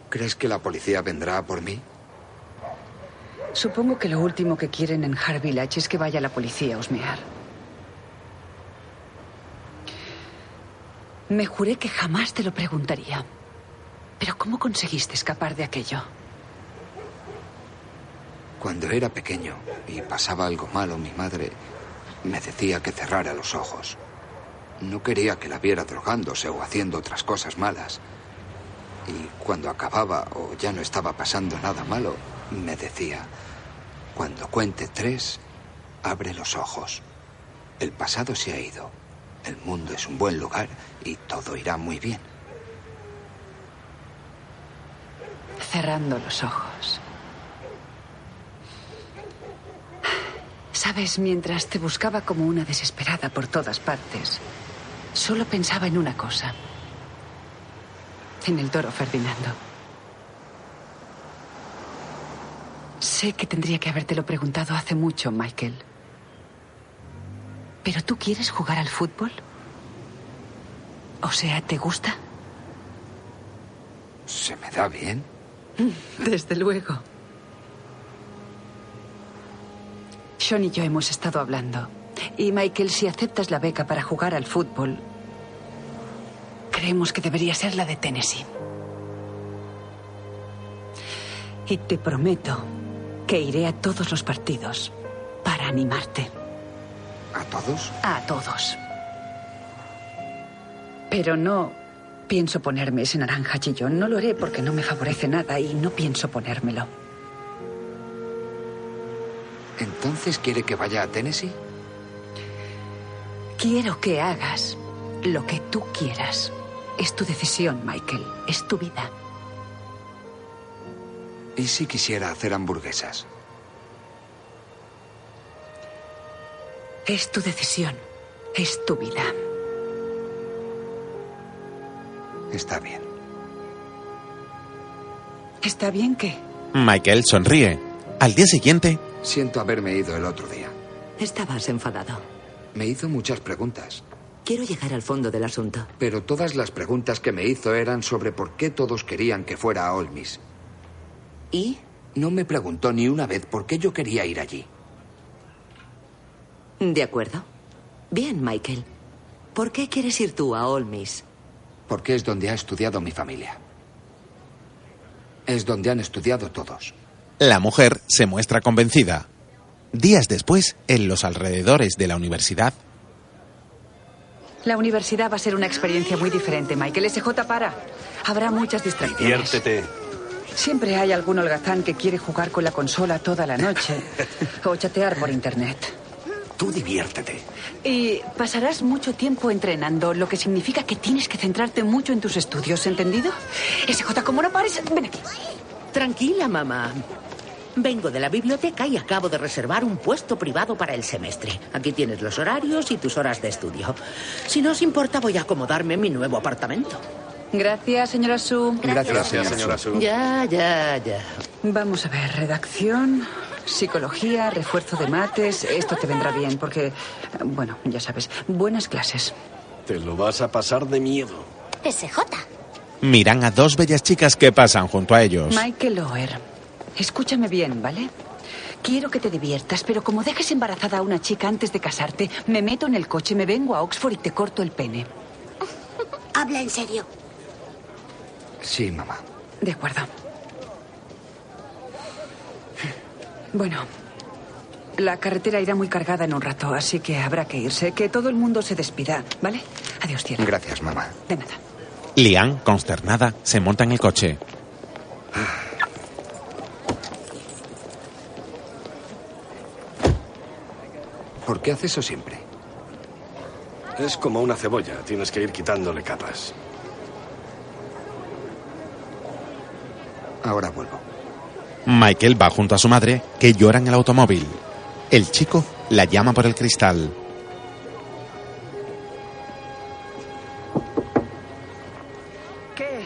S5: ¿Crees que la policía vendrá a por mí?
S1: Supongo que lo último que quieren en Hard Village es que vaya la policía a husmear. Me juré que jamás te lo preguntaría. Pero ¿cómo conseguiste escapar de aquello?
S5: Cuando era pequeño y pasaba algo malo, mi madre me decía que cerrara los ojos. No quería que la viera drogándose o haciendo otras cosas malas. Y cuando acababa o ya no estaba pasando nada malo, me decía, cuando cuente tres, abre los ojos. El pasado se ha ido, el mundo es un buen lugar y todo irá muy bien.
S1: Cerrando los ojos. Sabes, mientras te buscaba como una desesperada por todas partes, solo pensaba en una cosa. En el toro Ferdinando. Sé que tendría que habértelo preguntado hace mucho, Michael. ¿Pero tú quieres jugar al fútbol? O sea, ¿te gusta?
S5: ¿Se me da bien?
S1: Desde luego. Sean y yo hemos estado hablando. Y Michael, si aceptas la beca para jugar al fútbol, creemos que debería ser la de Tennessee. Y te prometo que iré a todos los partidos para animarte.
S5: ¿A todos?
S1: A todos. Pero no pienso ponerme ese naranja chillón. No lo haré porque no me favorece nada y no pienso ponérmelo.
S5: ¿Entonces quiere que vaya a Tennessee?
S1: Quiero que hagas lo que tú quieras. Es tu decisión, Michael. Es tu vida.
S5: ¿Y si quisiera hacer hamburguesas?
S1: Es tu decisión. Es tu vida.
S5: Está bien.
S1: ¿Está bien qué?
S3: Michael sonríe. Al día siguiente,
S5: Siento haberme ido el otro día.
S4: Estabas enfadado.
S5: Me hizo muchas preguntas.
S4: Quiero llegar al fondo del asunto.
S5: Pero todas las preguntas que me hizo eran sobre por qué todos querían que fuera a Olmis.
S4: ¿Y?
S5: No me preguntó ni una vez por qué yo quería ir allí.
S4: De acuerdo. Bien, Michael. ¿Por qué quieres ir tú a Olmis?
S5: Porque es donde ha estudiado mi familia. Es donde han estudiado todos.
S3: la mujer se muestra convencida. Días después, en los alrededores de la universidad,
S1: La universidad va a ser una experiencia muy diferente, Michael. SJ para. Habrá muchas distracciones.
S14: Diviértete.
S1: Siempre hay algún holgazán que quiere jugar con la consola toda la noche o chatear por internet.
S14: Tú diviértete.
S1: Y pasarás mucho tiempo entrenando, lo que significa que tienes que centrarte mucho en tus estudios, ¿entendido? SJ, como no pares, ven aquí.
S16: Tranquila, mamá. Vengo de la biblioteca y acabo de reservar un puesto privado para el semestre. Aquí tienes los horarios y tus horas de estudio. Si no os importa, voy a acomodarme en mi nuevo apartamento.
S1: Gracias, señora Su.
S16: Ya, ya, ya.
S1: Vamos a ver, redacción, psicología, refuerzo de mates. Esto te vendrá bien porque, bueno, ya sabes, buenas clases.
S14: Te lo vas a pasar de miedo.
S39: SJ.
S3: miran a dos bellas chicas que pasan junto a ellos.
S1: Michael Loer, escúchame bien, ¿vale? Quiero que te diviertas, pero como dejes embarazada a una chica antes de casarte, me meto en el coche, me vengo a Oxford y te corto el pene.
S13: Habla en serio.
S5: Sí, mamá.
S1: De acuerdo. Bueno, la carretera irá muy cargada en un rato, así que habrá que irse. Que todo el mundo se despida, ¿vale? Adiós, tierra.
S5: Gracias, mamá.
S1: De nada.
S3: Lian, consternada, se monta en el coche.
S5: ¿Por qué hace eso siempre?
S14: Es como una cebolla, tienes que ir quitándole capas.
S5: Ahora vuelvo.
S3: Michael va junto a su madre, que llora en el automóvil. El chico la llama por el cristal.
S40: ¿Qué?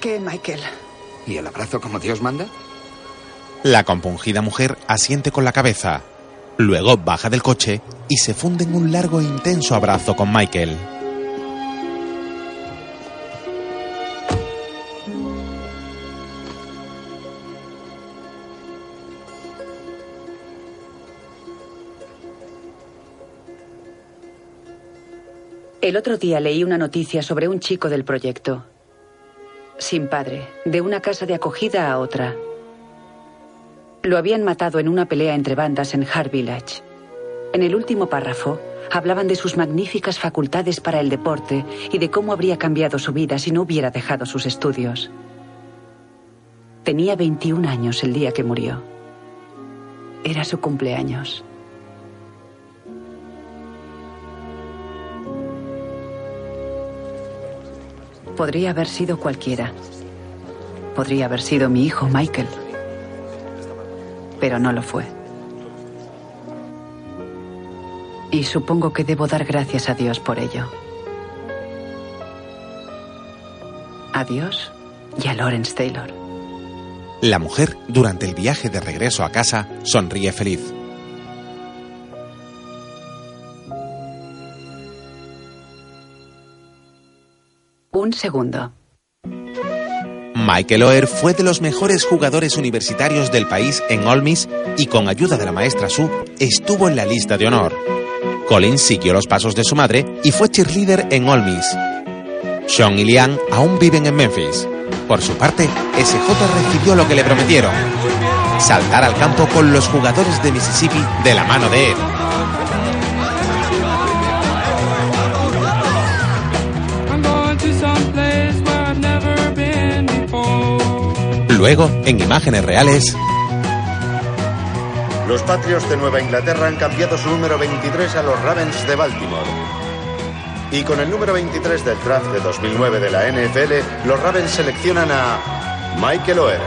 S40: ¿Qué, Michael?
S41: ¿Y el abrazo como Dios manda?
S3: La compungida mujer asiente con la cabeza. Luego baja del coche y se funde en un largo e intenso abrazo con Michael.
S1: El otro día leí una noticia sobre un chico del proyecto. Sin padre, de una casa de acogida a otra. Lo habían matado en una pelea entre bandas en Hard Village. En el último párrafo, hablaban de sus magníficas facultades para el deporte y de cómo habría cambiado su vida si no hubiera dejado sus estudios. Tenía 21 años el día que murió. Era su cumpleaños. Podría haber sido cualquiera. Podría haber sido mi hijo, Michael. Pero no lo fue. Y supongo que debo dar gracias a Dios por ello. A Dios y a Lawrence Taylor.
S3: La mujer, durante el viaje de regreso a casa, sonríe feliz.
S1: Un segundo.
S3: Michael Oher fue de los mejores jugadores universitarios del país en Ole Miss y con ayuda de la maestra Sue estuvo en la lista de honor. Collins siguió los pasos de su madre y fue cheerleader en Ole Miss. Sean y Lian aún viven en Memphis. Por su parte, SJ recibió lo que le prometieron. Saltar al campo con los jugadores de Mississippi de la mano de Ed.
S42: I'm going to some place where I've never been before.
S3: Luego, en imágenes reales,
S2: Los Patriots de Nueva Inglaterra han cambiado su número 23 a los Ravens de Baltimore. Y con el número 23 del draft de 2009 de la NFL, los Ravens seleccionan a Michael Oher,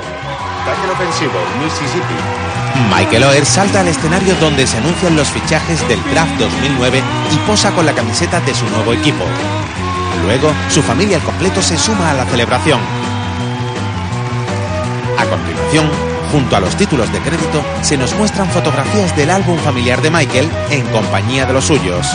S2: tackle ofensivo, Mississippi.
S3: Michael Oher salta al escenario donde se anuncian los fichajes del draft 2009 y posa con la camiseta de su nuevo equipo. Luego, su familia al completo se suma a la celebración. A continuación, junto a los títulos de crédito, se nos muestran fotografías del álbum familiar de Michael en compañía de los suyos.